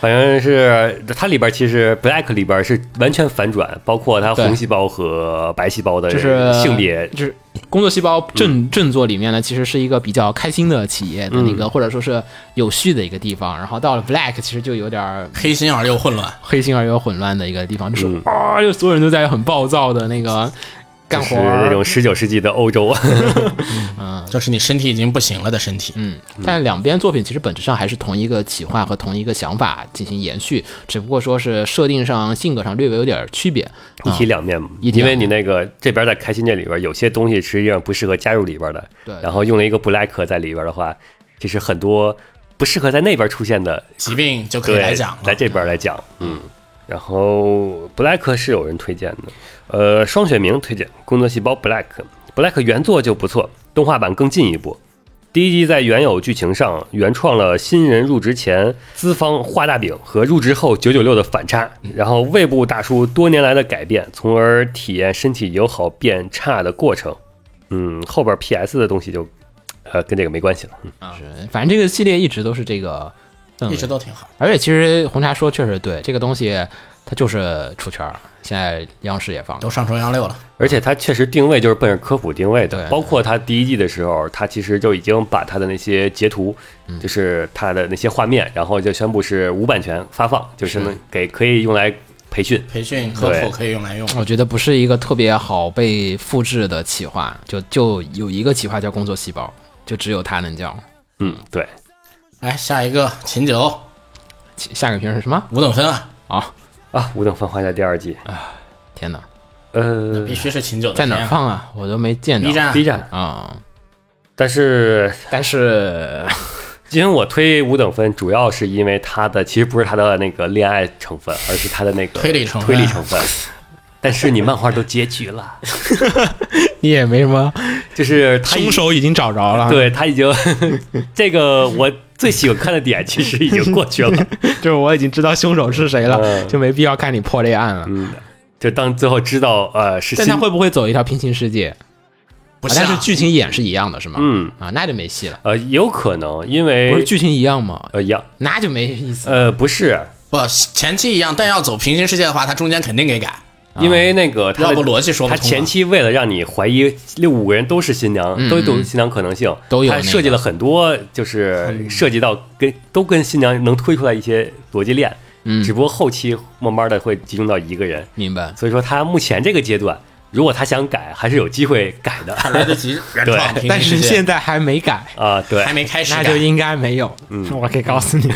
Speaker 2: 反正是它里边其实 Black 里边是完全反转，包括它
Speaker 5: 对
Speaker 2: 红细胞和白细胞的
Speaker 5: 就是
Speaker 2: 性别，
Speaker 5: 就是工作细胞振振作里面呢，其实是一个比较开心的企业的那个，或者说是有序的一个地方。然后到了 Black，其实就有点儿
Speaker 3: 黑心而又混乱，
Speaker 5: 黑心而又混乱的一个地方，就是
Speaker 2: 嗯
Speaker 5: 啊，就所有人都在很暴躁的那个干
Speaker 2: 就是
Speaker 5: 活
Speaker 2: 那
Speaker 5: 儿。
Speaker 2: 种十九世纪的欧洲。
Speaker 3: 就是你身体已经不行了的身体。
Speaker 5: 嗯，但两边作品其实本质上还是同一个企划和同一个想法进行延续，只不过说是设定上、性格上略微有点儿区别。
Speaker 2: 一体两面嘛，
Speaker 5: 啊一体
Speaker 2: 因
Speaker 5: 两
Speaker 2: 为
Speaker 5: 面
Speaker 2: 你那个这边在开心店里边有些东西实际上不适合加入里边的，
Speaker 5: 对
Speaker 2: 然后用了一个 black 在里边的话，其实很多不适合在那边出现的，
Speaker 3: 疾病就可以
Speaker 2: 对，
Speaker 3: 来讲
Speaker 2: 来
Speaker 3: 了。
Speaker 2: 这边来讲，嗯，然后呃 black 是有人推荐的，呃，双雪明推荐《工作细胞 black》，black 原作就不错，动画版更进一步。第一季在原有剧情上原创了新人入职前资方画大饼和入职后九九六的反差，然后胃部大叔多年来的改变，从而体验身体由好变差的过程。嗯，后边 PS 的东西就，呃，跟这个没关系了。嗯
Speaker 5: 是反正这个系列一直都是这个氛围
Speaker 3: 一直都挺好，
Speaker 5: 而且其实红茶说确实对，这个东西它就是出圈儿，现在央视也放了
Speaker 3: 都。上中央六了。
Speaker 2: 而且它确实定位就是奔着科普定位的，
Speaker 5: 对
Speaker 2: 包括它第一季的时候，它其实就已经把它的那些截图，
Speaker 3: 嗯
Speaker 2: 就是它的那些画面，然后就宣布是无版权发放，就是能给可以用来培训。
Speaker 3: 培训科普
Speaker 2: 对
Speaker 3: 可以用来用，
Speaker 5: 我觉得不是一个特别好被复制的企划，就就有一个企划叫工作细胞，就只有它能叫。
Speaker 2: 嗯，对，
Speaker 3: 来下一个秦九
Speaker 5: 其下个评论是什么？
Speaker 3: 五等分啊，
Speaker 5: 啊，
Speaker 2: 啊，《五等分花在第二季，
Speaker 5: 天哪，
Speaker 2: 呃
Speaker 3: 必须是秦九的
Speaker 5: 在哪
Speaker 3: 片
Speaker 5: 儿
Speaker 3: 啊
Speaker 5: 放啊？我都没见着。
Speaker 3: ？B 站
Speaker 2: ，B 站，
Speaker 5: 啊、
Speaker 2: 但是
Speaker 5: 但是
Speaker 2: 因为我推五等分，主要是因为它的其实不是它的那个恋爱成分，而是它的那个
Speaker 3: 推理成啊分
Speaker 2: 推理成分。但是你漫画都结局了，
Speaker 5: 你也没什么，
Speaker 2: 就是它已
Speaker 6: 凶手已经找着
Speaker 5: 啊
Speaker 6: 了，，
Speaker 2: 对他已经 这个我最喜欢看的点其实已经过去 了，
Speaker 5: 就是我已经知道凶手是谁了，
Speaker 2: 嗯
Speaker 5: 就没必要看你破这个案了。
Speaker 2: 就当最后知道呃是
Speaker 5: 但
Speaker 2: 新
Speaker 5: 他会不会走一条平行世界？
Speaker 3: 不
Speaker 5: 啊但是
Speaker 3: 像，
Speaker 5: 剧情演是一样的，是吗？
Speaker 2: 嗯
Speaker 5: 啊，那就没戏了。
Speaker 2: 呃有可能因
Speaker 5: 不是
Speaker 2: 为
Speaker 5: 剧情一样吗？
Speaker 2: 呃一样
Speaker 5: 那就没意思。
Speaker 2: 呃不
Speaker 5: 啊
Speaker 2: 是
Speaker 3: 不前期一样，但要走平行世界的话，它中间肯定给改，
Speaker 2: 因为那个他
Speaker 3: 要
Speaker 2: 的
Speaker 3: 不逻辑说不
Speaker 2: 他
Speaker 3: 通啊。
Speaker 2: 前期为了让你怀疑六五个人都是新娘，都有新娘可能性，
Speaker 5: 嗯都有
Speaker 2: 他
Speaker 5: 那个
Speaker 2: 设计了很多，就是涉及到跟都跟新娘能推出来一些逻辑链，
Speaker 5: 嗯
Speaker 2: 只不过后期慢慢的会集中到一个人，
Speaker 5: 明白。
Speaker 2: 所以说他目前这个阶段，如果他想改，还是有机会改的
Speaker 3: 还来得及原创平
Speaker 7: 但
Speaker 3: 行
Speaker 7: 是
Speaker 3: 世
Speaker 7: 现
Speaker 3: 界，
Speaker 7: 在还没改，
Speaker 2: 啊、对
Speaker 3: 还，没开始
Speaker 7: 那
Speaker 3: 改，
Speaker 7: 就应该没有。
Speaker 5: 嗯
Speaker 7: 我可以告诉你，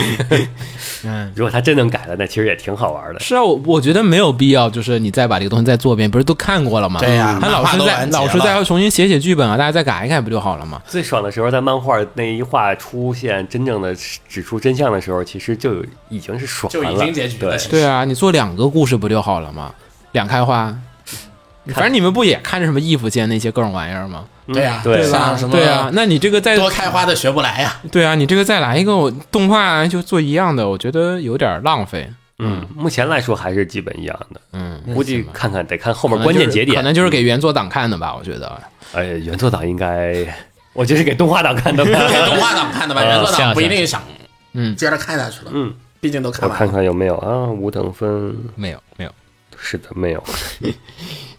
Speaker 2: 如果他真能改了，那其实也挺好玩的。
Speaker 5: 是啊，我我觉得没有必要，就是你再把这个东西再做一遍，不是都看过了吗？
Speaker 3: 对呀
Speaker 5: 他
Speaker 3: 漫
Speaker 5: 老
Speaker 3: 画
Speaker 5: 师
Speaker 3: 都
Speaker 5: 再
Speaker 3: 完结
Speaker 5: 老师
Speaker 3: 了
Speaker 5: 再要重新写写剧本啊，大家再改一改不就好了吗？
Speaker 2: 最爽的时候，在漫画那一画出现真正的指出真相的时候，其实就有已经是爽
Speaker 3: 就
Speaker 2: 完
Speaker 3: 已
Speaker 2: 了。
Speaker 3: 经结局了
Speaker 2: 对，
Speaker 3: 其实
Speaker 5: 对啊，你做两个故事不就好了吗？两开花，反正你们不也看着什么义父间那些各种玩意儿吗？
Speaker 2: 嗯
Speaker 3: 对呀，
Speaker 2: 对
Speaker 5: 吧
Speaker 3: 像什么
Speaker 5: 对啊，那你这个再
Speaker 3: 多开花的学不来呀，
Speaker 5: 对啊，你这个再来一个动画就做一样的，我觉得有点浪费。
Speaker 2: 嗯，目前来说还是基本一样的。
Speaker 5: 嗯，
Speaker 2: 估计看看得看后
Speaker 5: 我
Speaker 2: 面关键节点。
Speaker 5: 可能就是给原作党看的吧，我觉得。
Speaker 2: 哎，原作党应该，我觉得是给动画党看的
Speaker 3: 给动
Speaker 2: 吧。
Speaker 3: 画党看的吧，
Speaker 2: 嗯
Speaker 3: 原作
Speaker 5: 行
Speaker 3: 党不一定想
Speaker 5: 嗯
Speaker 3: 接着看下去了，
Speaker 2: 嗯，
Speaker 3: 毕竟都
Speaker 2: 我
Speaker 3: 看完
Speaker 2: 看
Speaker 3: 了。
Speaker 2: 看有没有啊？五等分
Speaker 5: 没有没有，
Speaker 2: 是的，没有。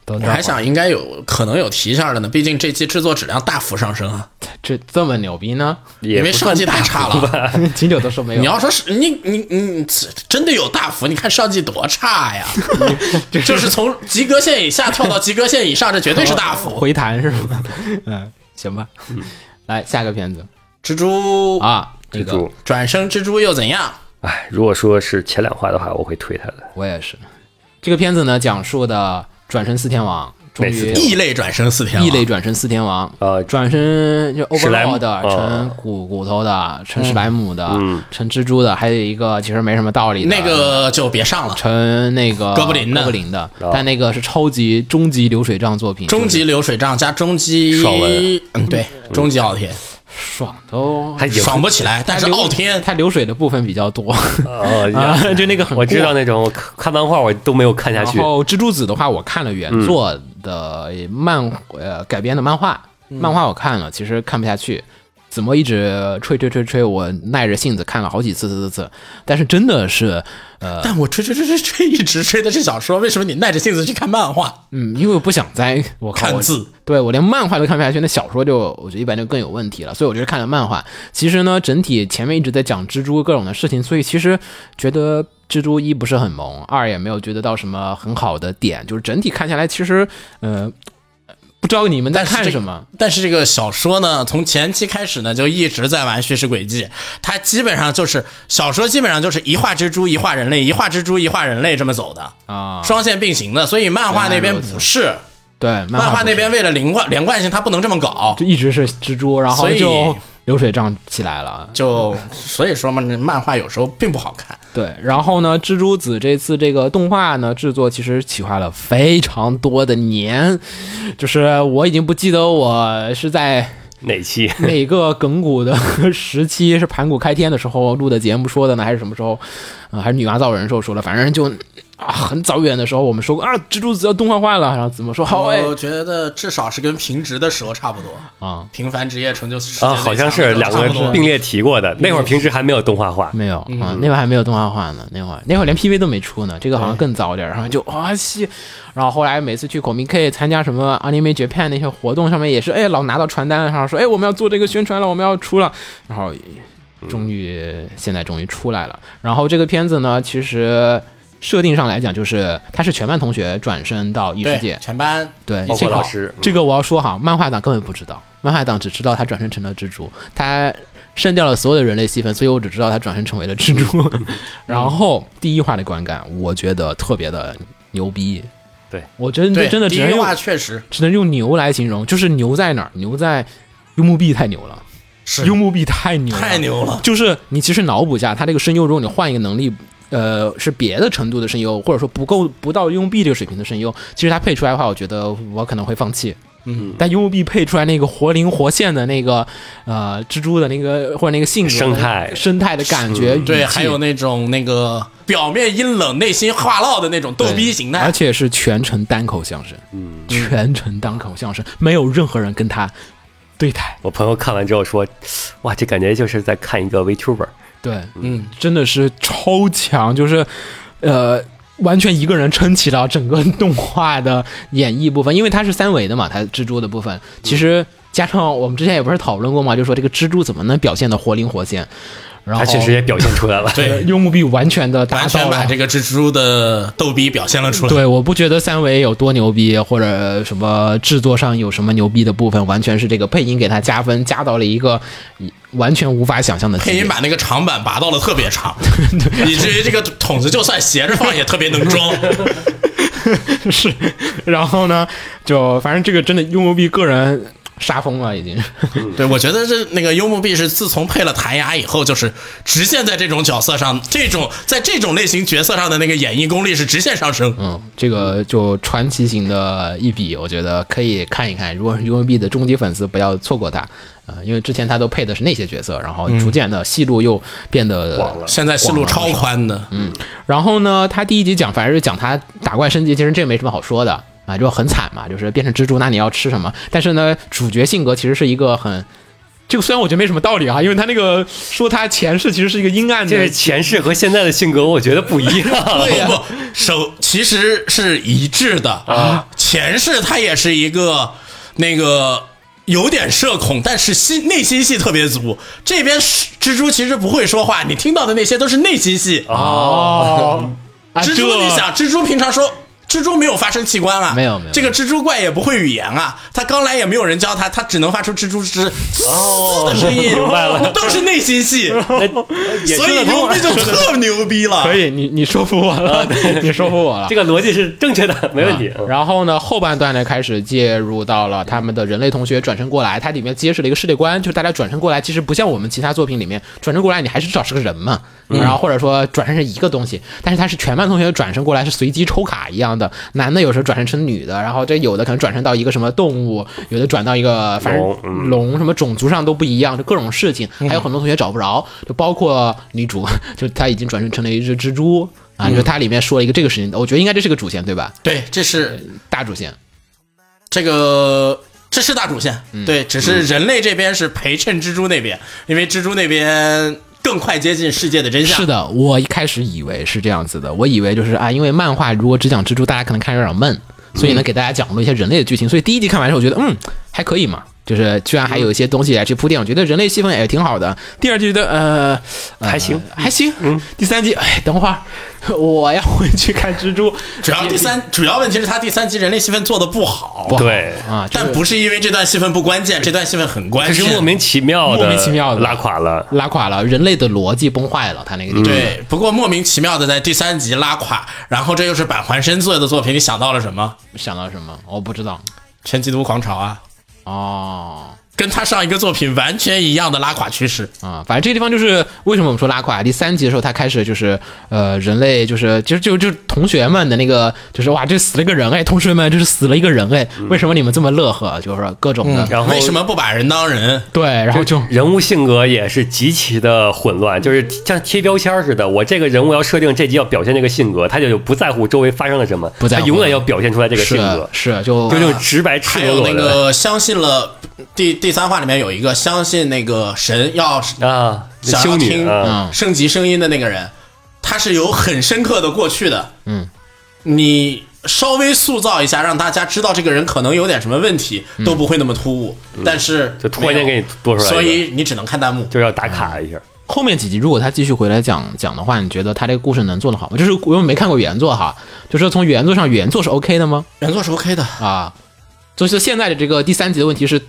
Speaker 5: 都
Speaker 3: 我还想应该有可能有提一下的呢，毕竟这期制作质量大幅上升啊，
Speaker 5: 这这么牛逼 呢？
Speaker 2: 也
Speaker 3: 因
Speaker 2: 不
Speaker 3: 为上季太差了。
Speaker 5: 秦九都说没有，
Speaker 3: 你要说是你你你真的有大幅，你看上季多差呀，就是从及格线以下跳到及格线以上，这绝对是大 幅。
Speaker 5: 回弹是吗？嗯，行吧。来下个片子
Speaker 3: 蜘蛛
Speaker 5: 啊，这
Speaker 2: 蜘
Speaker 5: 个
Speaker 2: 蛛。
Speaker 3: 转生蜘蛛又怎样？
Speaker 2: 哎，如果说是前两话的话，我会推他的。
Speaker 5: 我也是。这个片子呢，讲述的转身四天王，终
Speaker 2: 哪四
Speaker 5: 于
Speaker 2: 天
Speaker 3: 异类转生四天王，
Speaker 5: 异类转身四天王，
Speaker 2: 呃，
Speaker 5: 转身就
Speaker 2: 史莱姆
Speaker 5: overall 的，
Speaker 2: 哦
Speaker 5: 成骨骨头的，成史莱姆的
Speaker 2: 嗯，
Speaker 5: 成蜘蛛的，还有一个其实没什么道理的
Speaker 3: 那个就别上了。
Speaker 5: 成那个
Speaker 3: 哥布林的
Speaker 5: 哥布林的
Speaker 2: 哦，
Speaker 5: 但那个是超级终极流水账作品，
Speaker 3: 终
Speaker 5: 就是
Speaker 3: 极流水账加终极
Speaker 2: 爽文，
Speaker 3: 嗯，对，终极奥天，
Speaker 5: 爽都
Speaker 2: 还有
Speaker 3: 爽不起来，但是傲天
Speaker 5: 它流水的部分比较多，
Speaker 2: 哦，呀
Speaker 5: 啊、就那个 很
Speaker 2: 我知道
Speaker 5: 过。
Speaker 2: 那种我看看漫画我都没有看下
Speaker 5: 然
Speaker 2: 去。
Speaker 5: 后蜘蛛子的话，我看了原作的漫、呃改编的漫画，漫画我看了，其实看不下去。子墨一直吹吹吹吹，我耐着性子看了好几次次次次，但是真的是，
Speaker 3: 但我吹吹吹吹吹，一直吹的是小说，为什么你耐着性子去看漫画、
Speaker 5: 嗯，因为我不想再我靠
Speaker 3: 看
Speaker 5: 我
Speaker 3: 字？
Speaker 5: 对我连漫画都看不下去，那小说就我觉得一般就更有问题了，所以我就是看了漫画。其实呢，整体前面一直在讲蜘蛛各种的事情，所以其实觉得蜘蛛一不是很萌，二也没有觉得到什么很好的点，就是整体看下来，其实呃，不知道你们在
Speaker 3: 但是
Speaker 5: 看
Speaker 3: 这
Speaker 5: 什么。
Speaker 3: 但是这个小说呢，从前期开始呢，就一直在玩叙事轨迹。它基本上就是小说，基本上就是一画蜘蛛，一画人类，一画蜘蛛，一画人类这么走的
Speaker 5: 啊
Speaker 3: 双线并行的。所以漫画那边不是，
Speaker 5: 对，
Speaker 3: 漫画
Speaker 5: 画
Speaker 3: 那边为了连贯连贯性，它不能这么搞
Speaker 5: 就。一直是蜘蛛，然后
Speaker 3: 所以
Speaker 5: 就流水账起来了。
Speaker 3: 就所以说嘛，那漫画有时候并不好看。
Speaker 5: 对，然后呢，蜘蛛子这次这个动画呢制作其实企划了非常多的年，就是我已经不记得我是在
Speaker 2: 哪期？
Speaker 5: 哪个梗骨的时期是盘古开天的时候录的节目说的呢，还是什么时候？啊、还是女娲造人的时候说的，反正就啊很早远的时候我们说过啊，蜘蛛子要动画化了，然后怎么说好哎
Speaker 3: 我觉得至少是跟平直的时候差不多，
Speaker 5: 啊、
Speaker 3: 平凡职业成就世界
Speaker 2: 啊，
Speaker 3: 最
Speaker 2: 好像
Speaker 3: 强
Speaker 2: 是
Speaker 3: 的时候
Speaker 2: 两个
Speaker 3: 差不多嗯
Speaker 2: 并列提过的。那会儿平时还没有动画化，
Speaker 5: 没有啊、那会儿还没有动画化呢，那会儿那会儿连 PV 都没出呢，这个好像更早点儿，然后就啊西，然后后来每次去 Comic K 参加什么 Anime Japan 那些活动上面也是，哎老拿到传单，然后说哎我们要做这个宣传了，我们要出了，然后
Speaker 2: 嗯
Speaker 5: 终于现在终于出来了。然后这个片子呢，其实设定上来讲，就是他是全班同学转身到异世
Speaker 3: 对
Speaker 5: 界，
Speaker 3: 全班
Speaker 5: 对，
Speaker 2: 包
Speaker 5: 这
Speaker 2: 括
Speaker 5: 个
Speaker 2: 老师。嗯
Speaker 5: 这个我要说哈，漫画党根本不知道，漫画党只知道他转身成了蜘蛛，他删掉了所有的人类戏份，所以我只知道他转身成为了蜘蛛。然后第一话的观感，我觉得特别的牛逼。
Speaker 2: 对
Speaker 5: 我真的
Speaker 3: 对
Speaker 5: 真的
Speaker 3: 第
Speaker 5: 只
Speaker 3: 一
Speaker 5: 能用
Speaker 3: 话确实
Speaker 5: 只能用牛来形容，就是牛在哪儿？牛在幽木碧太牛了，
Speaker 3: 是
Speaker 5: 幽木碧太牛了，
Speaker 3: 太牛了。
Speaker 5: 就是你其实脑补一下，他这个声优，如果你换一个能力，呃，是别的程度的声优，或者说不够不到庸币这个水平的声优，其实他配出来的话，我觉得我可能会放弃。
Speaker 3: 嗯，
Speaker 5: 但庸币配出来那个活灵活现的那个呃蜘蛛的那个或者那个性格
Speaker 2: 生态
Speaker 5: 生态的感觉，语
Speaker 3: 嗯对，
Speaker 5: 气
Speaker 3: 还有那种那个表面阴冷、内心话唠的那种逗逼形
Speaker 5: 而
Speaker 3: 态，
Speaker 5: 且是全程单口相声，
Speaker 2: 嗯，
Speaker 5: 全程单口相声，没有任何人跟他对台，
Speaker 2: 我朋友看完之后说，哇，这感觉就是在看一个
Speaker 3: 哦
Speaker 2: VTuber。
Speaker 5: 对，
Speaker 3: 嗯，
Speaker 5: 真的是超强，就是，呃，完全一个人撑起了整个动画的演绎部分，因为它是三维的嘛，它蜘蛛的部分，其实加上我们之前也不是讨论过嘛，就说这个蜘蛛怎么能表现的活灵活现，然
Speaker 2: 他
Speaker 5: 后
Speaker 2: 确实也表现出来 了。
Speaker 5: 呃
Speaker 3: 对，
Speaker 5: 幽木碧完全的达
Speaker 3: 完
Speaker 5: 到
Speaker 3: 全把
Speaker 5: 了
Speaker 3: 这。个蜘蛛的逗逼表现了出 来。
Speaker 5: 呃对，我不觉得三维有多牛逼，或者什么制作上有什么牛逼的部分，完全是这个配音给它加分，加到了一个嗯完全无法想象的级别。
Speaker 3: 配音把那个长板拔到了特别 长，以至于这个筒子就算斜着放也特别能装。
Speaker 5: 是， 然后呢，就反正这个真的幽默币个人杀疯了，已经。
Speaker 3: 对，我觉得这那个幽木碧是自从配了弹牙以后，就是直线在这种角色上，这种在这种类型角色上的那个演绎功力是直线上升。
Speaker 5: 嗯，这个就传奇型的一笔，我觉得可以看一看。如果是幽默币的终极粉丝，不要错过他。呃，因为之前他都配的是那些角色，然
Speaker 1: 嗯
Speaker 5: 后哦逐渐的戏路又变得
Speaker 2: 广了
Speaker 3: 现在戏路超宽的，
Speaker 5: 然后呢，他第一集讲反正是讲他打怪升级，其实这没什么好说的啊，就很惨嘛，就是变成蜘蛛，那你要吃什么？但是呢，主角性格其实是一个很。这个虽然我觉得没什么道理啊，因为他那个说他前世其实是一个阴暗
Speaker 2: 这
Speaker 5: 的
Speaker 2: 是前世和现在的性格，我觉得不一 样。
Speaker 3: 不哦不，手其实是一致的啊。前世他也是一个那个有点社恐，但是心内心戏特别足。这边是蜘蛛其实不会说话，你听到的那些都是内心戏。
Speaker 5: 哦，啊
Speaker 3: 蜘蛛，你想，蜘蛛平常说。蜘蛛没有发声器官啊，
Speaker 5: 没有没有
Speaker 3: 这个蜘蛛怪也不会语言啊，它刚来也没有人教它，它只能发出蜘蛛之
Speaker 2: 哦
Speaker 3: 的声音，
Speaker 2: 明白了
Speaker 3: 都是内心 戏，
Speaker 2: 那
Speaker 3: 所以
Speaker 2: 啊
Speaker 3: 牛逼就特牛逼了。
Speaker 5: 可以，你你说服我了，你说服我了
Speaker 2: 这。个逻辑是正确
Speaker 3: 啊
Speaker 2: 的，没问题。嗯
Speaker 5: 然后呢，后半段呢开始介入到了他们的人类同学转身过来，它里面揭示了一个世界观，就是大家转身过来，其实不像我们其他作品里面转身过来，你还是至少是
Speaker 2: 嗯
Speaker 5: 个人嘛，然后或者说转身是一个东西，但是它是全班同学转身过来是随机抽卡一样，样的，男的有时候转身成女的，然后这有的可能转身到一个什么动物，有的转到一个
Speaker 3: 哎
Speaker 5: 反
Speaker 2: 龙嗯
Speaker 5: 正龙什么种族上都不一样，就各种事情，还有很多同学找不着，就包括女主，就她已经转身成了一只蜘蛛啊，就是它里面说了一个这个事情，我觉得应该这是个主线对吧？
Speaker 3: 对，这是
Speaker 5: 大主线，
Speaker 3: 这个。这是大主线，
Speaker 2: 嗯
Speaker 3: 对，只是人类这边是陪衬蜘蛛那边，因为蜘蛛那边更快接近世界的真相。
Speaker 5: 是的，我一开始以为是这样子的，我以为就是啊，因为漫画如果只讲蜘蛛，大家可能看着有点闷，所以呢，给大家讲了一些人类的剧情。所以第一集看完之后，我觉得嗯还可以嘛，就是居然还有一些东西来去铺垫，我觉得嗯人类戏份也挺好的。第二集觉得呃呃
Speaker 2: 还行
Speaker 5: 还行，第三集哎等会儿 我要回去看蜘蛛，
Speaker 3: 主要第三主要问题是他第三集人类戏份做的不好，
Speaker 2: 对，
Speaker 5: 啊，
Speaker 3: 但不是因为这段戏份不关键，这段戏份很关
Speaker 2: 可是
Speaker 3: 键。
Speaker 2: 莫名其妙的，
Speaker 5: 莫名其妙的
Speaker 2: 拉垮了。
Speaker 5: 拉垮了人类的逻辑崩坏了，他那个地方。
Speaker 3: 对，不过莫名其妙的在第三集拉垮，然后这又是板环深作的作品，你想到了什么？
Speaker 2: 嗯
Speaker 5: 想到什么我不知道
Speaker 3: 全基督狂潮啊，
Speaker 5: 哦。
Speaker 3: 跟他上一个作品完全一样的拉垮趋势。
Speaker 5: 啊、反正这个地方就是为什么我们说拉垮。第三集的时候，他开始就是呃，人类就是就就就同学们的那个就是哇，这死了一个人哎，同学们就是死了一个人哎，
Speaker 2: 嗯
Speaker 5: 为什么你们这么乐呵？就是说各种的、
Speaker 2: 然后
Speaker 3: 为什么不把人当人？
Speaker 5: 对，然后就
Speaker 2: 人物性格也是极其的混乱，就是像贴标签似的。我这个人物要设定这集要表现这个性格，他就不在乎周围发生了什么，
Speaker 5: 不在
Speaker 2: 他
Speaker 5: 乎
Speaker 2: 永远要表现出来这个性
Speaker 5: 是
Speaker 3: 啊
Speaker 2: 格，
Speaker 5: 是就
Speaker 2: 就那种直白赤
Speaker 3: 还
Speaker 2: 裸
Speaker 3: 有
Speaker 2: 裸
Speaker 3: 那
Speaker 2: 的
Speaker 3: 个相信了第第三话里面有一个相信那个神要
Speaker 2: 啊，
Speaker 3: 想
Speaker 2: 修
Speaker 3: 要
Speaker 2: 女
Speaker 3: 听
Speaker 2: 啊，
Speaker 5: 嗯
Speaker 3: 升级声音的那个人，他是有很深刻的过去的。嗯，你稍微塑造一下，让大家知道这个人可能有点什么问题，都不会那么突兀。但是
Speaker 2: 嗯就突然间给你多
Speaker 3: 没
Speaker 2: 出
Speaker 3: 有，
Speaker 2: 来一个，
Speaker 3: 所以你只能看弹幕。
Speaker 2: 就是要打卡一下。
Speaker 5: 后面几集如果他继续回来讲讲的话，你觉得他这个故事能做得好吗？就是我又没看过原作哈，就说从原作上原作是 OK 的吗？
Speaker 3: 原作是 OK 的，
Speaker 5: 啊，就是现在的这个第三集的问题是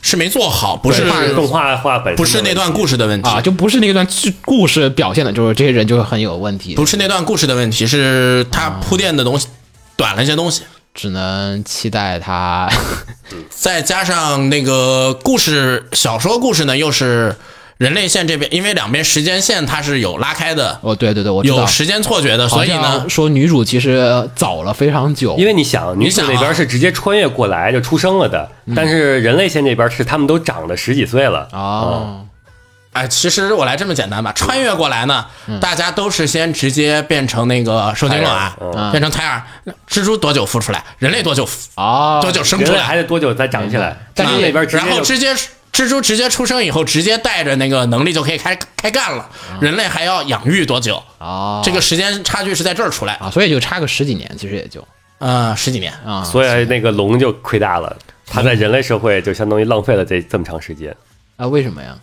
Speaker 3: 是没做好，不是
Speaker 2: 动画动画化本身
Speaker 3: 不是那段故事的问题
Speaker 5: 啊，就不是那段剧故事表现的，就是这些人就很有问题，
Speaker 3: 不是那段故事的问题，是他铺垫的东
Speaker 2: 啊
Speaker 3: 西短了一些东西。
Speaker 5: 只能期待他
Speaker 3: 再加上那个故事小说故事呢，又是人类线这边，因为两边时间线它是有拉开的，
Speaker 5: 哦，对对对，我知道
Speaker 3: 有。时间错觉的，所以
Speaker 5: 好
Speaker 3: 呢
Speaker 5: 像，说女主其实早了非常久，
Speaker 2: 因为你想，女
Speaker 3: 你
Speaker 2: 主
Speaker 3: 想啊嗯
Speaker 2: 那边是直接穿越过来就出生了的，但是人类线这边是他们都长了十几岁了
Speaker 3: 啊
Speaker 5: 哦，
Speaker 3: 哎，其实我来这么简单吧，穿越过来呢，
Speaker 5: 嗯
Speaker 3: 大家都是先直接变成那个受精卵
Speaker 2: 胎儿，
Speaker 5: 嗯
Speaker 3: 变成胎儿，蜘蛛多久孵出来，人类多久孵
Speaker 5: 哦，
Speaker 3: 多久生
Speaker 2: 人
Speaker 3: 出
Speaker 2: 类
Speaker 3: 来，
Speaker 2: 还得多久才长起来？但
Speaker 3: 啊
Speaker 2: 是那边直接
Speaker 3: 然后直接蜘蛛直接出生以后，直接带着那个能力就可以开开干了，人类还要养育多久？
Speaker 5: 啊哦，
Speaker 3: 这个时间差距是在这儿出来，
Speaker 5: 啊，所以就差个十几年，其实也就
Speaker 3: 呃，十几年。
Speaker 5: 啊，
Speaker 2: 所以那个龙就亏大了，它在人类社会就相当于浪费了这这么长时间。
Speaker 5: 啊，为什么呀？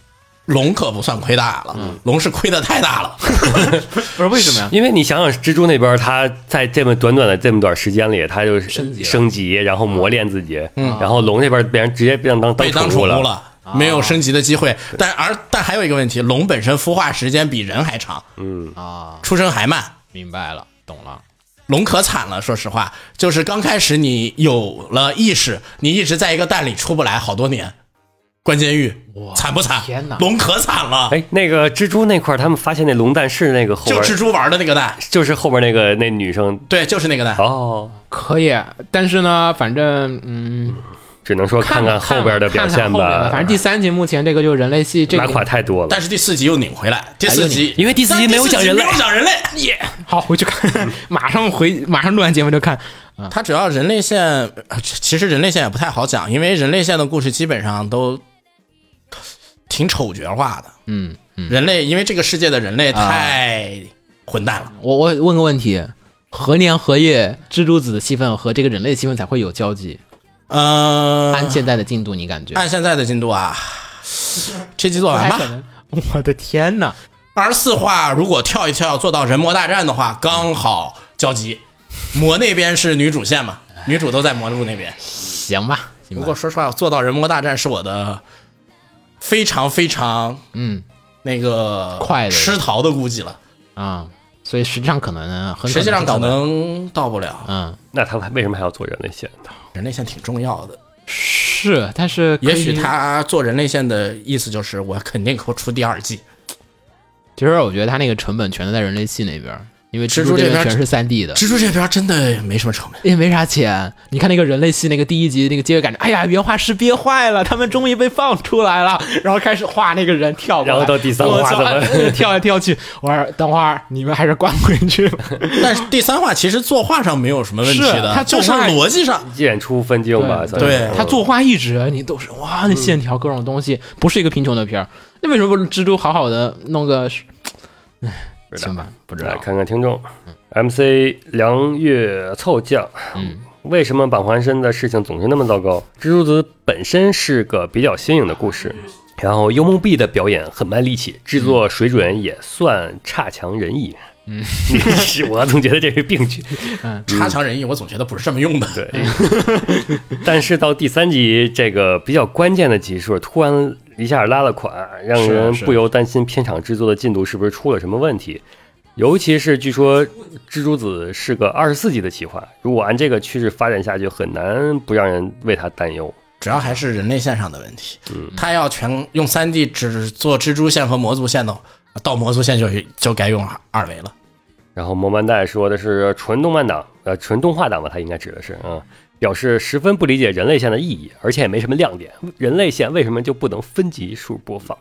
Speaker 3: 龙可不算亏大了，
Speaker 2: 嗯
Speaker 3: 龙是亏的太 大了。
Speaker 5: 不是为什么呀？
Speaker 2: 因为你想想，蜘蛛那边它在这么短短的这么短时间里，它就升级升级，然后磨练自己，然后龙这边变成直接变当
Speaker 3: 被当
Speaker 2: 宠
Speaker 3: 宠
Speaker 2: 物
Speaker 3: 物。了，没有升级的机会。但而但还有一个问题，龙本身孵化时间比人还长，
Speaker 2: 嗯
Speaker 5: 啊，
Speaker 3: 出生还慢。
Speaker 5: 明白了，懂了，
Speaker 3: 龙可惨了，说实话，就是刚开始你有了意识，你一直在一个蛋里出不来，好多年，关监狱，惨不惨？
Speaker 5: 天哪
Speaker 3: 龙可惨了，
Speaker 2: 哎，那个蜘蛛那块儿，他们发现那龙蛋是那个后
Speaker 3: 就
Speaker 2: 边，
Speaker 3: 蜘蛛玩的那个蛋，
Speaker 2: 就是后边那个那女生
Speaker 3: 对，就是那个蛋。
Speaker 2: 哦，
Speaker 5: 可以。但是呢，反正嗯，
Speaker 2: 只能说看
Speaker 5: 看
Speaker 2: 后边的表
Speaker 5: 看看
Speaker 2: 现
Speaker 5: 后面吧。反正第三集目前这个就是人类系这
Speaker 2: 拉垮
Speaker 5: 个，
Speaker 2: 太多了。
Speaker 3: 但是第四集又拧回来，第四集
Speaker 2: 因为第四集没有讲人类
Speaker 3: 但第四集没有讲 人类，
Speaker 5: 好回去看，马上回，马上录完节目就看。
Speaker 3: 它主要人类线，呃其实人类线也不太好讲，因为人类线的故事基本上都挺丑角化的。
Speaker 5: 嗯，
Speaker 3: 人类因为这个世界的人类太混蛋了，
Speaker 5: 我我问个问题。何年何月，蜘蛛子的戏份和这个人类的戏份才会有交集？
Speaker 3: 嗯、
Speaker 5: 按现在的进度，你感觉？
Speaker 3: 按现在的进度 啊，这集做完吧。
Speaker 5: 能。 我的天哪！
Speaker 3: 二十四话如果跳一跳做到人魔大战的话，刚好交集。魔那边是女主线嘛，女主都在魔路那边。
Speaker 5: 行吧，行
Speaker 3: 不
Speaker 5: 吧
Speaker 3: 过说实话，做到人魔大战是我的非常非常
Speaker 5: 嗯
Speaker 3: 那个
Speaker 5: 快的
Speaker 3: 失逃的估计了。
Speaker 5: 啊、所以实际上可能很可能
Speaker 3: 实际上
Speaker 5: 是这
Speaker 3: 可
Speaker 5: 样的
Speaker 3: 能到不了，
Speaker 5: 嗯
Speaker 2: 那他为什么还要做人类线？
Speaker 3: 人类线挺重要的。
Speaker 5: 是，但是可以
Speaker 3: 也许他做人类线的意思就是，我肯定给我出第二季。
Speaker 5: 其实我觉得他那个成本全都在人类系那边儿，
Speaker 1: 因为
Speaker 3: 蜘
Speaker 1: 蜘
Speaker 3: 蛛
Speaker 1: 蛛这
Speaker 3: 这边
Speaker 1: 边全是三 D 的，
Speaker 3: 蜘蛛这边真的没什么成本，
Speaker 1: 也没啥钱。你看那个人类系那个第一集那个结尾，感觉哎呀，原画师憋坏了，他们终于被放出来了，然后开始画那个人跳过来，
Speaker 2: 然后到第三
Speaker 1: 我
Speaker 2: 话
Speaker 1: 操
Speaker 2: 怎么
Speaker 1: 哎跳来跳去？我说等会儿你们还是关回去吧。
Speaker 3: 但是第三话其实作画上没有什么问题的，
Speaker 1: 是它
Speaker 3: 就
Speaker 1: 作
Speaker 3: 是
Speaker 1: 画
Speaker 3: 逻辑上，
Speaker 2: 演出分镜吧，算是
Speaker 3: 对
Speaker 1: 他作画一直你都是哇，那线条各种东西，不是一个贫穷的片儿。那为什么不蜘蛛好好的弄个？
Speaker 2: 不知道哎
Speaker 1: 行吧，不知道
Speaker 2: 来。看看听众，MC 梁月凑酱，
Speaker 1: 嗯，
Speaker 2: 为什么板环生的事情总是那么糟糕？蜘蛛子本身是个比较新颖的故事，然后幽梦碧的表演很卖力气，制作水准也算差强人意。嗯， 是我总觉得这是病句。
Speaker 3: 差强人意，我总觉得不是这么用的。
Speaker 2: 对，哎 但是到第三集这个比较关键的集数，突然一下拉了款，让
Speaker 3: 是啊
Speaker 2: 人
Speaker 3: 是啊
Speaker 2: 不由担心片场制作的进度是不是出了什么问题。尤其是据说《蜘蛛子》是个二十四集的企划，如果按这个趋势发展下去，很难不让人为他担忧。
Speaker 3: 主要还是人类线上的问题，他要全用三 D 只做蜘蛛线和魔族线的，到魔族线就就该用二维了。
Speaker 2: 然后摩曼代说的是纯动漫党，呃，纯动画党吧，他应该指的是啊、嗯表示十分不理解人类线的意义，而且也没什么亮点。人类线为什么就不能分级数播放？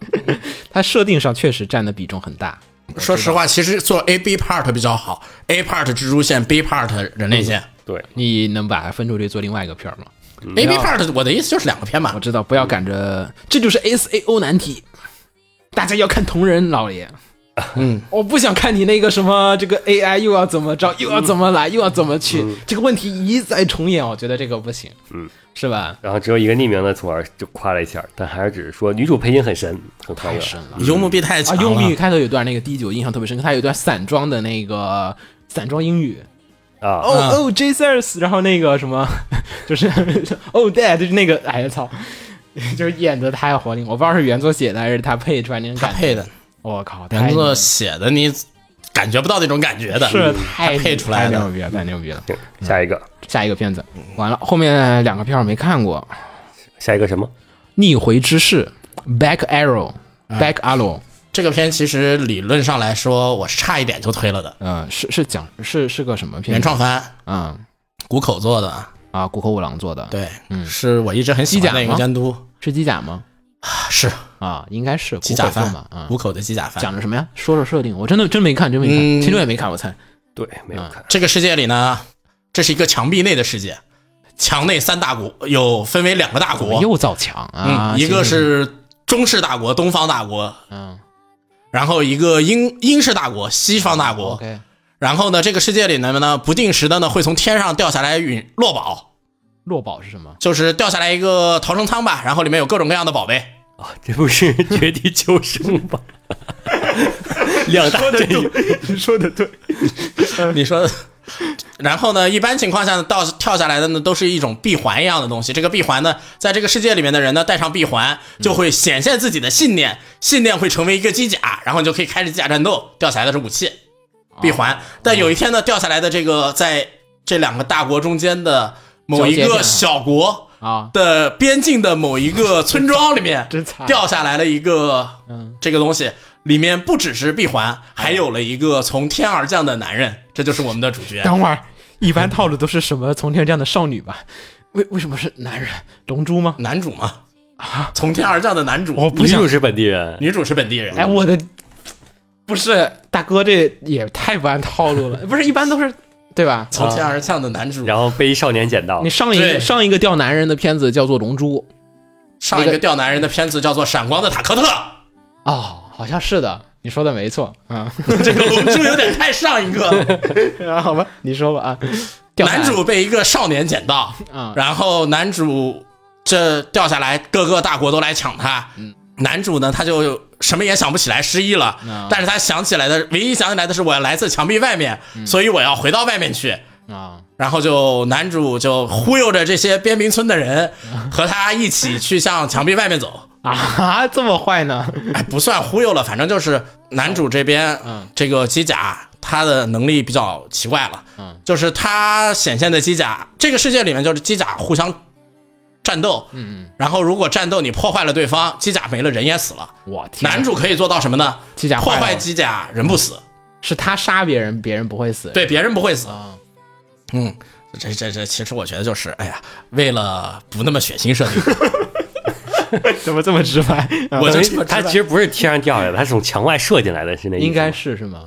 Speaker 1: 它设定上确实占的比重很大。
Speaker 3: 说实话，其实做 A B part 比较好，A part 蜘蛛线，B part 人类线。
Speaker 2: 对，
Speaker 1: 你能把它分出去做另外一个片儿吗？
Speaker 3: A
Speaker 1: 嗯
Speaker 3: B part 我的意思就是两个片嘛
Speaker 1: 我，知道，不要赶着，这就是 S A O 难题。大家要看同人，老爷。
Speaker 3: 嗯，
Speaker 1: 我不想看你那个什么，这个 AI 又要怎么着，又要怎么来，又要怎么去，这个问题一再重演，我觉得这个不行，
Speaker 2: 嗯，
Speaker 1: 是吧？
Speaker 2: 然后只有一个匿名的从而就夸了一下，但还是只是说女主配音很神，很欢乐。
Speaker 1: 了
Speaker 3: 幽默币太
Speaker 1: 啊
Speaker 3: 强！了。
Speaker 1: 用英语开头有一段那个第一集我印象特别深刻，它有一段散装的那个散装英语，
Speaker 2: 啊！
Speaker 1: 哦哦 Jesus，然后那个什么， 就是哦 Dad，就是那个哎呀操， 就是演的太活灵，我不知道是原作写的还是他配出来那种
Speaker 3: 他
Speaker 1: 感觉，
Speaker 3: 配的
Speaker 1: 我靠，太
Speaker 3: 原
Speaker 1: 牛
Speaker 3: 作
Speaker 1: 了
Speaker 3: 写的你感觉不到那种感觉的，
Speaker 1: 是
Speaker 3: 他
Speaker 1: 太
Speaker 3: 配出来
Speaker 1: 太
Speaker 3: 的
Speaker 1: 牛逼了，太牛逼了。嗯
Speaker 2: 行下一个，
Speaker 1: 下一个片子完了，后面两个片儿我没看过，《
Speaker 2: 下一个什么？
Speaker 1: 逆回之势》Back Arrow。Back Arrow，
Speaker 3: 这个片其实理论上来说，我是差一点就推了的。
Speaker 1: 嗯、是是讲是是个什么片？
Speaker 3: 原，创番，
Speaker 1: 嗯
Speaker 3: 谷口做的，
Speaker 1: 啊，谷口五郎做的，，
Speaker 3: 对，是我一直很喜
Speaker 1: 机
Speaker 3: 欢
Speaker 1: 甲
Speaker 3: 的一个
Speaker 1: 吗
Speaker 3: 监督，
Speaker 1: 是机甲吗？
Speaker 3: 是
Speaker 1: 啊，应该是
Speaker 3: 机
Speaker 1: 谷
Speaker 3: 甲
Speaker 1: 口做
Speaker 3: 番
Speaker 1: 嘛，啊、
Speaker 3: 谷口的机甲番。
Speaker 1: 讲的什么呀？说说设定，我真的真没看，真没看，
Speaker 3: 嗯
Speaker 1: 听众也没看，我猜。
Speaker 2: 对，没有看。
Speaker 3: 这个世界里呢，这是一个墙壁内的世界，墙内三大国有分为两个大国，
Speaker 1: 又造墙啊、
Speaker 3: 嗯，一个
Speaker 1: 行行
Speaker 3: 是中式大国、东方大国，
Speaker 1: 嗯
Speaker 3: 然后一个英英式大国、西方大国。
Speaker 1: 哦，OK，
Speaker 3: 然后呢，这个世界里呢呢，不定时的呢会从天上掉下来陨落宝，
Speaker 1: 落宝是什么？
Speaker 3: 就是掉下来一个逃生舱吧，然后里面有各种各样的宝贝。
Speaker 2: 啊，这不是《绝地求生》吗？两大阵营，
Speaker 3: 你说。然后呢，一般情况下呢，到跳下来的呢都是一种闭环一样的东西。这个闭环呢，在这个世界里面的人呢，戴上闭环就会显现自己的信念，信念会成为一个机甲，然后你就可以开始机甲战斗。掉下来的是武器，闭
Speaker 1: 哦
Speaker 3: 环。但有一天呢，掉下来的这个在这两个大国中间的某
Speaker 1: 交
Speaker 3: 一
Speaker 1: 界点
Speaker 3: 个
Speaker 1: 啊
Speaker 3: 小国
Speaker 1: 啊，
Speaker 3: 的边境的某一个村庄里 面
Speaker 1: 真惨
Speaker 3: 掉下来了一个
Speaker 1: 啊嗯，哎
Speaker 3: 这个东西里面不只是闭环，还有了一个从天而降的男人，这就是我们的主角。
Speaker 1: 等会儿，一般套路都是什么从天这样的少女吧？为为什么是男人？龙珠吗？
Speaker 3: 男主嘛，从天而降的男主，
Speaker 1: 啊我不
Speaker 2: 女
Speaker 1: 想
Speaker 2: 主，是本地人，
Speaker 3: 女主是本地人。
Speaker 1: 哎，我的不是大哥，这也太不按套路了，不是一般都是对吧？
Speaker 3: 从天而降的男主，
Speaker 1: 啊
Speaker 2: 然后被一少年捡到
Speaker 1: 你。上一
Speaker 3: 对
Speaker 1: 个上一个钓男人的片子叫做《龙珠
Speaker 3: 上一个钓男人的片子叫做《闪光的塔克特》，》
Speaker 1: 哦，好像是的，你说的没错啊。
Speaker 3: 这个龙珠有点太上一个 了。
Speaker 1: 啊，好吧，你说吧啊。钓
Speaker 3: 男主被一个少年捡到，
Speaker 1: 啊，
Speaker 3: 然后男主这掉下来，各个大国都来抢他。男主呢，他就什么也想不起来，失忆了。
Speaker 1: 嗯
Speaker 3: 但是他想起来的，唯一想起来的是我来自墙壁外面，所以我要回到外面去。
Speaker 1: 啊，
Speaker 3: 然后就男主就忽悠着这些边民村的人和他一起去向墙壁外面走。
Speaker 1: 啊，这么坏呢？
Speaker 3: 哎，不算忽悠了，反正就是男主这边，
Speaker 1: 嗯
Speaker 3: 这个机甲他的能力比较奇怪了，
Speaker 1: 嗯，
Speaker 3: 就是他显现的机甲，这个世界里面就是机甲互相战斗，嗯，然后如果战斗你破坏了对方，机甲没了，人也死了。
Speaker 1: 我天，
Speaker 3: 男主可以做到什么呢？
Speaker 1: 机甲
Speaker 3: 破
Speaker 1: 坏
Speaker 3: 坏
Speaker 1: 了
Speaker 3: 机甲，人不死。
Speaker 1: 是他杀别人，别人不会死。
Speaker 3: 对，别人不会死。嗯，这这这，其实我觉得就是，哎呀，为了不那么血腥 设定，
Speaker 5: 怎么这么直白？
Speaker 3: 我就这么
Speaker 2: 他
Speaker 3: 知道
Speaker 2: 其实不是天上掉下来的，他是从墙外射进来的，是那意思吗
Speaker 1: 应该是是吗？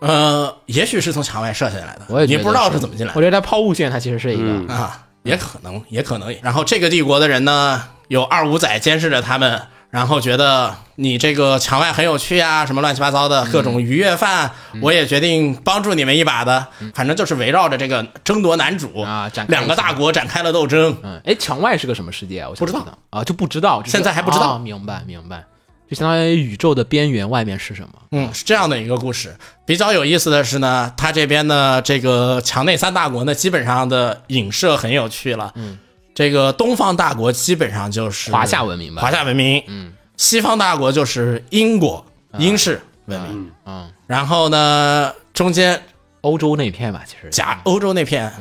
Speaker 3: 呃，也许是从墙外射进来的，
Speaker 1: 我也觉
Speaker 3: 你
Speaker 1: 得
Speaker 3: 不知道
Speaker 1: 是
Speaker 3: 是怎么进来
Speaker 1: 我
Speaker 3: 的
Speaker 1: 觉得他抛物线，他其实是一个，
Speaker 2: 嗯
Speaker 3: 啊，也可能，也可能。然后这个帝国的人呢，有二五仔监视着他们，然后觉得你这个墙外很有趣啊，什么乱七八糟的各种愉悦犯，
Speaker 1: 嗯
Speaker 3: 我也决定帮助你们一把的。反正就是围绕着这个争夺男主
Speaker 1: 啊展开
Speaker 3: 两个大国展开了斗争。
Speaker 1: 嗯，哎，墙外是个什么世界啊？我想
Speaker 3: 不知道
Speaker 1: 道啊，就不知道，就是
Speaker 3: 现在还不知道
Speaker 1: 哦明白明白，就相当于宇宙的边缘外面是什么？
Speaker 3: 嗯，是这样的一个故事。比较有意思的是呢，它这边呢，这个墙内三大国呢，基本上的影射很有趣了。嗯，这个东方大国基本上就是
Speaker 1: 华夏文明吧？
Speaker 3: 华夏文明，嗯，西方大国就是英国、英式文明，
Speaker 1: 嗯，
Speaker 3: 然后呢，中间
Speaker 1: 欧洲那片吧，其实
Speaker 3: 夹欧洲那片，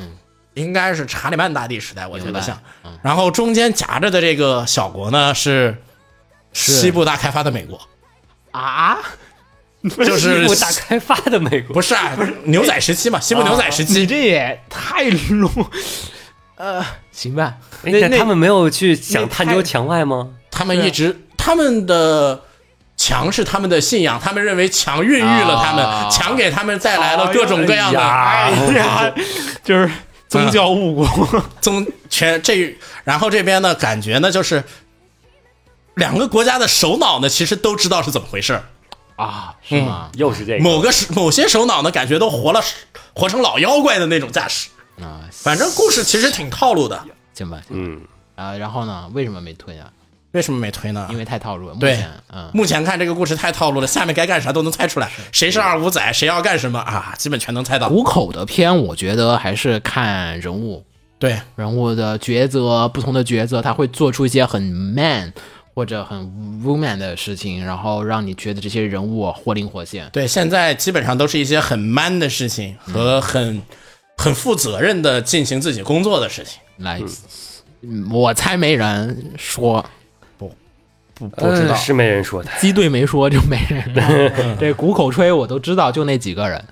Speaker 3: 应该是查理曼大帝时代，我觉
Speaker 1: 明
Speaker 3: 得
Speaker 1: 白
Speaker 3: 像，然后中间夹着的这个小国呢是西部大开发的美国，
Speaker 1: 啊，
Speaker 3: 就是
Speaker 2: 西部大开发的美国，
Speaker 3: 不是啊，不是牛仔时期嘛，西部牛仔时期
Speaker 1: 你这也太 low，呃，行吧，
Speaker 2: 那
Speaker 1: 那
Speaker 2: 他们没有去想
Speaker 1: 那太
Speaker 2: 探究墙外吗？
Speaker 3: 他们一直他们的墙是他们的信仰，他们认为墙孕育了他
Speaker 1: 啊
Speaker 3: 们，墙给他们带来了各种各样的
Speaker 5: 哎 呀，就是宗教误国，
Speaker 1: 哦
Speaker 3: 宗全这，然后这边呢，感觉呢就是两个国家的首脑呢，其实都知道是怎么回事儿。
Speaker 1: 啊，
Speaker 3: 嗯
Speaker 1: 是吗？
Speaker 2: 又是这个，
Speaker 3: 某个是某些首脑呢，感觉都活了活成老妖怪的那种架势。
Speaker 1: 啊，
Speaker 3: 反正故事其实挺套路的。
Speaker 1: 行吧，
Speaker 2: 嗯，
Speaker 1: 啊，然后呢？为什么没推啊？
Speaker 3: 为什么没推呢？
Speaker 1: 因为太套路了。目
Speaker 3: 对
Speaker 1: 前，嗯，
Speaker 3: 目前看这个故事太套路了，下面该干啥都能猜出来，谁是二五仔，谁要干什么啊，基本全能猜到。
Speaker 1: 谷口的片，我觉得还是看人物，
Speaker 3: 对，
Speaker 1: 人物的抉择，不同的抉择，他会做出一些很 man 或者很 woman 的事情，然后让你觉得这些人物啊活灵活现。
Speaker 3: 对，现在基本上都是一些很 man 的事情和很、很负责任的进行自己工作的事情。
Speaker 1: 来，嗯我猜没人说，
Speaker 3: 不不知
Speaker 2: 呃
Speaker 3: 道，
Speaker 2: 是没人说的，
Speaker 1: 鸡队没说就没人。这谷口吹我都知道，就那几个人，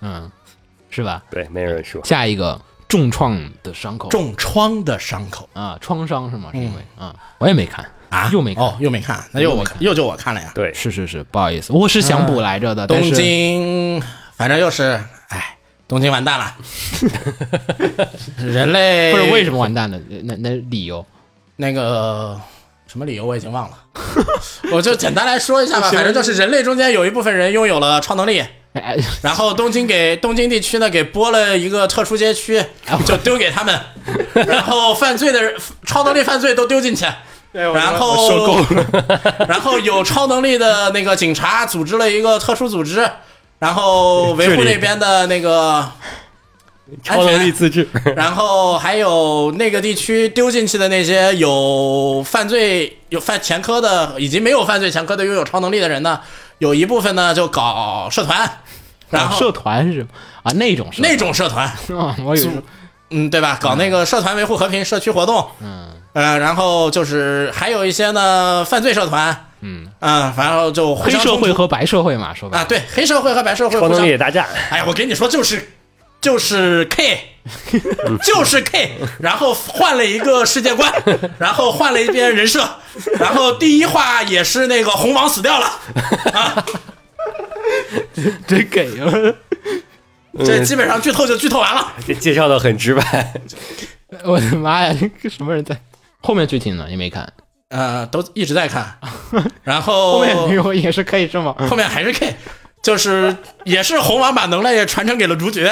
Speaker 1: 嗯，是吧？
Speaker 2: 对，没有人说。
Speaker 1: 下一个重创的伤口，
Speaker 3: 重创的伤口。
Speaker 1: 啊，创伤是吗？是因为啊，我也没看
Speaker 3: 啊，
Speaker 1: 又没看。
Speaker 3: 哦，又没看，那又
Speaker 1: 又没
Speaker 3: 我
Speaker 1: 看
Speaker 3: 又就我看了呀。
Speaker 2: 对，
Speaker 1: 是是是，不好意思，我是想补来着的，但
Speaker 3: 嗯东
Speaker 1: 是
Speaker 3: 京，反正又是，哎，东京完 蛋了，人类
Speaker 1: 不是为什么完蛋的？那那理由
Speaker 3: 那个什么理由我已经忘了，我就简单来说一 下吧。反正就是人类中间有一部分人拥有了超能力，
Speaker 1: 哎，
Speaker 3: 然后东京给东京地区呢给拨了一个特殊街区，就丢给 他们，然后犯罪的人超能力犯罪都丢进去。然后
Speaker 5: 受够了，
Speaker 3: 然后有超能力的那个警察组织了一个特殊组织，然后维护那边的那个安
Speaker 2: 超能力
Speaker 3: 全，啊
Speaker 2: 自制，
Speaker 3: 然后还有那个地区丢进去的那些有犯罪、有犯前科的，以及没有犯罪前科的拥有超能力的人呢，有一部分呢就搞社团，然后
Speaker 1: 社团是什么啊那种是
Speaker 3: 那种社团，
Speaker 1: 啊，我以为
Speaker 3: 嗯，对吧？搞那个社团维护和平、社区活动，嗯，呃，然后就是还有一些呢犯罪社团，嗯，啊，然后就互
Speaker 1: 黑
Speaker 3: 相
Speaker 1: 社
Speaker 3: 冲
Speaker 1: 会
Speaker 3: 突
Speaker 1: 和白社会嘛，说白
Speaker 3: 啊，
Speaker 1: 了
Speaker 3: 对，黑社会和白社会
Speaker 2: 超
Speaker 3: 互
Speaker 2: 能
Speaker 3: 相
Speaker 2: 力，大战，
Speaker 3: 哎呀，我跟你说，就是就是 K，就是 K，然后换了一个世界观，然后换了一边人设，然后第一话也是那个红王死掉了，啊
Speaker 1: 真给了
Speaker 3: 这基本上剧透就剧透完了。
Speaker 2: 这介绍的很直白，
Speaker 1: 我的妈呀，这个什么人在后面剧情呢？也没看，
Speaker 3: 呃，都一直在看，然后
Speaker 1: 后 面没有也是可以这么
Speaker 3: 后面还是 K，就是也是红王把能量也传承给了主角，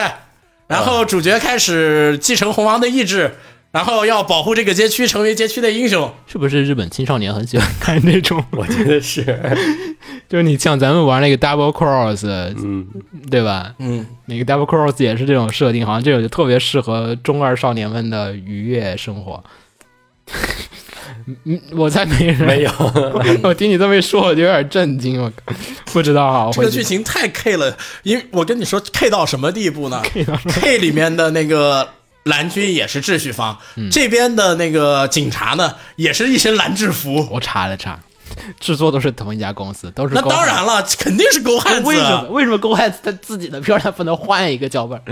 Speaker 3: 然
Speaker 1: 啊
Speaker 3: 后主角开始继承红王的意志，然后要保护这个街区，成为街区的英雄。
Speaker 1: 是不是日本青少年很喜欢看这种？
Speaker 2: 我觉得是，
Speaker 1: 就是你像咱们玩那个 Double Cross，
Speaker 2: 嗯，
Speaker 1: 对吧？
Speaker 3: 嗯，
Speaker 1: 那个 Double Cross 也是 这种设定，好像这种就特别适合中二少年们的愉悦生活。嗯，我才没人
Speaker 2: 没有，
Speaker 1: 我听你这么一说，我就有点震惊，我靠 不知道啊。我
Speaker 3: 这
Speaker 1: 回
Speaker 3: 个
Speaker 1: 去
Speaker 3: 剧情太 K 了，因为我跟你说 K 到什么地步 呢？K 里面的那个蓝军也是秩
Speaker 1: 嗯
Speaker 3: 序方，这边的那个警察呢也是一身蓝制服，
Speaker 1: 我查了查，制作都是同一家公司，都是
Speaker 3: 那
Speaker 1: Go
Speaker 3: 当
Speaker 1: Heads
Speaker 3: 然了，肯定是狗汉
Speaker 1: 哎为
Speaker 3: 子
Speaker 1: 什么
Speaker 3: 啊。
Speaker 1: 为什么 Go Heads 他自己的片儿他不能换一个脚本儿？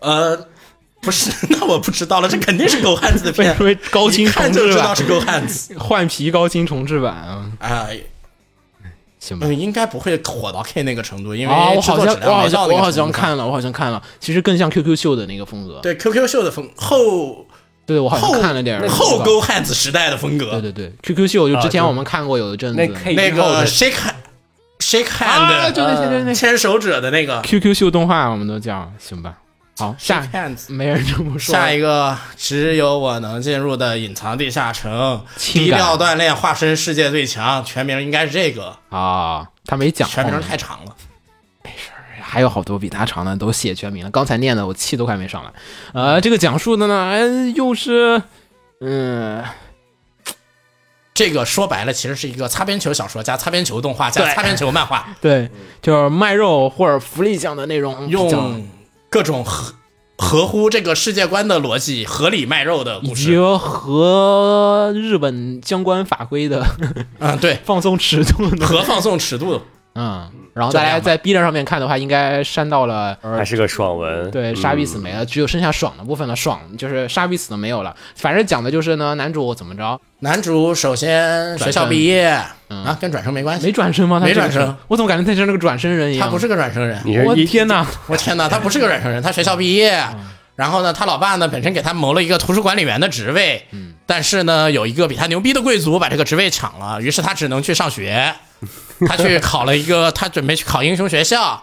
Speaker 3: 呃，不是， 那我不知道了，这肯定是狗汉子的片，
Speaker 1: 因为高
Speaker 3: 一
Speaker 1: 清
Speaker 3: 看
Speaker 1: 重
Speaker 3: 就
Speaker 1: 制
Speaker 3: 知道
Speaker 1: 版，
Speaker 3: 是狗汉 子
Speaker 1: 换皮高清重制版啊，
Speaker 3: 啊。
Speaker 1: 行吧
Speaker 3: 嗯，。应该不会火到 K 那个程度，因为
Speaker 1: 啊，我
Speaker 3: 哎制
Speaker 1: 好
Speaker 3: 作
Speaker 1: 像
Speaker 3: 质
Speaker 1: 我
Speaker 3: 量
Speaker 1: 好
Speaker 3: 没到
Speaker 1: 像
Speaker 3: 那
Speaker 1: 我
Speaker 3: 个
Speaker 1: 好
Speaker 3: 程
Speaker 1: 像
Speaker 3: 度。
Speaker 1: 看了，我好像看了，其实更像 QQ 秀的那个风格。
Speaker 3: 对 QQ 秀的风后
Speaker 1: 对，我好像
Speaker 3: 后
Speaker 1: 看了点儿
Speaker 3: 后。勾汉子时代的风
Speaker 1: 对
Speaker 3: 格，
Speaker 1: 对对，QQ 秀就
Speaker 2: 啊
Speaker 1: 之前
Speaker 2: 就
Speaker 1: 我们看过有一阵子
Speaker 2: 那 K
Speaker 3: 那
Speaker 2: 一后
Speaker 3: 个
Speaker 2: 的
Speaker 3: shake hand- shake
Speaker 1: 啊，
Speaker 3: hand 呃
Speaker 1: 对对对对对
Speaker 3: 牵手者的那个
Speaker 1: ，QQ 秀动画我们都叫行吧。好，下
Speaker 3: shake hands。
Speaker 1: 没人这么说。
Speaker 3: 下一个只有我能进入的隐藏地下城，
Speaker 1: 情
Speaker 3: 低
Speaker 1: 感
Speaker 3: 调锻炼，化身世界最强，全名应该是这个，
Speaker 1: 啊，他没讲
Speaker 3: 全
Speaker 1: 后
Speaker 3: 名
Speaker 1: 面
Speaker 3: 太长了。
Speaker 1: 还有好多比他长的都写全名了，刚才念的我气都快没上来。呃，这个讲述的呢，哎，又是嗯，
Speaker 3: 这个说白了，其实是一个擦边球小说家、擦边球动画加
Speaker 1: 对
Speaker 3: 擦边球漫画，
Speaker 1: 对，就是卖肉或者福利酱的内容，比较
Speaker 3: 用各种合合乎这个世界观的逻辑合理卖肉的
Speaker 1: 以
Speaker 3: 故
Speaker 1: 及
Speaker 3: 事。
Speaker 1: 和日本相关法规的
Speaker 3: 嗯，对，
Speaker 1: 放松尺度的，
Speaker 3: 和放送尺度。
Speaker 1: 嗯，然后
Speaker 3: 就
Speaker 1: 大
Speaker 3: 这样
Speaker 1: 家
Speaker 3: 吧
Speaker 1: 在 B 站上面看的话，应该删到了，
Speaker 2: 还
Speaker 1: 呃
Speaker 2: 是个爽文，嗯
Speaker 1: 对，杀必死没
Speaker 3: 嗯
Speaker 1: 了，只有剩下爽的部分了，爽就是杀必死的没有了，反正讲的就是呢，男主怎么着
Speaker 3: 男主首先学校毕业、啊，跟转生没关 系，
Speaker 1: 没转身吗？他
Speaker 3: 没
Speaker 1: 这个
Speaker 3: 转身
Speaker 1: 是，我怎么感觉他像那个转身人一样？
Speaker 3: 他不是个转生人。
Speaker 2: 你是
Speaker 1: 我
Speaker 2: 一
Speaker 1: 天哪！
Speaker 3: 我天哪，他不是个软生人，他学校毕业，
Speaker 1: 嗯
Speaker 3: 然后呢，他老爸呢本身给他谋了一个图书管理员的职位，嗯，但是呢，有一个比他牛逼的贵族把这个职位抢了，于是他只能去上学，他去考了一个，他准备去考英雄学校，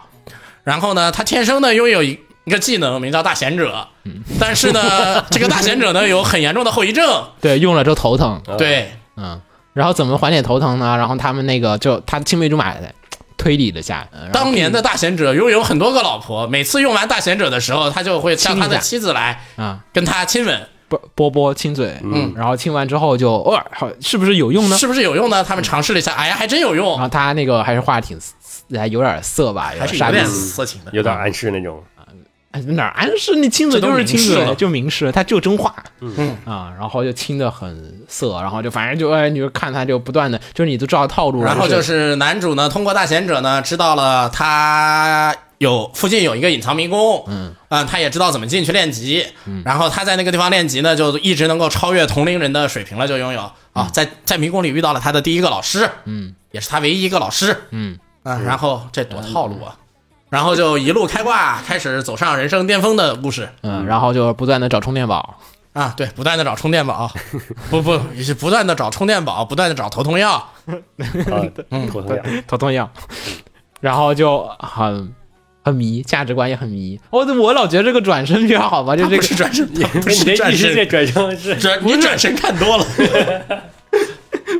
Speaker 3: 然后呢，他天生呢拥有一一个技能，名叫大贤者，
Speaker 1: 嗯
Speaker 3: 但是呢，这个大贤者呢有很严重的后遗症，
Speaker 1: 对，用了之后头疼，
Speaker 3: 对，
Speaker 1: 嗯，然后怎么缓解头疼呢？然后他们那个就他青梅竹马的推理了一下，呃然后
Speaker 3: 当年的大贤者拥有很多个老婆，每次用完大贤者的时候，他就会叫他的妻子来
Speaker 1: 啊
Speaker 3: 跟他亲吻，
Speaker 1: 波波波亲嘴，
Speaker 3: 嗯
Speaker 1: 然后亲完之后就呃偶尔好是不是有用呢？
Speaker 3: 是不是有用呢？他们尝试了一下，哎呀，还真有用
Speaker 1: 然，后他那个还是画的挺还有点色吧，有
Speaker 3: 还
Speaker 1: 点
Speaker 3: 是
Speaker 1: 傻
Speaker 3: 有
Speaker 1: 逼
Speaker 3: 点。色情的。
Speaker 2: 有点暗示那种，
Speaker 1: 哎哪儿暗示你亲嘴
Speaker 3: 这都
Speaker 1: 就是
Speaker 3: 明
Speaker 1: 亲
Speaker 3: 示了
Speaker 1: 嘴，就明示，他就真画，
Speaker 3: 嗯
Speaker 1: 啊，然后就亲的很色，然后就反正就哎，你就看他就不断的，就是你都照套路，
Speaker 3: 然后就是是男主呢，通过大贤者呢，知道了他有附近有一个隐藏迷宫，嗯，他也知道怎么进去练级，然后他在那个地方练级呢，就一直能够超越同龄人的水平了，就拥有啊，在在迷宫里遇到了他的第一个老师，嗯，也是他唯一一个老师，
Speaker 1: 嗯
Speaker 3: 啊，然后这多套路啊，然后就一路开挂，开始走上人生巅峰的故事。
Speaker 1: 嗯，然后就不断的找充电宝，
Speaker 3: 啊，对，不断的找充电宝，不不，也是不断的找充电宝，不断的找头痛药，
Speaker 2: 啊，头疼
Speaker 5: 嗯
Speaker 2: 痒，
Speaker 1: 头痛 药，然后就很很迷，价值观也很迷。我我老觉得这个转身比较好吧，就
Speaker 3: 他
Speaker 1: 这个
Speaker 3: 不是转身，他不
Speaker 2: 你
Speaker 3: 是
Speaker 2: 这
Speaker 3: 转
Speaker 2: 异世界
Speaker 3: 身，
Speaker 2: 转生是
Speaker 3: 转你转身看多了，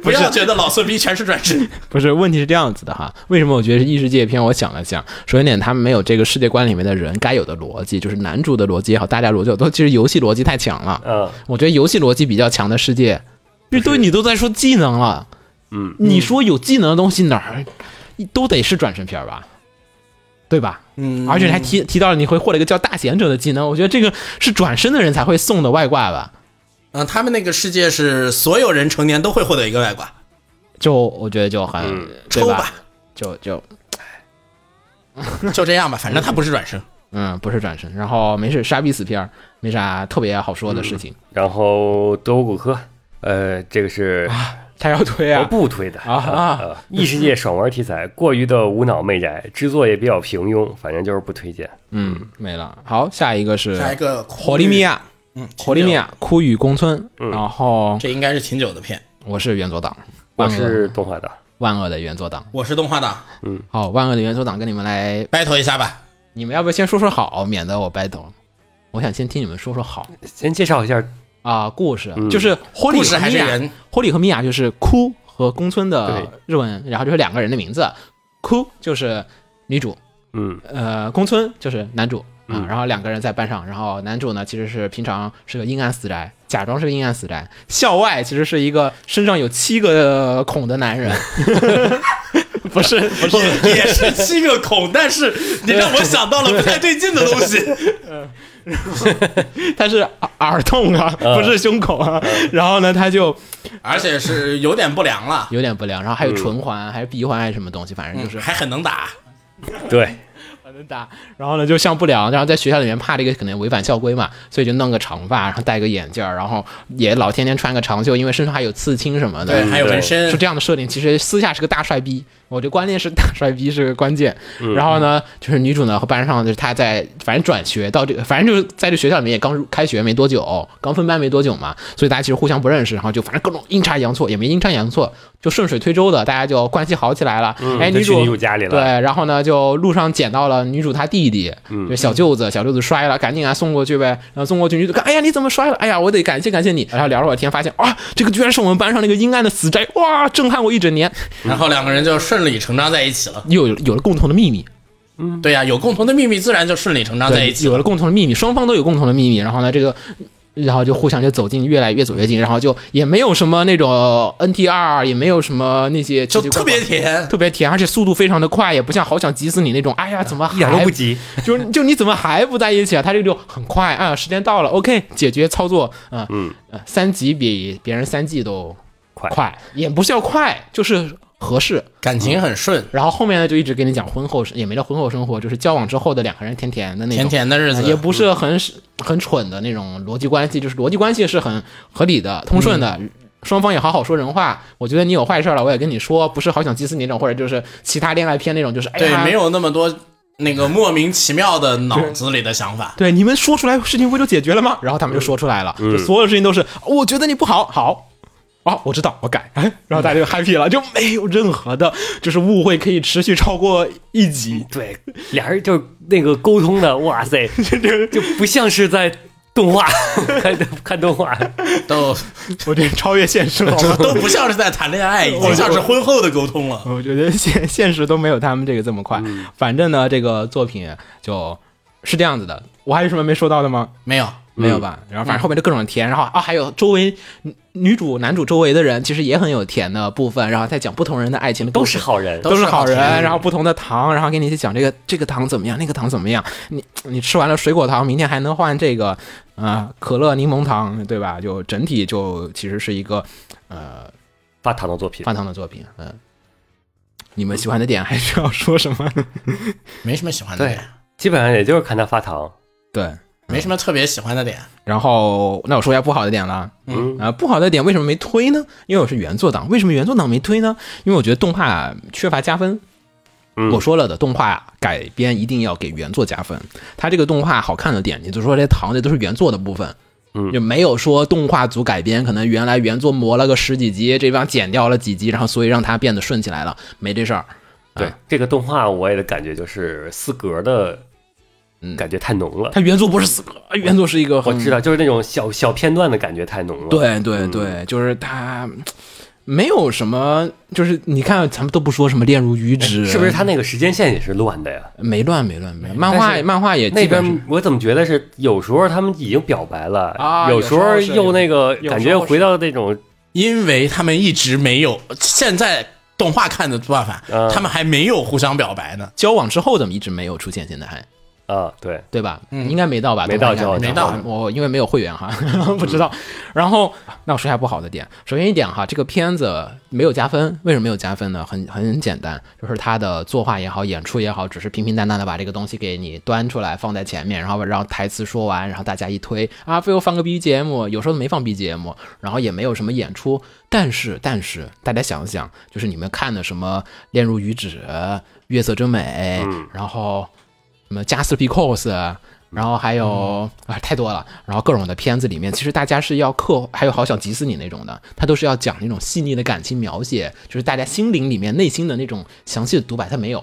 Speaker 3: 不要觉得老色逼全是转身，
Speaker 1: 不是问题是这样子的哈。为什么我觉得是异世界片？我想了想，首先点他们没有这个世界观里面的人该有的逻辑，就是男主的逻辑也好，大家逻辑也好都其实游戏逻辑太强了。
Speaker 2: 啊，
Speaker 1: 我觉得游戏逻辑比较强的世界，就对你都在说技能了，
Speaker 2: 嗯，
Speaker 1: 你说有技能的东西哪儿都得是转身片儿吧，对吧？
Speaker 3: 嗯
Speaker 1: 而且还提提到了你会获得一个叫大贤者的技能，我觉得这个是转身的人才会送的外挂吧。
Speaker 3: 嗯、他们那个世界是所有人成年都会获得一个外挂，
Speaker 1: 就我觉得就很、
Speaker 2: 嗯
Speaker 1: 对
Speaker 3: 抽
Speaker 1: 吧
Speaker 3: 吧？
Speaker 1: 就就
Speaker 3: 就这样吧，反正他不是转身，
Speaker 1: 嗯，不是转身，然后没事杀必死片儿，没啥特别好说的事情。
Speaker 2: 然后德国骨科，呃，这个是
Speaker 1: 他要推
Speaker 2: 我
Speaker 1: 啊，
Speaker 2: 不推的
Speaker 1: 啊啊
Speaker 2: 呃异世界爽文题材，过于的无脑媚宅，制作也比较平庸，反正就是不推荐。
Speaker 1: 嗯，没了。好，下一个是
Speaker 3: 下一个
Speaker 1: 啊火力米，亚，
Speaker 3: 嗯，
Speaker 1: 火力米亚枯雨宫村，然后
Speaker 3: 这应该是秦九的片，
Speaker 1: 我是原作党，
Speaker 2: 我
Speaker 1: 万恶
Speaker 2: 是动画党，
Speaker 1: 万恶的原作党。
Speaker 3: 我是动画党
Speaker 1: 好，万恶的原作党跟你们来，
Speaker 3: ，battle 一下吧，
Speaker 1: 你们要不要先说说好，免得我掰头。我想先听你们说说好
Speaker 2: 先介绍一下，
Speaker 1: 啊、故事
Speaker 2: 嗯
Speaker 1: 就是火力
Speaker 3: 故事
Speaker 1: 和
Speaker 3: 还
Speaker 1: 米
Speaker 3: 是
Speaker 1: 娅
Speaker 3: 人，
Speaker 1: 霍利和米娅就是哭和宫村
Speaker 2: 对
Speaker 1: 的日文，然后就是两个人的名字，哭就是女主，
Speaker 2: 嗯，
Speaker 1: 呃，宫村就是男主啊、
Speaker 2: 嗯
Speaker 1: 然后两个人在班上，然后男主呢其实是平常是个阴暗死宅，假装是个阴暗死 宅，校外其实是一个身上有七个孔的男人。
Speaker 5: 不是不是，
Speaker 3: 也也是七个孔，但是你让我想到了不太对劲的东西。
Speaker 5: 他是耳耳痛啊，不是胸口啊。然后呢，他就
Speaker 3: 而且是有点不良了，
Speaker 8: 有点不良，然后还有
Speaker 1: 嗯
Speaker 8: 唇环，还是鼻环，还是什么东西，反正就是
Speaker 3: 还很能打。
Speaker 2: 对，
Speaker 8: 很能打。
Speaker 1: 然后呢就上不了，然后在学校里面怕这个可能违反校规嘛，所以就弄个长发，然后戴个眼镜儿，然后也老天天穿个长袖，因为身上还有刺青什么的。
Speaker 3: 对，还有纹身
Speaker 1: 是，这样的设定，其实私下是个大帅逼，我觉得关键是大帅逼是个关键。
Speaker 3: 嗯
Speaker 1: 然后呢，就是女主呢和班上就是她在反正转学到这个，反正就是在这学校里面也刚入开学没多久，刚分班没多久嘛，所以大家其实互相不认识，然后就反正各种阴差阳错，也没阴差阳错，就顺水推舟的，大家就关系好起来了。
Speaker 3: 嗯
Speaker 1: 哎，
Speaker 2: 就
Speaker 1: 女
Speaker 2: 去
Speaker 1: 主
Speaker 2: 女主家里了。
Speaker 1: 对，然后呢，就路上捡到了女主她弟弟，
Speaker 2: 嗯
Speaker 1: 就小舅子，小舅子摔了，赶紧给他啊送过去呗。然后送过去，女主看，哎呀，你怎么摔了？哎呀，我得感谢感谢你。然后聊了会儿天，发现啊，这个居然是我们班上那个阴暗的死宅，哇，震撼我一整年。
Speaker 3: 然后两个人就顺理成章在一起了。
Speaker 1: 又有有了共同的秘密，
Speaker 3: 对呀、有共同的秘密，自然就顺理
Speaker 2: 啊
Speaker 3: 成章在一
Speaker 1: 对，
Speaker 3: 起
Speaker 1: 有
Speaker 3: 了。
Speaker 1: 了共同的秘密，双方都有共同的秘密。然后呢，这个。然后就互相就走近，越来越走越近，然后就也没有什么那种 NTR，也没有什么那些
Speaker 3: 就特别甜，
Speaker 1: 特别甜，而且速度非常的快，也不像好想急死你那种，哎呀，怎么还
Speaker 2: 一点都不急，
Speaker 1: 就就你怎么还不在一起啊？他这个就很快啊，时间到了，OK，解决操作，啊、
Speaker 2: 嗯
Speaker 1: 呃，三级比别人三季都
Speaker 2: 快
Speaker 1: 快，也不是要快，就是合适。
Speaker 3: 感情很顺，
Speaker 1: 然后后面呢，就一直跟你讲婚后生，也没叫婚后生活，就是交往之后的两个人甜甜的那种，
Speaker 3: 甜甜的日子。
Speaker 1: 也不是很很蠢的那种逻辑关系，就是逻辑关系是很合理的、
Speaker 3: 嗯
Speaker 1: 通顺的。双方也好好说人话，我觉得你有坏事了，我也跟你说，不是好想急死你那种，或者就是其他恋爱片那种，就是哎
Speaker 3: 对
Speaker 1: 呀，，
Speaker 3: 没有那么多那个莫名其妙的脑子里的 想法。
Speaker 1: 对，你们说出来事情不就解决了吗？然后他们就说出来了，
Speaker 3: 嗯
Speaker 1: 就所有事情都是哦我觉得你不好，好，哦，我知道，我改，哎 然后大家就 happy 了，就没有任何的，就是误会可以持续超过一集，
Speaker 2: 对，俩人就那个沟通的，哇塞，就不像是在动画看 看动画，
Speaker 3: 都
Speaker 1: 我觉得超越现实了。好吗
Speaker 3: 都不像是在谈恋爱，已经像是婚后的沟通了。
Speaker 1: 我觉得 现现实都没有他们这个这么快。反正呢，这个作品就是这样子的。我还有什么没说到的吗？
Speaker 3: 没有，
Speaker 1: 没有吧？然后反正后面就各种甜，然后啊，还有周围女女主、男主周围的人其实也很有甜的部分，然后再讲不同人的爱情的故
Speaker 2: 都
Speaker 1: 事
Speaker 2: 是好人，
Speaker 3: 都
Speaker 1: 都是好
Speaker 3: 好
Speaker 1: 人，
Speaker 3: 甜
Speaker 1: 然后不同的糖，然后给你去讲这个这个糖怎么样，那个糖怎么样。你你吃完了水果糖，明天还能换这个啊、呃可乐柠檬糖，对吧？就整体就其实是一个呃
Speaker 2: 发糖的作品。
Speaker 1: 饭堂的作品，嗯、你们喜欢的点还需要说什么？
Speaker 3: 没什么喜欢的点，
Speaker 2: 基本上也就是看他发糖，
Speaker 1: 对，
Speaker 3: 没什么特别喜欢的点。
Speaker 1: 然后那我说一下不好的点了。
Speaker 2: 嗯，
Speaker 1: 啊，不好的点为什么没推呢？因为我是原作党。为什么原作党没推呢？因为我觉得动画缺乏加分。
Speaker 2: 嗯
Speaker 1: 我说了的，动画改编一定要给原作加分。它这个动画好看的点，也就是说这些糖这都是原作的部分，
Speaker 2: 嗯
Speaker 1: 就没有说动画组改编，可能原来原作磨了个十几集，这帮剪掉了几集，然后所以让它变得顺起来了，没这事儿。
Speaker 2: 对，
Speaker 1: 啊
Speaker 2: 这个动画我也的感觉就是四格的
Speaker 1: 嗯
Speaker 2: 感觉太浓了。
Speaker 1: 它原作不是死格，原作是一个
Speaker 2: 我
Speaker 1: 很
Speaker 2: 知道，就是那种小小片段的感觉太浓了。，
Speaker 1: 对对对，就是他没有什么，就是你看，咱们都不说什么恋如鱼脂，
Speaker 2: 是不是他那个时间线也是乱的呀？
Speaker 1: 没乱没乱没乱？漫
Speaker 2: 但
Speaker 1: 画
Speaker 2: 是
Speaker 1: 漫画也
Speaker 2: 那
Speaker 1: 基本是
Speaker 2: 边我怎么觉得是有时候他们已经表白了，
Speaker 1: 啊
Speaker 2: 有
Speaker 1: 有时候是
Speaker 2: 又那个
Speaker 1: 有
Speaker 2: 感
Speaker 1: 时
Speaker 2: 觉
Speaker 1: 候
Speaker 2: 又回到那种
Speaker 3: 因为他们一直没有，现在动画看的办法，
Speaker 2: 嗯
Speaker 3: 他们还没有互相表白呢。
Speaker 1: 交往之后怎么一直没有出现？现在还
Speaker 2: 啊，对，
Speaker 1: 对吧？
Speaker 3: 嗯
Speaker 1: 应该没到吧？
Speaker 2: 没到
Speaker 1: 动画应该
Speaker 3: 没到
Speaker 1: 没我因为没有会员哈， 不知道。然后那我说一下不好的点，首先一点哈，这个片子没有加分，为什么没有加分呢？很很简单，就是它的作画也好，演出也好，只是平平淡淡的把这个东西给你端出来放在前面，然后让台词说完，然后大家一推啊，非要放个 BGM，有时候没放 BGM，然后也没有什么演出。但是但是大家想想，就是你们看的什么《恋如雨止》《月色真美》
Speaker 2: 嗯
Speaker 1: 然后。什么加斯 because，然后还有
Speaker 2: 嗯
Speaker 1: 啊、太多了，然后各种的片子里面，其实大家是要刻，还有好想急死你那种的，他都是要讲那种细腻的感情描写，就是大家心灵里面内心的那种详细的独白，他没有。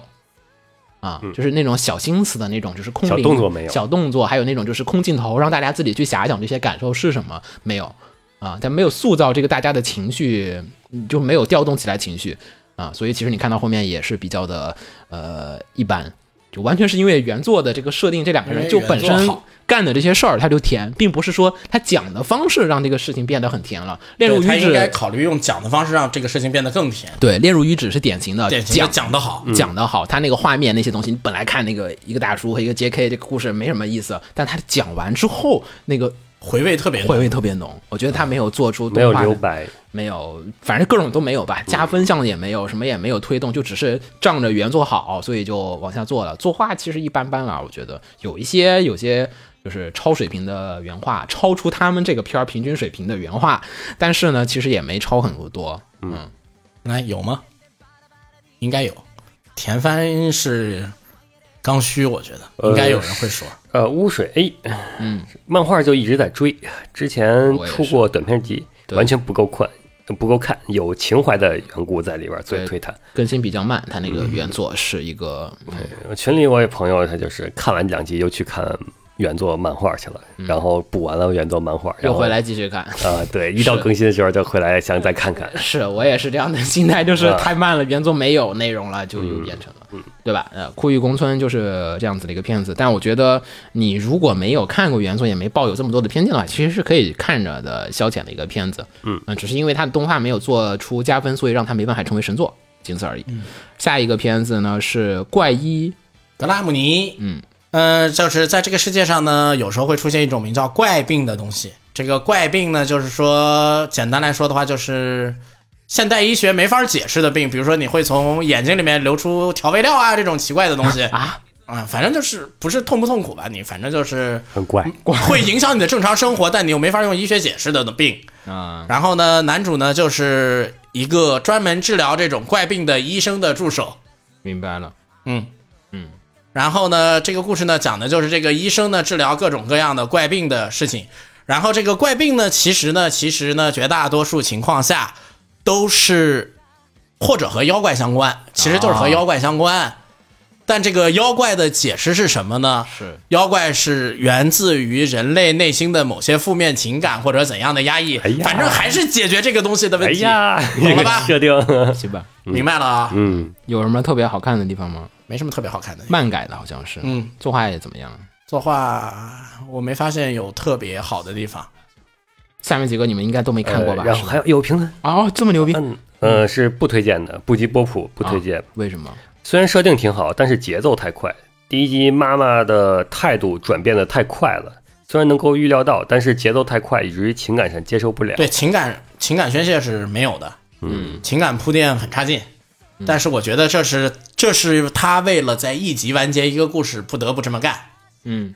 Speaker 1: 啊，就是那种小心思的那种，就是空
Speaker 2: 嗯小
Speaker 1: 灵
Speaker 2: 动作没有
Speaker 1: 小动作，还有那种就是空镜头，让大家自己去遐想这些感受是什么，没有啊，但没有塑造这个大家的情绪，嗯就没有调动起来情绪啊，所以其实你看到后面也是比较的呃一般，就完全是因为原作的这个设定，这两个人就本
Speaker 3: 因为原
Speaker 1: 身
Speaker 3: 作好
Speaker 1: 干的这些事儿，他就甜，并不是说他讲的方式让这个事情变得很甜了。炼
Speaker 3: 对
Speaker 1: 乳
Speaker 3: 他
Speaker 1: 与
Speaker 3: 应该
Speaker 1: 止，
Speaker 3: 考虑用讲的方式让这个事情变得更甜，
Speaker 1: 对，炼乳与止是典型的
Speaker 3: 典型
Speaker 1: 讲
Speaker 3: 的嗯讲得好。
Speaker 1: 讲的好，他那个画面那些东西，你本来看那个一个大叔和一个 J.K. 这个故事没什么意思，但他讲完之后，那个
Speaker 3: 回味特别多
Speaker 1: 回味特别浓。我觉得他没有做出
Speaker 2: 没有
Speaker 1: 动画
Speaker 2: 留白，
Speaker 1: 没有，反正各种都没有吧，加分项也没有，什么也没有推动，就只是仗着原作好，所以就往下做了。作画其实一般般啦，我觉得有一些有些就是超水平的原画，超出他们这个片儿平均水平的原画，但是呢，其实也没超很多。嗯，
Speaker 3: 那哎有吗？应该有。田翻是刚需，我觉得
Speaker 2: 呃
Speaker 3: 应该有人会说。
Speaker 2: 呃，污水 A，
Speaker 1: 嗯，
Speaker 2: 漫画就一直在追，之前
Speaker 1: 我也是
Speaker 2: 出过短片集，
Speaker 1: 对
Speaker 2: 完全不够看，不够看，有情怀的缘故在里边，所以
Speaker 1: 对
Speaker 2: 推它。
Speaker 1: 更新比较慢，它那个原作是一个，嗯
Speaker 2: 我群里我有朋友，他就是看完两集又去看原作漫画去了，然后补完了原作漫画，然
Speaker 1: 嗯又
Speaker 2: 后
Speaker 1: 回来继续看。
Speaker 2: 啊、对，一到
Speaker 1: 是
Speaker 2: 更新的时候就回来想再看看。
Speaker 1: 是我也是这样的心态，就是
Speaker 2: 啊
Speaker 1: 太慢了，原作没有内容了，就又
Speaker 2: 嗯
Speaker 1: 变成了，对吧？呃，《酷玉宫村》就是这样子的一个片子，但我觉得你如果没有看过原作，也没抱有这么多的偏见的话，其实是可以看着的消遣的一个片子。嗯、只是因为它的动画没有做出加分，所以让它没办法成为神作，仅此而已。下一个片子呢是《怪医》，
Speaker 3: 格拉姆尼，嗯，呃，就是在这个世界上呢，有时候会出现一种名叫怪病的东西。这个怪病呢，就是说，简单来说的话，就是现代医学没法解释的病，比如说你会从眼睛里面流出调味料啊这种奇怪的东 西啊。啊，反正就是不是痛不痛苦吧，你反正就是
Speaker 2: 很怪，
Speaker 1: 嗯
Speaker 3: 会影响你的正常生活，但你又没法用医学解释的病。
Speaker 1: 啊、
Speaker 3: 然后呢，男主呢就是一个专门治疗这种怪病的医生的助手。
Speaker 1: 明白了，
Speaker 3: 嗯
Speaker 1: 嗯，
Speaker 3: 然后呢，这个故事呢讲的就是这个医生呢治疗各种各样的怪病的事情。然后这个怪病呢，其实呢，其实呢，绝大多数情况下都是或者和妖怪相关，其实就是和妖怪相关。
Speaker 2: 啊
Speaker 3: 但这个妖怪的解释是什么呢？
Speaker 1: 是
Speaker 3: 妖怪是源自于人类内心的某些负面情感或者怎样的压抑，
Speaker 2: 哎呀
Speaker 3: 反正还是解决这个东西的
Speaker 2: 哎
Speaker 3: 问题。
Speaker 2: 呀，这
Speaker 3: 了
Speaker 2: 个
Speaker 3: 吧
Speaker 2: 设定，
Speaker 1: 行吧？
Speaker 3: 明白了啊，
Speaker 2: 嗯，
Speaker 1: 有什么特别好看的地方吗？
Speaker 3: 没什么特别好看的。
Speaker 1: 漫改的好像是，
Speaker 3: 嗯，
Speaker 1: 作画也怎么样？
Speaker 3: 作画我没发现有特别好的地方。
Speaker 1: 下面几个你们应该都没看过吧？
Speaker 2: 呃然后
Speaker 1: 是吧
Speaker 2: 还有有评论，
Speaker 1: 哦，这么牛逼，
Speaker 2: 嗯，呃，是不推荐的，布吉波普不
Speaker 1: 哦
Speaker 2: 推荐。
Speaker 1: 为什么？
Speaker 2: 虽然设定挺好，但是节奏太快。第一集妈妈的态度转变的太快了，虽然能够预料到，但是节奏太快，以至于情感上接受不了。
Speaker 3: 对情感情感宣泄是没有的，
Speaker 2: 嗯，
Speaker 3: 情感铺垫很差劲。
Speaker 1: 嗯
Speaker 3: 但是我觉得这是这是他为了在一集完结一个故事不得不这么干。
Speaker 1: 嗯，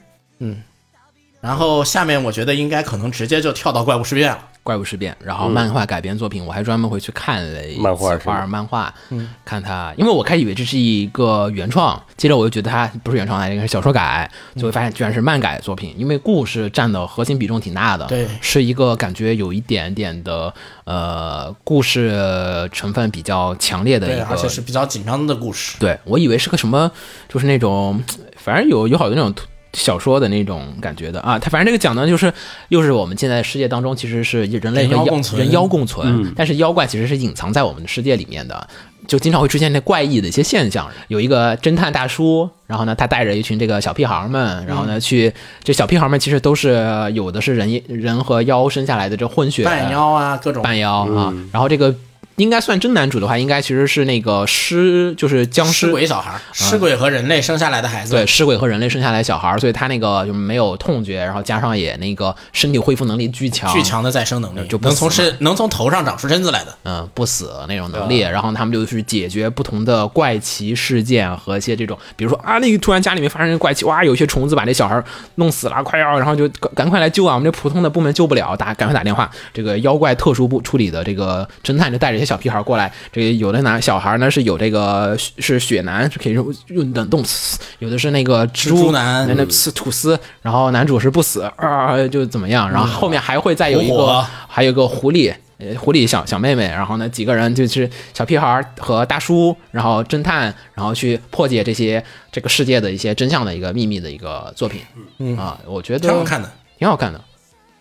Speaker 3: 然后下面我觉得应该可能直接就跳到怪物事变了。
Speaker 1: 怪物事变，然后漫画改编作品，我还专门回去看了一
Speaker 2: 漫画
Speaker 1: 几
Speaker 2: 是吗
Speaker 1: 画漫画，看它，因为我开始以为这是一个原创，接着我就觉得它不是原创，来应该是小说改，就会发现居然是漫改作品，因为故事占的核心比重挺大的，
Speaker 3: 对
Speaker 1: 是一个感觉有一点点的呃故事成分比较强烈的一
Speaker 3: 对，
Speaker 1: 个，
Speaker 3: 而且是比较紧张的故事。
Speaker 1: 对我以为是个什么，就是那种，反正有有好多那种图小说的那种感觉的啊。它反正这个讲呢，就是又是我们现在世界当中其实是人类
Speaker 3: 人
Speaker 1: 和
Speaker 3: 妖
Speaker 1: 妖
Speaker 3: 共存嗯
Speaker 1: 人妖共存，但是妖怪其实是隐藏在我们的世界里面的。就经常会出现那怪异的一些现象，有一个侦探大叔，然后呢，他带着一群这个小屁孩儿们，然后呢，去这小屁孩儿们其实都是有的是人人和妖生下来的这混血，
Speaker 3: 半妖嗯啊，各种
Speaker 1: 半妖啊，然后这个应该算真男主的话，应该其实是那个尸，就是僵
Speaker 3: 尸
Speaker 1: 尸。啊
Speaker 3: 鬼小孩、尸鬼和人类生下来的孩子。
Speaker 1: 对，尸鬼和人类生下来小孩儿，所以他那个就没有痛觉，然后加上也那个身体恢复能力巨强，
Speaker 3: 巨强的再生能力，
Speaker 1: 就不
Speaker 3: 能从
Speaker 1: 死嘛
Speaker 3: 身能从头上长出身子来的。
Speaker 1: 嗯，不死那种能力，然后他们就去解决不同的怪奇事件和一些这种，比如说啊，那个突然家里面发生怪奇，哇，有一些虫子把这小孩儿弄死了，快要，然后就赶赶快来救啊！我们这普通的部门救不了，打赶快打电话，这个妖怪特殊部处理的这个侦探就带着一些小屁孩儿过来，这个有的拿小孩儿呢是有这个是血男，是可以用用冷冻死，有的是那个蜘
Speaker 3: 蜘
Speaker 1: 蛛
Speaker 3: 蛛男
Speaker 1: 那那吐吐丝，然后男主是不死啊，就怎么样，然后后面还会再有一
Speaker 3: 活
Speaker 1: 个
Speaker 3: 嗯火
Speaker 1: 还有一个狐狸，呃，狐狸小小妹妹，然后呢，几个人就是小屁孩儿和大叔，然后侦探，然后去破解这些这个世界的一些真相的一个秘密的一个作品。嗯啊，我觉得
Speaker 3: 挺好看的，
Speaker 1: 挺好看的。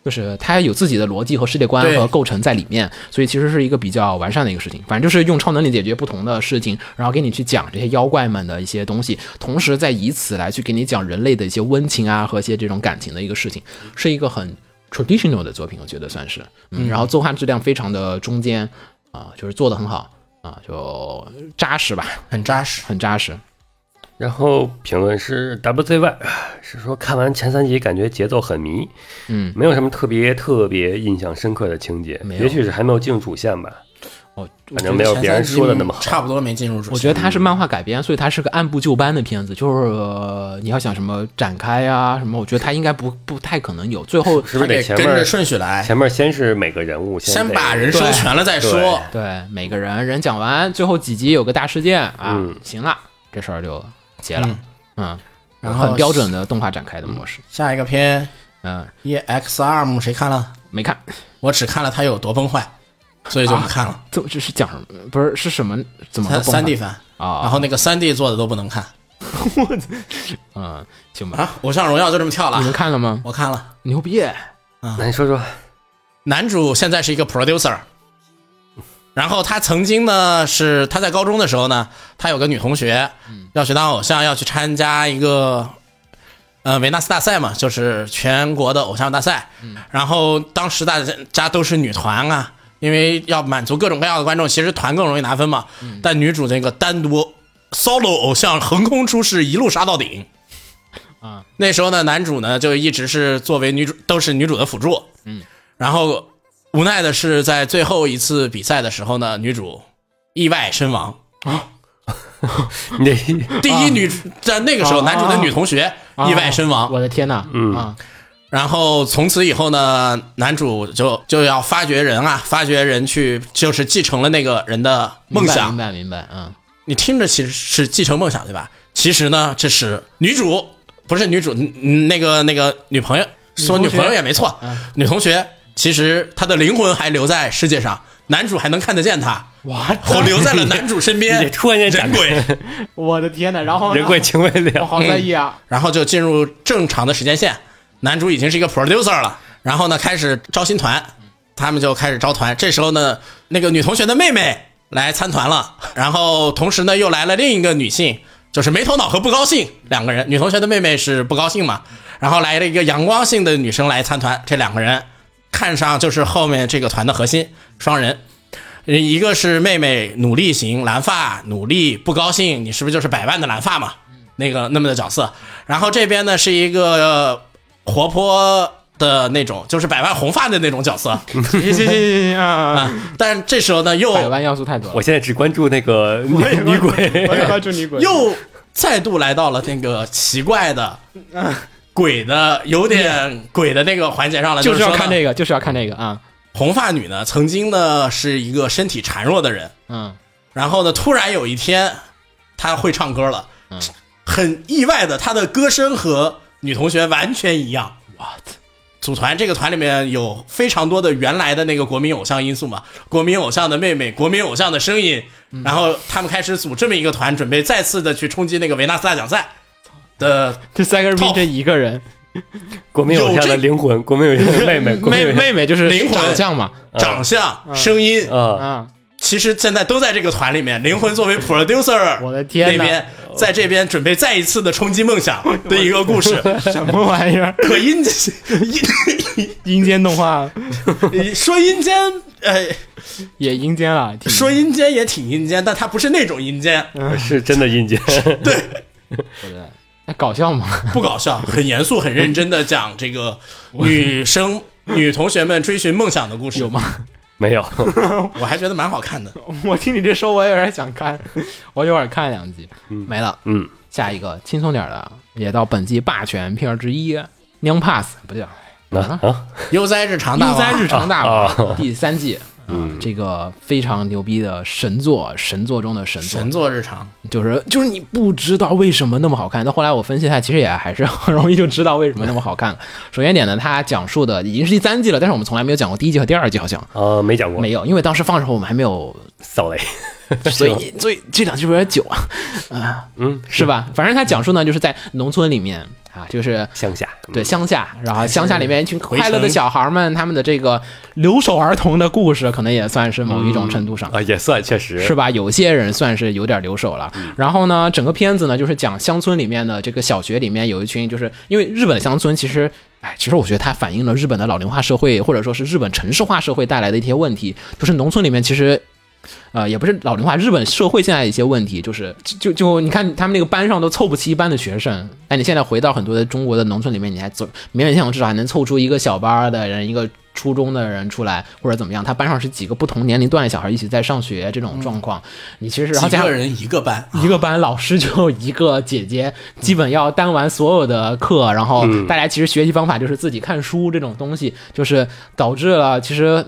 Speaker 1: 就是它有自己的逻辑和世界观
Speaker 3: 对
Speaker 1: 和构成在里面，所以其实是一个比较完善的一个事情。反正就是用超能力解决不同的事情，然后给你去讲这些妖怪们的一些东西，同时再以此来去给你讲人类的一些温情啊和一些这种感情的一个事情，是一个很 traditional 的作品，我觉得算是。嗯，然后作画质量非常的中间啊、就是做的很好啊、就扎实吧，
Speaker 3: 很扎实。
Speaker 1: 很扎实。
Speaker 2: 然后评论是 WZY，是说看完前三集感觉节奏很迷，
Speaker 1: 嗯，
Speaker 2: 没有什么特别特别印象深刻的情节，
Speaker 1: 没有
Speaker 2: 也许是还没有进入主线吧，
Speaker 1: 哦，
Speaker 2: 反正没有别人说的那么好。
Speaker 3: 差不多没进入主线。
Speaker 1: 我觉得它是漫画改编，所以它是个按部就班的片子。就是、呃你要想什么展开啊什么，我觉得它应该不不太可能有。最 后
Speaker 2: 是不是
Speaker 3: 得
Speaker 2: 得前
Speaker 3: 跟
Speaker 2: 面
Speaker 3: 着顺序来，
Speaker 2: 前面先是每个人物，
Speaker 3: 先
Speaker 2: 得
Speaker 3: 把人收全了再说。
Speaker 1: 对每个人人讲完，最后几集有个大事件啊，
Speaker 2: 嗯
Speaker 1: 行了，这事儿就结了。嗯，
Speaker 3: 然后
Speaker 1: 很标准的动画展开的模式。
Speaker 3: 下一个片
Speaker 1: 嗯，
Speaker 3: EXRM 谁看了？
Speaker 1: 没看，
Speaker 3: 我只看了它有多崩坏，所以就不看了。
Speaker 1: 这这是讲什么？不是是什么？怎么个
Speaker 3: 三
Speaker 1: 崩
Speaker 3: 三 D
Speaker 1: 法
Speaker 3: 番，然
Speaker 1: 啊？
Speaker 3: 后那个三 D 做的都不能看
Speaker 1: 嗯，行吧。
Speaker 3: 啊！偶像荣耀就这么跳
Speaker 1: 你们
Speaker 3: 了，
Speaker 1: 看了吗？
Speaker 3: 我看了。
Speaker 1: 牛逼！
Speaker 2: 那你说说，
Speaker 3: 男主现在是一个 producer，然后他曾经呢是他在高中的时候呢，他有个女同学要去当偶像，要去参加一个呃维纳斯大赛嘛，就是全国的偶像大赛。然后当时大家都是女团啊，因为要满足各种各样的观众，其实团更容易拿分嘛。但女主那个单独 solo 偶像横空出世，一路杀到顶。
Speaker 1: 啊，
Speaker 3: 那时候呢，男主呢就一直是作为女主，都是女主的辅助。嗯，然后无奈的是，在最后一次比赛的时候呢，女主意外身亡。
Speaker 2: 你得
Speaker 3: 第一女在那个时候，男主的女同学意外身亡。
Speaker 1: 我的天呐！嗯啊，
Speaker 3: 然后从此以后呢，男主就就要发掘人啊，发掘人去，就是继承了那个人的梦想
Speaker 1: 明。白明白，明白嗯，
Speaker 3: 你听着其实是继承梦想对吧？其实呢，这是女主不是女主，嗯嗯那个那个女朋友说女朋友也没错，女同学其实她的灵魂还留在世界上，男主还能看得见她，
Speaker 1: 哇，
Speaker 3: 我留在了男主身
Speaker 2: 你得
Speaker 3: 边，
Speaker 2: 突然间展
Speaker 3: 人
Speaker 2: 开
Speaker 3: 鬼，
Speaker 1: 我的天呐！然后呢
Speaker 2: 人鬼情未
Speaker 1: 我
Speaker 2: 了，
Speaker 1: 好在意啊！
Speaker 3: 然后就进入正常的时间线，男主已经是一个 producer 了，然后呢开始招新团，他们就开始招团，这时候呢，那个女同学的妹妹来参团了，然后同时呢又来了另一个女性，就是没头脑和不高兴两个人，女同学的妹妹是不高兴嘛，然后来了一个阳光性的女生来参团，这两个人看上就是后面这个团的核心双人。一个是妹妹努力型蓝发，努力不高兴，你是不是就是百万的蓝发嘛？那个那么的角色。然后这边呢是一个呃活泼的那种，就是百万红发的那种角色。啊
Speaker 4: 行行行行行啊！
Speaker 3: 但这时候呢又
Speaker 1: 百万要素太多了
Speaker 2: 我。现在只关注那个女女
Speaker 4: 我
Speaker 2: 鬼，
Speaker 4: 要关注你鬼，
Speaker 3: 又再度来到了那个奇 怪的。鬼的有点鬼的那个环节上了，
Speaker 1: 嗯
Speaker 3: 就
Speaker 1: 就是要看
Speaker 3: 这
Speaker 1: 这个，就是要看这个啊，
Speaker 3: 红发女呢，曾经呢是一个身体孱弱的人，
Speaker 1: 嗯，
Speaker 3: 然后呢，突然有一天，她会唱歌了，
Speaker 1: 嗯
Speaker 3: 很意外的，她的歌声和女同学完全一样。
Speaker 1: What？
Speaker 3: 组团这个团里面有非常多的原来的那个国民偶像因素嘛，国民偶像的妹妹，国民偶像的声音，
Speaker 1: 嗯
Speaker 3: 然后他们开始组这么一个团，准备再次的去冲击那个维纳斯大奖赛的
Speaker 1: 这三个人
Speaker 3: 套
Speaker 1: 这一个人，
Speaker 2: 国民偶像的灵魂，国民偶像的妹妹，国民
Speaker 1: 妹
Speaker 2: 偶像
Speaker 1: 妹妹就是
Speaker 3: 灵魂
Speaker 1: 长相嗯嘛，
Speaker 3: 长相、声音，
Speaker 2: 啊，
Speaker 1: 啊，
Speaker 3: 其实现在都在这个团里面。灵魂作为 producer，
Speaker 1: 我的天
Speaker 3: 那
Speaker 1: 哪
Speaker 3: 边在这边准备再一次的冲击梦想的一个故事，
Speaker 1: 什么玩意儿？
Speaker 3: 可阴阴
Speaker 1: 阴间动画
Speaker 3: 说阴间，呃，
Speaker 1: 也阴间啊了，挺
Speaker 3: 说阴间也挺阴间，但它不是那种 阴间，
Speaker 2: 是真的阴间，
Speaker 1: 那搞笑 嘛，
Speaker 3: 不搞笑，很严肃、很认真的讲这个女 生、女同学们追寻梦想的故事。
Speaker 1: 有？吗？
Speaker 2: 没有，
Speaker 3: 我还觉得蛮好看的。
Speaker 1: 我听你这说，我有点想看，我一会儿看两集，没了。
Speaker 2: 嗯，
Speaker 1: 下一个轻松点儿的，也到本季霸权片儿之一，《娘 pass》不叫
Speaker 2: 啊啊，
Speaker 3: 悠哉日常大
Speaker 1: 悠
Speaker 3: 王
Speaker 1: 哉日常大
Speaker 2: 啊
Speaker 1: 王第三季。嗯，这个非常牛逼的神作，神作中的神作，
Speaker 3: 神作日常，
Speaker 1: 就是就是你不知道为什么那么好看，但后来我分析它，其实也还是很容易就知道为什么那么好看 了。首先一点呢，它讲述的已经是第三季了，但是我们从来没有讲过第一季和第二季，好像
Speaker 2: 啊没讲过，
Speaker 1: 没有，因为当时放的时候我们还没有
Speaker 2: 扫雷，
Speaker 1: 所以所以这两句有点久啊，
Speaker 2: 嗯，
Speaker 1: 是吧？反正他讲述呢，就是在农村里面啊，就是
Speaker 2: 乡下，嗯
Speaker 1: 对，乡下，然后乡下里面一群
Speaker 2: 城
Speaker 1: 快乐的小孩们，他们的这个留守儿童的故事，可能也算是某一种程度上。
Speaker 2: 啊，也算确实
Speaker 1: 嗯是嗯吧？有些人算是有点留守了。然后呢，整个片子呢，就是讲乡村里面的这个小学里面有一群，就是因为日本乡村其实。哎，其实我觉得它反映了日本的老龄化社会，或者说是日本城市化社会带来的一些问题。就是农村里面其实，呃，也不是老龄化，日本社会现在一些问题，就是就就就你看他们那个班上都凑不齐一班的学生。哎，你现在回到很多的中国的农村里面，你还总勉勉强强至少还能凑出一个小班儿的人，一个初中的人出来，或者怎么样。他班上是几个不同年龄段的小孩一起在上学这种状况，你其实然后
Speaker 3: 嗯几
Speaker 1: 加上
Speaker 3: 个人一个班，啊
Speaker 1: 一个班老师就一个姐姐，基本要担完所有的课，然后大家其实学习方法就是自己看书这种东西，就是导致了其实，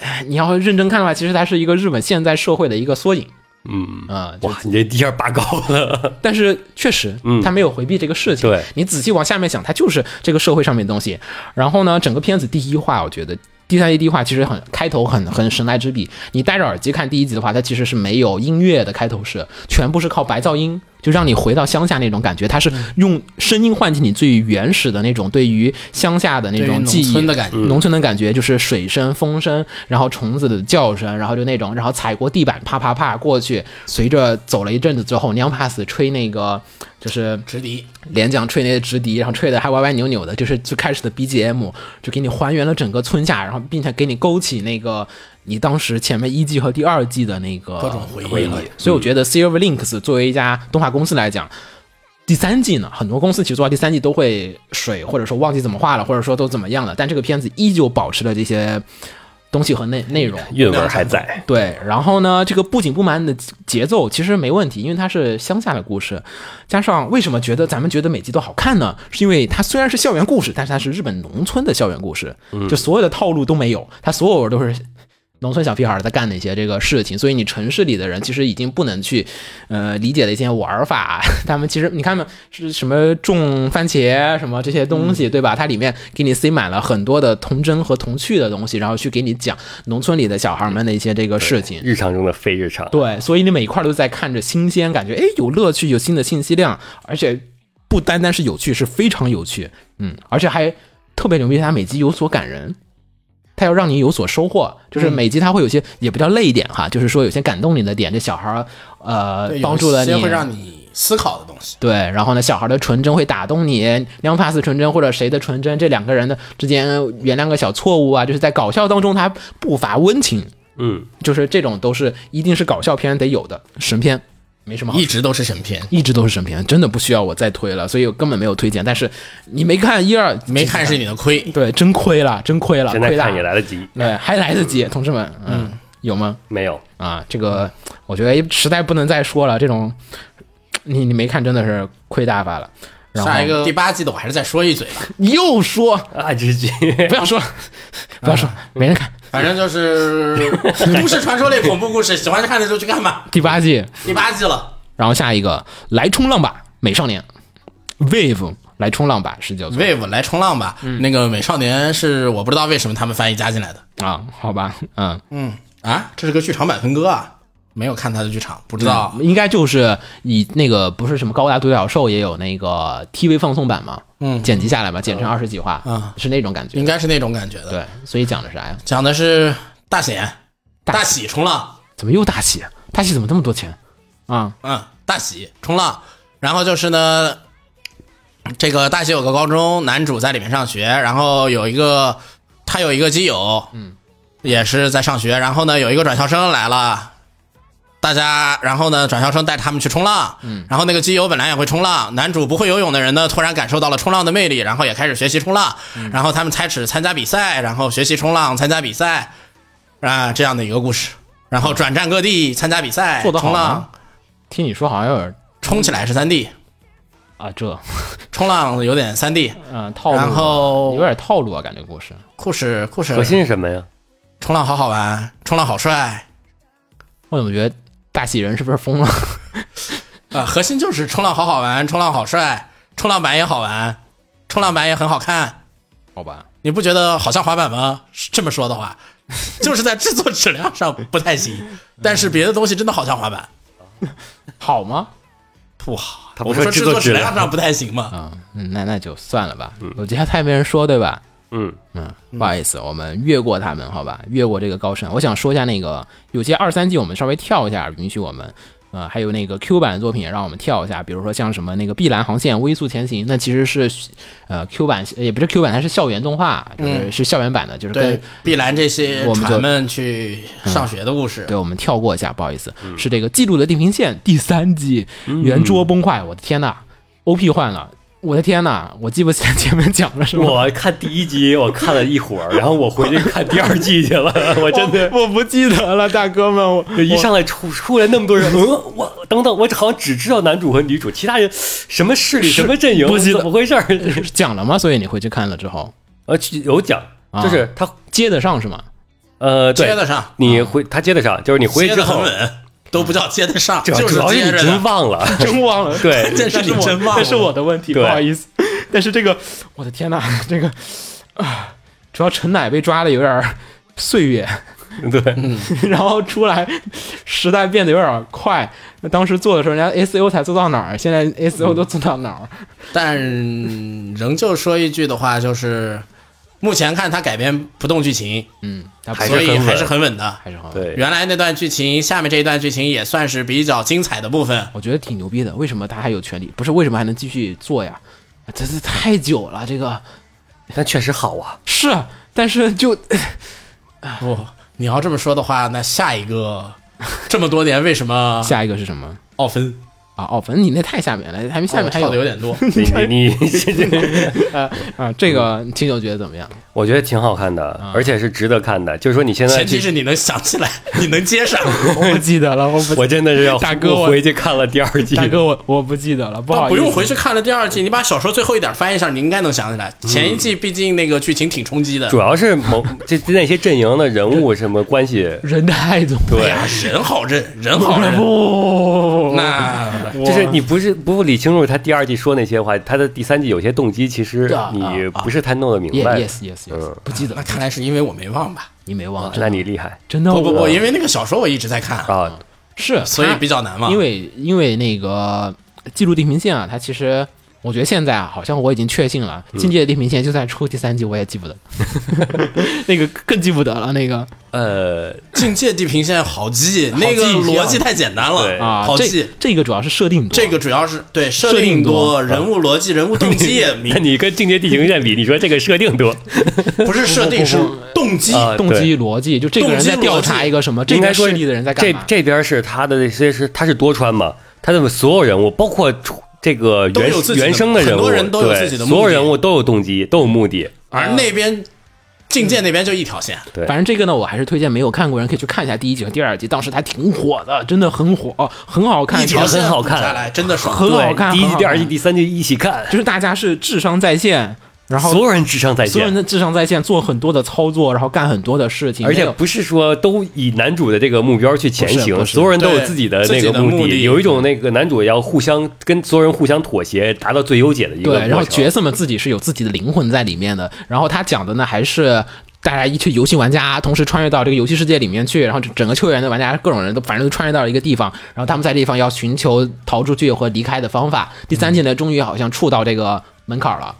Speaker 1: 哎你要认真看的话，其实它是一个日本现在社会的一个缩影
Speaker 2: 嗯，
Speaker 1: 啊、就
Speaker 2: 哇，你这一下拔高 了，
Speaker 1: 但是确实
Speaker 2: 嗯，
Speaker 1: 他没有回避这个事情。
Speaker 2: 对
Speaker 1: 你仔细往下面想，它就是这个社会上面的东西。然后呢，整个片子第一话，我觉得第三集第一话其实很开头很很神来之笔。你戴着耳机看第一集的话，它其实是没有音乐的开头是，全部是靠白噪音，就让你回到乡下那种感觉。它是用声音唤起你最原始的那种对于乡下的那
Speaker 3: 对于
Speaker 1: 种
Speaker 3: 农
Speaker 1: 记忆
Speaker 3: 村的感觉。
Speaker 1: 农村的感觉就是水声、风声，然后虫子的叫声，然后就那种，然后踩过地板，啪啪啪过去。随着走了一阵子之后，娘怕死吹那个就是
Speaker 3: 直笛，
Speaker 1: 连讲吹那些直笛，然后吹的还歪歪扭扭的，就是最开始的 BGM，就给你还原了整个村下，然后并且给你勾起那个你当时前面一季和第二季的那个
Speaker 3: 各种回忆了
Speaker 1: 所以我觉得 Silver Links 作为一家动画公司来讲。第三季呢，很多公司其实做到第三季都会水，或者说忘记怎么画了，或者说都怎么样了。但这个片子依旧保持了这些东西和内内容。
Speaker 2: 韵味儿还在，
Speaker 1: 对，然后呢，这个不紧不慢的节奏其实没问题，因为它是乡下的故事，加上为什么觉得咱们觉得每集都好看呢？是因为它虽然是校园故事，但是它是日本农村的校园故事，就所有的套路都没有，它所有都是。农村小屁孩儿在干的一些这个事情，所以你城市里的人其实已经不能去，呃，理解的一些玩法。他们其实你看嘛，是什么种番茄什么这些东西，对吧？它里面给你塞满了很多的童真和童趣的东西，然后去给你讲农村里的小孩儿们的一些这个事情。
Speaker 2: 日常中的非日常，
Speaker 1: 对，所以你每一块都在看着新鲜，感觉哎有乐趣，有新的信息量，而且不单单是有趣，是非常有趣，嗯，而且还特别牛逼，它每集有所感人。它要让你有所收获，
Speaker 3: 嗯
Speaker 1: 就是每集它会有些也不叫累一点哈，就是说有些感动你的点，这小孩儿呃
Speaker 3: 对
Speaker 1: 帮助了你，
Speaker 3: 有一些会让你思考的东西。
Speaker 1: 对，然后呢，小孩的纯真会打动你，梁帕斯纯真或者谁的纯真，这两个人的之间原谅个小错误啊，就是在搞笑当中他不乏温情，
Speaker 2: 嗯，
Speaker 1: 就是这种都是一定是搞笑片得有的神片，没什么好
Speaker 3: 一直都是神片，
Speaker 1: 一直都是神片，真的不需要我再推了，所以我根本没有推荐。但是你没看一二，
Speaker 3: 没看是你的亏。
Speaker 1: 对，真亏了，真亏了，
Speaker 2: 现在
Speaker 1: 啊亏大
Speaker 2: 看也来得及，
Speaker 1: 对，还来得及，同志们，嗯，有吗？
Speaker 2: 没有，
Speaker 1: 啊，这个我觉得实在不能再说了，这种你你没看真的是亏大发了。然后
Speaker 3: 下一个第八季的，我还是再说一嘴吧。
Speaker 1: 又说
Speaker 2: 啊，直接
Speaker 1: 不要说了，不要说了，
Speaker 3: 啊
Speaker 1: 没人看
Speaker 3: 反正就是 都市传说类恐怖故事，喜欢看的就去看吧。
Speaker 1: 第八季。
Speaker 3: 第八季了
Speaker 1: 然后下一个来冲浪吧，美少年，Wave 来冲浪吧是叫做
Speaker 3: ，Wave 来冲浪吧。那个美少年是我不知道为什么他们翻译加进来的
Speaker 1: 啊，好吧，嗯，
Speaker 3: 啊，这是个剧场版分割啊，没有看他的剧场，不知道。
Speaker 1: 应该就是以那个不是什么高达独角兽也有那个 TV 放送版嘛，
Speaker 3: 嗯
Speaker 1: 剪辑下来嘛，剪成二十几话，
Speaker 3: 嗯
Speaker 1: 是那种感觉
Speaker 3: 应。该是那种感觉的。，
Speaker 1: 对，所以讲的是啥呀？
Speaker 3: 讲的是大显、
Speaker 1: 大
Speaker 3: 大喜冲浪，
Speaker 1: 怎么又大喜？大喜怎么这么多钱啊？
Speaker 3: 嗯，大喜冲浪。然后就是呢，这个大喜有个高中，男主在里面上学，然后有一个他有一个基友，嗯，也是在上学。然后呢，有一个转校生来了。大家，然后呢，转校生带他们去冲浪，嗯，然后那个基友本来也会冲浪，男主不会游泳的人呢，突然感受到了冲浪的魅力，然后也开始学习冲浪，
Speaker 1: 嗯
Speaker 3: 然后他们开始参加比赛，然后学习冲浪，参加比赛，啊，这样的一个故事，然后转战各地参加比赛，
Speaker 1: 做得好
Speaker 3: 冲
Speaker 1: 吗
Speaker 3: 浪，
Speaker 1: 听你说好像有点
Speaker 3: 冲起来是三 D，
Speaker 1: 啊，这
Speaker 3: 冲浪有点三 D，
Speaker 1: 嗯套路，
Speaker 3: 然后
Speaker 1: 有点套路啊，感觉故事。
Speaker 3: 酷使酷使
Speaker 2: 核，心是什么呀？
Speaker 3: 冲浪好好玩，冲浪好帅，
Speaker 1: 我怎么觉得大喜人是不是疯了？
Speaker 3: 呃，核心就是冲浪好好玩，冲浪好帅，冲浪板也好玩，冲浪板也很好看。
Speaker 1: 好吧，
Speaker 3: 你不觉得好像滑板吗？这么说的话， 就是在制作质量上不太行，但是别的东西真的好像滑板
Speaker 5: 好吗？
Speaker 3: 不好。
Speaker 2: 他不
Speaker 3: 我
Speaker 2: 说
Speaker 3: 们说
Speaker 2: 制
Speaker 3: 制
Speaker 2: 作
Speaker 3: 作
Speaker 2: 质
Speaker 3: 质
Speaker 2: 量
Speaker 3: 量上不太行嘛，
Speaker 1: 啊、嗯，那那就算了吧。我觉得他也没人说，对吧？
Speaker 2: 嗯，
Speaker 1: 嗯，不好意思，我们越过他们，好吧？越过这个高山。我想说一下那个，有些二三季我们稍微跳一下，允许我们。呃，还有那个 Q 版的作品也让我们跳一下，比如说像什么那个《碧蓝航线》《微速前行》，那其实是，呃，Q 版也不是 Q 版，它是校园动画，就是是校园版的，
Speaker 2: 嗯
Speaker 1: 就是跟
Speaker 3: 对碧蓝这些
Speaker 1: 我们就
Speaker 3: 船们去上学的故事，
Speaker 2: 嗯
Speaker 1: 对，我们跳过一下，不好意思，是这个《记录的地平线》第三季，圆桌崩坏，我的天呐，OP 换了，我的天呐，我记不起来前面讲了什么，
Speaker 2: 我看第一集我看了一会儿，然后我回去看第二季去了， 我真的。
Speaker 1: 我不记得了，大哥们， 我
Speaker 2: 就一上来出出来那么多人，嗯，我等等，我好像只知道男主和女主，其他人什么势力、什么阵营，
Speaker 1: 不记得
Speaker 2: 怎么回事儿？
Speaker 1: 讲了吗？所以你回去看了之后
Speaker 2: 呃，有讲，
Speaker 1: 啊
Speaker 2: 就是他
Speaker 1: 接得上是吗？
Speaker 2: 呃，对
Speaker 3: 接得上，
Speaker 2: 你回他接得上，就是你回去
Speaker 3: 接
Speaker 2: 之
Speaker 3: 得很
Speaker 2: 后，
Speaker 3: 稳，都不叫接得上，
Speaker 2: 主
Speaker 3: 就
Speaker 2: 主要是
Speaker 3: 接
Speaker 2: 你
Speaker 3: 着
Speaker 2: 真
Speaker 3: 的。
Speaker 2: 忘了，
Speaker 5: 真忘了，
Speaker 2: 对，
Speaker 3: 这是你
Speaker 5: 我
Speaker 3: 真忘了，
Speaker 5: 这是我的问题，
Speaker 2: 对
Speaker 5: 不好意思。但是这个，我的 天呐，这个啊，主要陈奶被抓的有点儿岁月，
Speaker 2: 对，
Speaker 5: 然后出来时代变得有点儿快。那当时做的时候，人家 S O 才做到哪儿，现在 S O 都做到哪儿？
Speaker 3: 但仍旧说一句的话，就是目前看它改编不动剧情，
Speaker 1: 嗯，他不
Speaker 2: 还是
Speaker 3: 所以
Speaker 2: 很稳
Speaker 3: 还是很稳的。
Speaker 1: 还是很，
Speaker 2: 对，
Speaker 3: 原来那段剧情，下面这一段剧情也算是比较精彩的部分。
Speaker 1: 我觉得挺牛逼的。为什么他还有权利？不是为什么还能继续做呀？真是太久了，这个
Speaker 2: 但确实好 啊，
Speaker 1: 是，但是就
Speaker 3: 不、你要这么说的话，那下一个这么多年为什么
Speaker 1: 下一个是什么
Speaker 3: 奥芬
Speaker 1: 啊？哦，反正你那太下面了，还没下面还
Speaker 3: 哦跳的
Speaker 1: 有
Speaker 3: 有点多？
Speaker 2: 你你 你，
Speaker 1: 啊？这个秦九觉得怎么样？
Speaker 2: 我觉得挺好看的，而且是值得看的。就是说你现在
Speaker 3: 前
Speaker 2: 去
Speaker 3: 提是你能想起来，你能接上。
Speaker 5: 我不记 得了，我不
Speaker 2: 我真的是要
Speaker 5: 大哥我
Speaker 2: 我回去看了第二季，
Speaker 5: 大哥，我我不记得了，不
Speaker 3: 倒啊
Speaker 5: 好意
Speaker 3: 不
Speaker 5: 思，
Speaker 3: 用回去看了第二季，你把小说最后一点翻一下，你应该能想起来。前一季毕竟那个剧情挺冲击的，
Speaker 2: 主要是某这那些阵营的人物什么关系，
Speaker 5: 人太多。
Speaker 3: 哎
Speaker 2: 对，
Speaker 3: 呀，人好认，人好认。
Speaker 5: 不，
Speaker 3: 那
Speaker 2: 就是你不是不理清楚他第二季说那些话，他的第三季有些动机其实
Speaker 1: 啊
Speaker 2: 你不是太弄得明
Speaker 1: 耶
Speaker 2: 白。
Speaker 1: yes yes
Speaker 3: 嗯
Speaker 1: yes，不记得
Speaker 3: 那，看来是因为我没忘吧？
Speaker 1: 你没忘，
Speaker 2: 那你厉害
Speaker 1: 真的
Speaker 3: 啊不不
Speaker 1: 我
Speaker 3: 不，因为那个小说我一直在看，
Speaker 2: 啊！
Speaker 1: 是，
Speaker 3: 所以啊
Speaker 1: 他
Speaker 3: 比较难忘。
Speaker 1: 因为因为那个记录地平线啊，它其实我觉得现在啊，好像我已经确信了，
Speaker 3: 嗯
Speaker 1: 《境界的地平线》就算出第三季，我也记不得， 那个更记不得了。那个
Speaker 2: 呃，
Speaker 3: 境界地平线好记，那个逻辑太简单
Speaker 2: 对
Speaker 3: 了
Speaker 1: 啊，
Speaker 3: 好
Speaker 1: 这
Speaker 3: 记。
Speaker 1: 这个主要是设定多，
Speaker 3: 这个主要是对设
Speaker 1: 设定
Speaker 3: 定
Speaker 1: 多
Speaker 3: 多，人物逻辑、人物动机也明
Speaker 2: 那，你跟《境界地平线》比，你说这个设定多
Speaker 3: 不是设定，是动机。
Speaker 2: 啊？
Speaker 1: 动
Speaker 2: 对
Speaker 1: 机逻辑，就这个人在调查一个什么，这
Speaker 2: 应该
Speaker 1: 个
Speaker 2: 说
Speaker 1: 势力的人在干
Speaker 2: 这
Speaker 1: 嘛？
Speaker 2: 这边是他的这些是他是多川嘛，他的所有人物包括出这个
Speaker 3: 都
Speaker 2: 原
Speaker 3: 有自己的
Speaker 2: 原生的人物，
Speaker 3: 很多人都有
Speaker 2: 对
Speaker 3: 自己的目的
Speaker 2: 所有人物都有动机，都有目的。
Speaker 3: 而那边境界那边就一条线，
Speaker 2: 对
Speaker 1: 反正这个呢，我还是推荐没有看过人可以去看一下第一集和第二集，当时它挺火的，真的很火，很好看，
Speaker 3: 一条
Speaker 1: 很
Speaker 3: 线
Speaker 2: 很好看
Speaker 3: 补下来真的爽。
Speaker 1: 很好看，
Speaker 2: 对第一
Speaker 1: 很
Speaker 2: 季、
Speaker 1: 好
Speaker 2: 第二季、
Speaker 1: 看
Speaker 2: 第三季一起看，
Speaker 1: 就是大家是智商在线，然后
Speaker 2: 所有人智商在
Speaker 1: 所有人
Speaker 2: 线，
Speaker 1: 的智商在线，做很多的操作，然后干很多的事情，
Speaker 2: 而且
Speaker 1: 没有
Speaker 2: 不是说都以男主的这个目标去前
Speaker 1: 不是
Speaker 2: 行，
Speaker 1: 不是
Speaker 2: 所有人都有
Speaker 3: 对
Speaker 2: 自己的
Speaker 3: 自
Speaker 2: 那
Speaker 3: 己
Speaker 2: 个
Speaker 3: 的目
Speaker 2: 的，
Speaker 3: 的
Speaker 2: 有一种那个男主要互相跟所有人互相妥协，达到最优解的一个过
Speaker 1: 对，
Speaker 2: 程。
Speaker 1: 然后角色们自己是有自己的灵魂在里面的。然后他讲的呢，还是大家一群游戏玩家同时穿越到这个游戏世界里面去，然后整整个球员的玩家各种人都反正都穿越到了一个地方，然后他们在这地方要寻求逃出去和离开的方法。第三季呢，终于好像触到这个门槛了，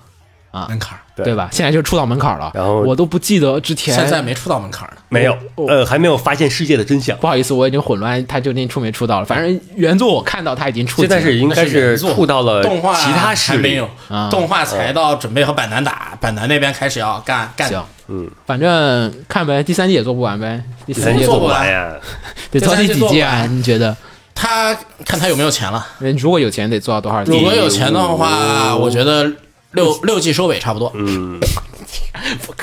Speaker 3: 门槛儿
Speaker 2: 对
Speaker 1: 对吧？现在就触到门槛了。
Speaker 2: 然后
Speaker 1: 我都不记得之前
Speaker 3: 现在没出到门槛儿呢，
Speaker 2: 没有，呃，还没有发现世界的真相。
Speaker 1: 不好意思，我已经混乱，他究竟出没出到了？反正原作我看到他已经出
Speaker 2: 现
Speaker 1: 现
Speaker 2: 在是应该是触到了
Speaker 3: 动画
Speaker 2: 呃其他势
Speaker 3: 还没
Speaker 2: 力
Speaker 3: 有，动画才到准备和板南打，
Speaker 2: 哦
Speaker 3: 板南那边开始要干干，
Speaker 1: 行，嗯，反正看呗，第三季也做不完呗，第
Speaker 2: 第
Speaker 1: 三
Speaker 2: 三
Speaker 1: 季
Speaker 2: 季
Speaker 1: 也
Speaker 2: 做
Speaker 1: 做
Speaker 2: 不
Speaker 1: 不
Speaker 3: 完
Speaker 2: 完呀，
Speaker 1: 得到第几季啊？
Speaker 3: 第三季做不完
Speaker 1: 你觉得？
Speaker 3: 他看他有没有钱了。
Speaker 1: 人如果有钱得做到多少
Speaker 3: 如
Speaker 1: 季？
Speaker 3: 果有钱的话，我觉得六六季收尾差不多。
Speaker 2: 嗯，
Speaker 1: 主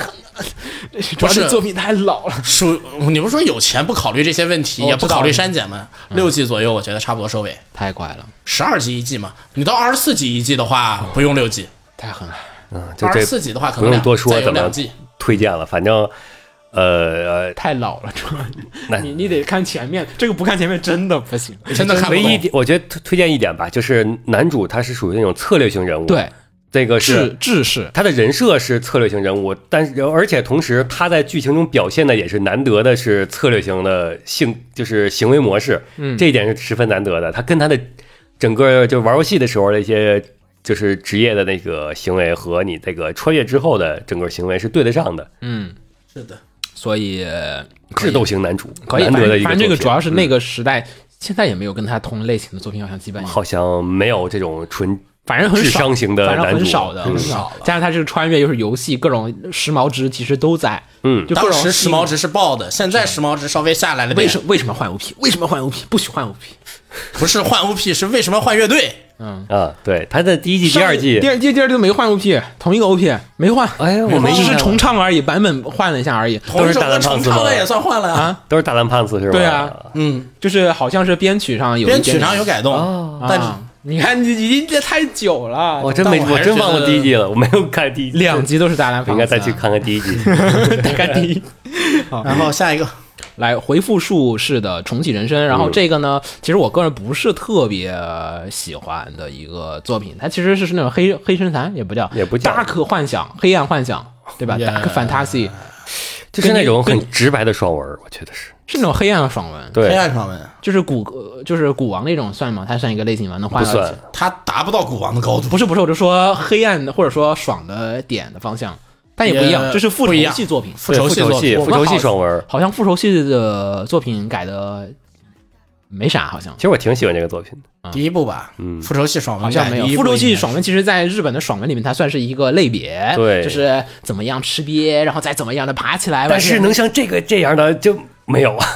Speaker 1: 要
Speaker 3: 不
Speaker 1: 是
Speaker 3: 是
Speaker 1: 作品太老了。
Speaker 3: 属你不是说有钱不考虑这些问题，
Speaker 1: 哦
Speaker 3: 也不
Speaker 1: 知道
Speaker 3: 考
Speaker 1: 了
Speaker 3: 虑删减吗？
Speaker 2: 嗯
Speaker 3: 六季左右，我觉得差不多收尾。
Speaker 1: 太快了，
Speaker 3: 十二季一季嘛，你到二十四季一季的话，不用六季；
Speaker 1: 太狠了。
Speaker 2: 嗯就
Speaker 3: 二
Speaker 2: 这
Speaker 3: 十四季的话，可
Speaker 2: 不
Speaker 3: 能
Speaker 2: 用
Speaker 3: 两
Speaker 2: 多说
Speaker 3: 再有
Speaker 2: 怎么
Speaker 3: 两季。
Speaker 2: 推荐了，反正呃，呃
Speaker 1: 太老了，主要
Speaker 2: 那嗯
Speaker 5: 你你得看前面，这个不看前面真的不行。
Speaker 3: 真的看不
Speaker 2: 唯一一
Speaker 3: 懂。
Speaker 2: 点，我觉得推推荐一点吧，就是男主他是属于那种策略型人物，
Speaker 1: 对，
Speaker 2: 这个是
Speaker 1: 志志士，
Speaker 2: 他的人设是策略型人物，但是而且同时他在剧情中表现的也是难得的是策略型的性，就是行为模式，嗯，这一点是十分难得的。他跟他的整个就玩游戏的时候的一些就是职业的那个行为和你这个穿越之后的整个行为是对得上的，
Speaker 3: 是的，
Speaker 1: 所以呃可
Speaker 2: 智
Speaker 1: 以
Speaker 2: 斗型男主，
Speaker 1: 可以，
Speaker 2: 难
Speaker 1: 反
Speaker 2: 得的一
Speaker 1: 正
Speaker 2: 个
Speaker 1: 反
Speaker 2: 作品。
Speaker 1: 正这个主要是那
Speaker 2: 嗯
Speaker 1: 个时代，现在也没有跟他同类型的作品，好像基本也
Speaker 2: 好像没有这种纯
Speaker 1: 反正很
Speaker 2: 智
Speaker 1: 少
Speaker 2: 商，型的
Speaker 1: 反正
Speaker 2: 男
Speaker 1: 很
Speaker 2: 主，
Speaker 1: 少的，很
Speaker 2: 嗯
Speaker 1: 少的。加上他这个穿越又是游戏，各种时髦值其实都在，
Speaker 2: 嗯
Speaker 1: 就各
Speaker 3: 当
Speaker 1: 种
Speaker 3: 时时髦值是爆的，现在时髦值稍微下来了
Speaker 1: 为
Speaker 3: 点。
Speaker 1: 什为什么换 OP？为什么换 OP？不许换 OP。
Speaker 3: 不是换 OP，是为什么换乐队？
Speaker 2: 啊，对，他的第一季、第二季
Speaker 1: 嗯第，二季、第二季都没换 OP，同一个 OP 没换，
Speaker 2: 哎，我没
Speaker 1: 只是
Speaker 2: 印象
Speaker 1: 重唱而已，版本换了一下而已。
Speaker 3: 同
Speaker 2: 是
Speaker 3: 一首
Speaker 2: 大
Speaker 3: 歌
Speaker 2: 蓝胖
Speaker 3: 重
Speaker 2: 子
Speaker 3: 唱
Speaker 2: 吗
Speaker 3: 了也算换了啊。
Speaker 2: 都是大蓝胖子是吧？
Speaker 1: 对啊，
Speaker 3: 嗯，
Speaker 1: 就是好像是编曲上有一
Speaker 3: 编
Speaker 1: 点
Speaker 3: 曲上有改动，但是
Speaker 1: 啊，你看你已经这太久了，
Speaker 2: 我真
Speaker 3: 但
Speaker 2: 没，
Speaker 3: 我还
Speaker 2: 我
Speaker 3: 是
Speaker 2: 真
Speaker 3: 觉
Speaker 2: 忘了
Speaker 3: 得
Speaker 2: 第一季了，我没有看第一季，
Speaker 1: 两集都是大蓝
Speaker 2: 我
Speaker 1: 房
Speaker 2: 应
Speaker 1: 子啊，
Speaker 2: 该再去看看第一季。
Speaker 1: 大概第一。
Speaker 3: 然
Speaker 1: 嗯
Speaker 3: 后下一个
Speaker 1: 来回复术式的重启人
Speaker 2: 嗯
Speaker 1: 生，然后这个呢，其实我个人不是特别喜欢的一个作品，它其实是是那种黑黑神坛，也不叫
Speaker 2: 也不叫
Speaker 1: dark 幻想，黑暗幻想，对吧
Speaker 3: Yeah
Speaker 1: ？dark fantasy
Speaker 2: 就是那种
Speaker 1: 跟
Speaker 2: 很直白的爽文儿，我觉得是哎
Speaker 1: 是那种黑暗的爽文，
Speaker 3: 黑
Speaker 2: 对，
Speaker 3: 暗爽文，
Speaker 1: 就是古呃就是古王那种算吗？它算一个类型吗？能画
Speaker 2: 不算
Speaker 3: 他达不到古王的高度，
Speaker 1: 不是不是，我就说黑暗或者说爽的点的方向，但也不一样，
Speaker 3: 也
Speaker 1: 这是复
Speaker 3: 不
Speaker 1: 仇
Speaker 3: 一样
Speaker 1: 系作品，
Speaker 3: 复仇系
Speaker 2: 对复仇
Speaker 3: 作
Speaker 2: 系
Speaker 3: 品
Speaker 1: 我
Speaker 2: 复
Speaker 1: 们
Speaker 2: 仇系
Speaker 1: 好
Speaker 2: 爽文儿。
Speaker 1: 好像复仇系的作品改的没啥，好像
Speaker 2: 其实我挺喜欢这个作品的，
Speaker 3: 第一部吧，
Speaker 2: 嗯
Speaker 3: 复仇系爽文
Speaker 1: 好像没有
Speaker 3: 改第一
Speaker 1: 复
Speaker 3: 部
Speaker 1: 仇
Speaker 3: 应
Speaker 1: 系
Speaker 3: 该是
Speaker 1: 爽文，其实在日本的爽文里面，它算是一个类别，
Speaker 2: 对
Speaker 1: 就是怎么样吃瘪，然后再怎么样的爬起来。
Speaker 2: 但是能
Speaker 1: 完事
Speaker 2: 像这个这样的就没有啊！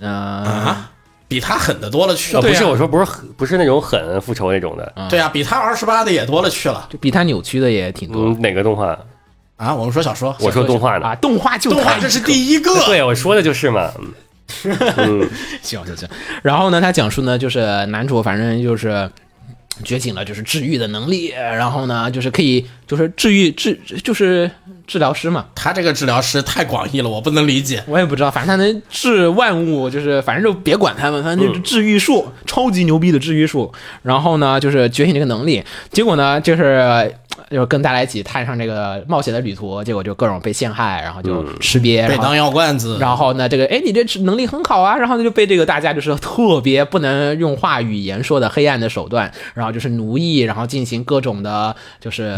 Speaker 1: 嗯，
Speaker 3: 啊，比他狠的多了去
Speaker 2: 啊
Speaker 3: 了，
Speaker 2: 不是我说不是很不是那种很复仇那种的，
Speaker 3: 对啊，比他二十八的也多了去了
Speaker 1: 就比它扭曲的也挺多
Speaker 2: 嗯，。哪个动画？
Speaker 3: 啊。我们说小说，
Speaker 2: 我说动画
Speaker 3: 嗯
Speaker 2: 呢
Speaker 1: 啊，？动画就
Speaker 3: 动画
Speaker 1: 它
Speaker 3: 这是第一个，
Speaker 2: 对，我说的就是嘛，嗯嗯，
Speaker 1: 行行行。然后呢，他讲述呢，就是男主反正就是觉醒了，就是治愈的能力，然后呢，就是可以就是治愈治就是治疗师嘛，
Speaker 3: 他这个治疗师太广义了，我不能理解。
Speaker 1: 我也不知道，反正他能治万物，就是反正就别管他们，反正
Speaker 3: 嗯
Speaker 1: 就是治愈术，超级牛逼的治愈术。然后呢，就是觉醒这个能力，结果呢，就是呃就是跟大家一起踏上这个冒险的旅途，结果就各种被陷害，然后就识别，
Speaker 3: 被
Speaker 1: 然后
Speaker 3: 当药罐子，
Speaker 1: 然后呢，这个哎，你这能力很好啊，然后呢就被这个大家就是特别不能用话语言说的黑暗的手段，然后就是奴役，然后进行各种的，就是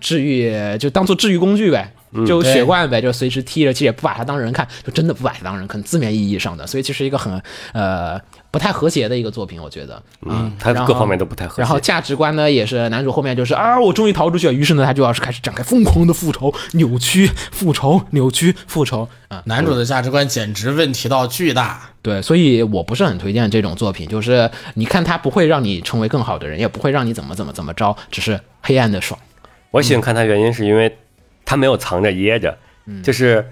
Speaker 1: 治愈，就当做治愈工具呗，就
Speaker 3: 对
Speaker 1: 血罐呗，就随时踢着，其实也不把它当人看，就真的不把它当人看，字面意义上的，所以其实一个很呃不太和谐的一个作品，我觉得。
Speaker 2: 嗯，他
Speaker 1: 然后
Speaker 2: 各方面都不太合
Speaker 1: 然后
Speaker 2: 适。
Speaker 1: 价值观呢，也是男主后面就是啊，我终于逃出去了，于是呢，他就要是开始展开疯狂的复仇、扭曲、复仇、扭曲、复仇啊，
Speaker 3: 男主的价值观简直问题到巨大，
Speaker 1: 对，所以我不是很推荐这种作品。就是你看它不会让你成为更好的人，也不会让你怎么怎么怎么着，只是黑暗的爽。
Speaker 2: 我喜欢看他原因是因为他没有藏着掖着，就是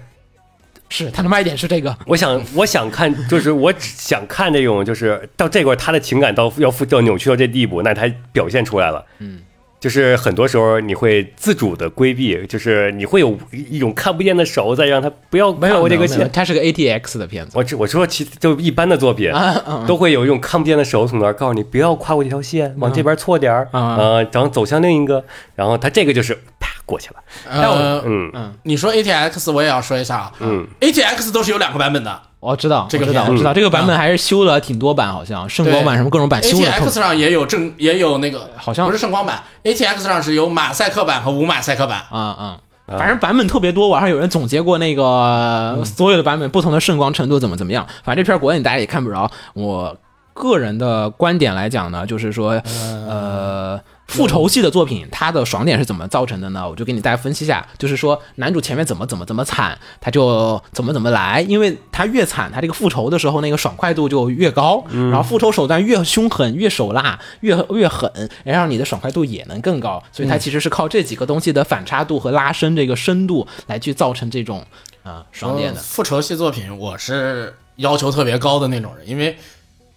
Speaker 1: 是它的卖点是这个，
Speaker 2: 我想，我想看，就是我只想看这种，就是到这块儿他的情感到要负要扭曲到这地步，那他表现出来了。嗯，就是很多时候你会自主的规避，就是你会有一种看不见的手在让他不要 看我这个
Speaker 1: 没有
Speaker 2: 线。
Speaker 1: 它是个 ATX 的片子。
Speaker 2: 我只我说其就一般的作品
Speaker 1: 啊
Speaker 2: 都会有一种看不见的手从那儿告诉你不要跨过这条线，往这边错点儿，
Speaker 1: 啊
Speaker 2: 呃，然后走向另一个，然后他这个就是啪过去了，
Speaker 3: 呃，
Speaker 2: 嗯，
Speaker 1: 啊
Speaker 3: 你说 ATX 我也要说一下啊，嗯，ATX 都是有两个版本的
Speaker 1: 我知道，
Speaker 3: 这个
Speaker 1: 我知道，
Speaker 3: 片
Speaker 1: 我知道
Speaker 3: 嗯
Speaker 1: 这个版本还是修了挺多版，好像圣光版
Speaker 3: 对
Speaker 1: 什么各种版修了特
Speaker 3: ，ATX 上也有正也有那个
Speaker 1: 好像
Speaker 3: 不是圣光版，ATX 上是有马赛克版和无马赛克版，
Speaker 1: 啊啊。反正版本特别多，网上有人总结过那个所有的版本不同的圣光程度怎么怎么样。反正这片国内大家也看不着。我个人的观点来讲呢，就是说，呃，复仇系的作品它的爽点是怎么造成的呢？我就给你大家分析一下，就是说男主前面怎么怎么怎么惨，他就怎么怎么来，因为他越惨，他这个复仇的时候那个爽快度就越高，然后复仇手段越凶狠、越手辣、越越狠，然后你的爽快度也能更高，所以它其实是靠这几个东西的反差度和拉伸这个深度来去造成这种啊、爽点的
Speaker 3: 呃。复仇系作品，我是要求特别高的那种人，因为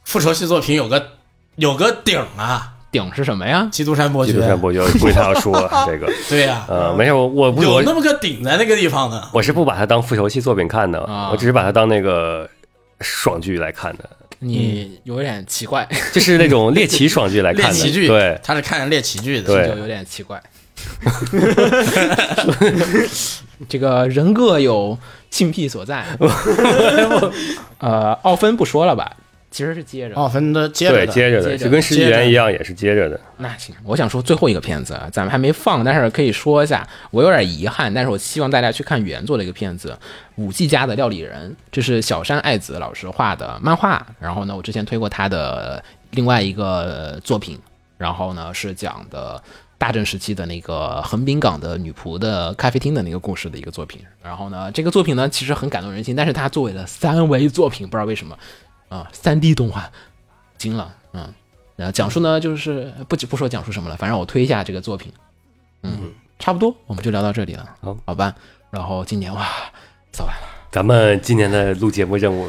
Speaker 3: 复仇系作品有个有个顶啊，
Speaker 1: 顶是什么呀？
Speaker 3: 基督山伯
Speaker 2: 基
Speaker 3: 爵，
Speaker 2: 督山伯爵估计他要说这个，
Speaker 3: 对呀、
Speaker 2: 呃，没事，我我不
Speaker 3: 有
Speaker 2: 我
Speaker 3: 那么个顶在那个地方的。
Speaker 2: 我是不把它当复仇系作品看的，
Speaker 1: 啊
Speaker 2: 我只是把它当那个爽剧来看的，
Speaker 1: 你有点奇怪，
Speaker 2: 就是那种猎奇爽剧来看
Speaker 3: 猎
Speaker 2: 的。
Speaker 3: 奇剧，
Speaker 2: 对
Speaker 3: 他是看猎奇剧的，
Speaker 2: 对
Speaker 1: 就有点奇怪。 这个人各有性癖所在。呃，奥芬不说了吧，其实是接着。
Speaker 3: 奥芬的接着
Speaker 2: 对，
Speaker 3: 的
Speaker 2: 接着
Speaker 1: 接
Speaker 2: 的
Speaker 1: 着
Speaker 2: 就跟《十纪元》一样，也是接着的。
Speaker 1: 那行，我想说最后一个片子，啊，咱们还没放，但是可以说一下。我有点遗憾，但是我希望大家去看原作的一个片子《五 G 家的料理人》，这是小山爱子老师画的漫画。然后呢，我之前推过他的另外一个呃作品，然后呢是讲的大正时期的那个横滨港的女仆的咖啡厅的那个故事的一个作品。然后呢，这个作品呢其实很感动人心，但是它作为了三维作品，不知道为什么啊，三 D 动画惊了，嗯。然后讲述呢，就是不不说讲述什么了，反正我推一下这个作品，嗯，差不多我们就聊到这里了，
Speaker 2: 好，
Speaker 1: 好啊吧。然后今年哇，扫完了，
Speaker 2: 咱们今年的录节目任务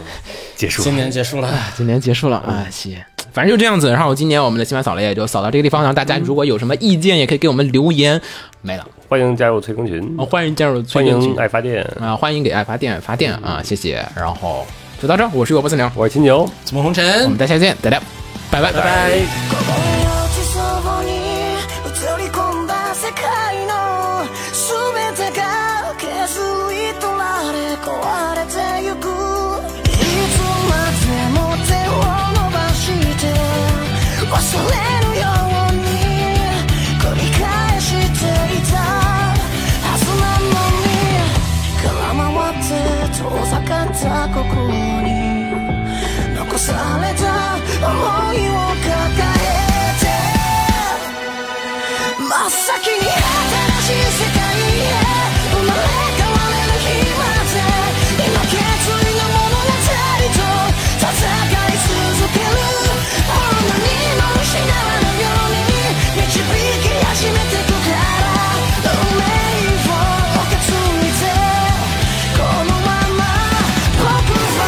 Speaker 2: 结束了
Speaker 3: 今，年结束了，
Speaker 1: 今年结束了啊，谢。反正就这样子，然后今年我们的新番扫雷也就扫到这个地方，然后大家如果有什么意见，也可以给我们留言。没了，
Speaker 2: 欢迎加入催更群，
Speaker 1: 哦欢迎加入催
Speaker 2: 欢
Speaker 1: 更群
Speaker 2: 迎爱发电，
Speaker 1: 啊，欢迎给爱发电发电啊，谢谢。然后就到这儿，我是我不死鸟，
Speaker 2: 我是秦牛。
Speaker 3: 怎么红
Speaker 1: 我
Speaker 3: 尘
Speaker 1: 们？再下见，再见，拜嗯拜拜拜。
Speaker 9: こぼれ落ちそうに映り込んだ世界の全てが削り取られ壊れてゆくいつまでも手を伸ばして忘れるように繰り返していたはずなのに空回って遠ざかったここに残された想いを抱えて真っ先に新しい世界へ生まれ変われる日まで今決意の物語と戦い続ける女にも失わぬように導き始めてくから運命を受け継いでこのまま僕は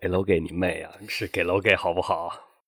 Speaker 2: 给楼给你妹啊！是给楼给好不好？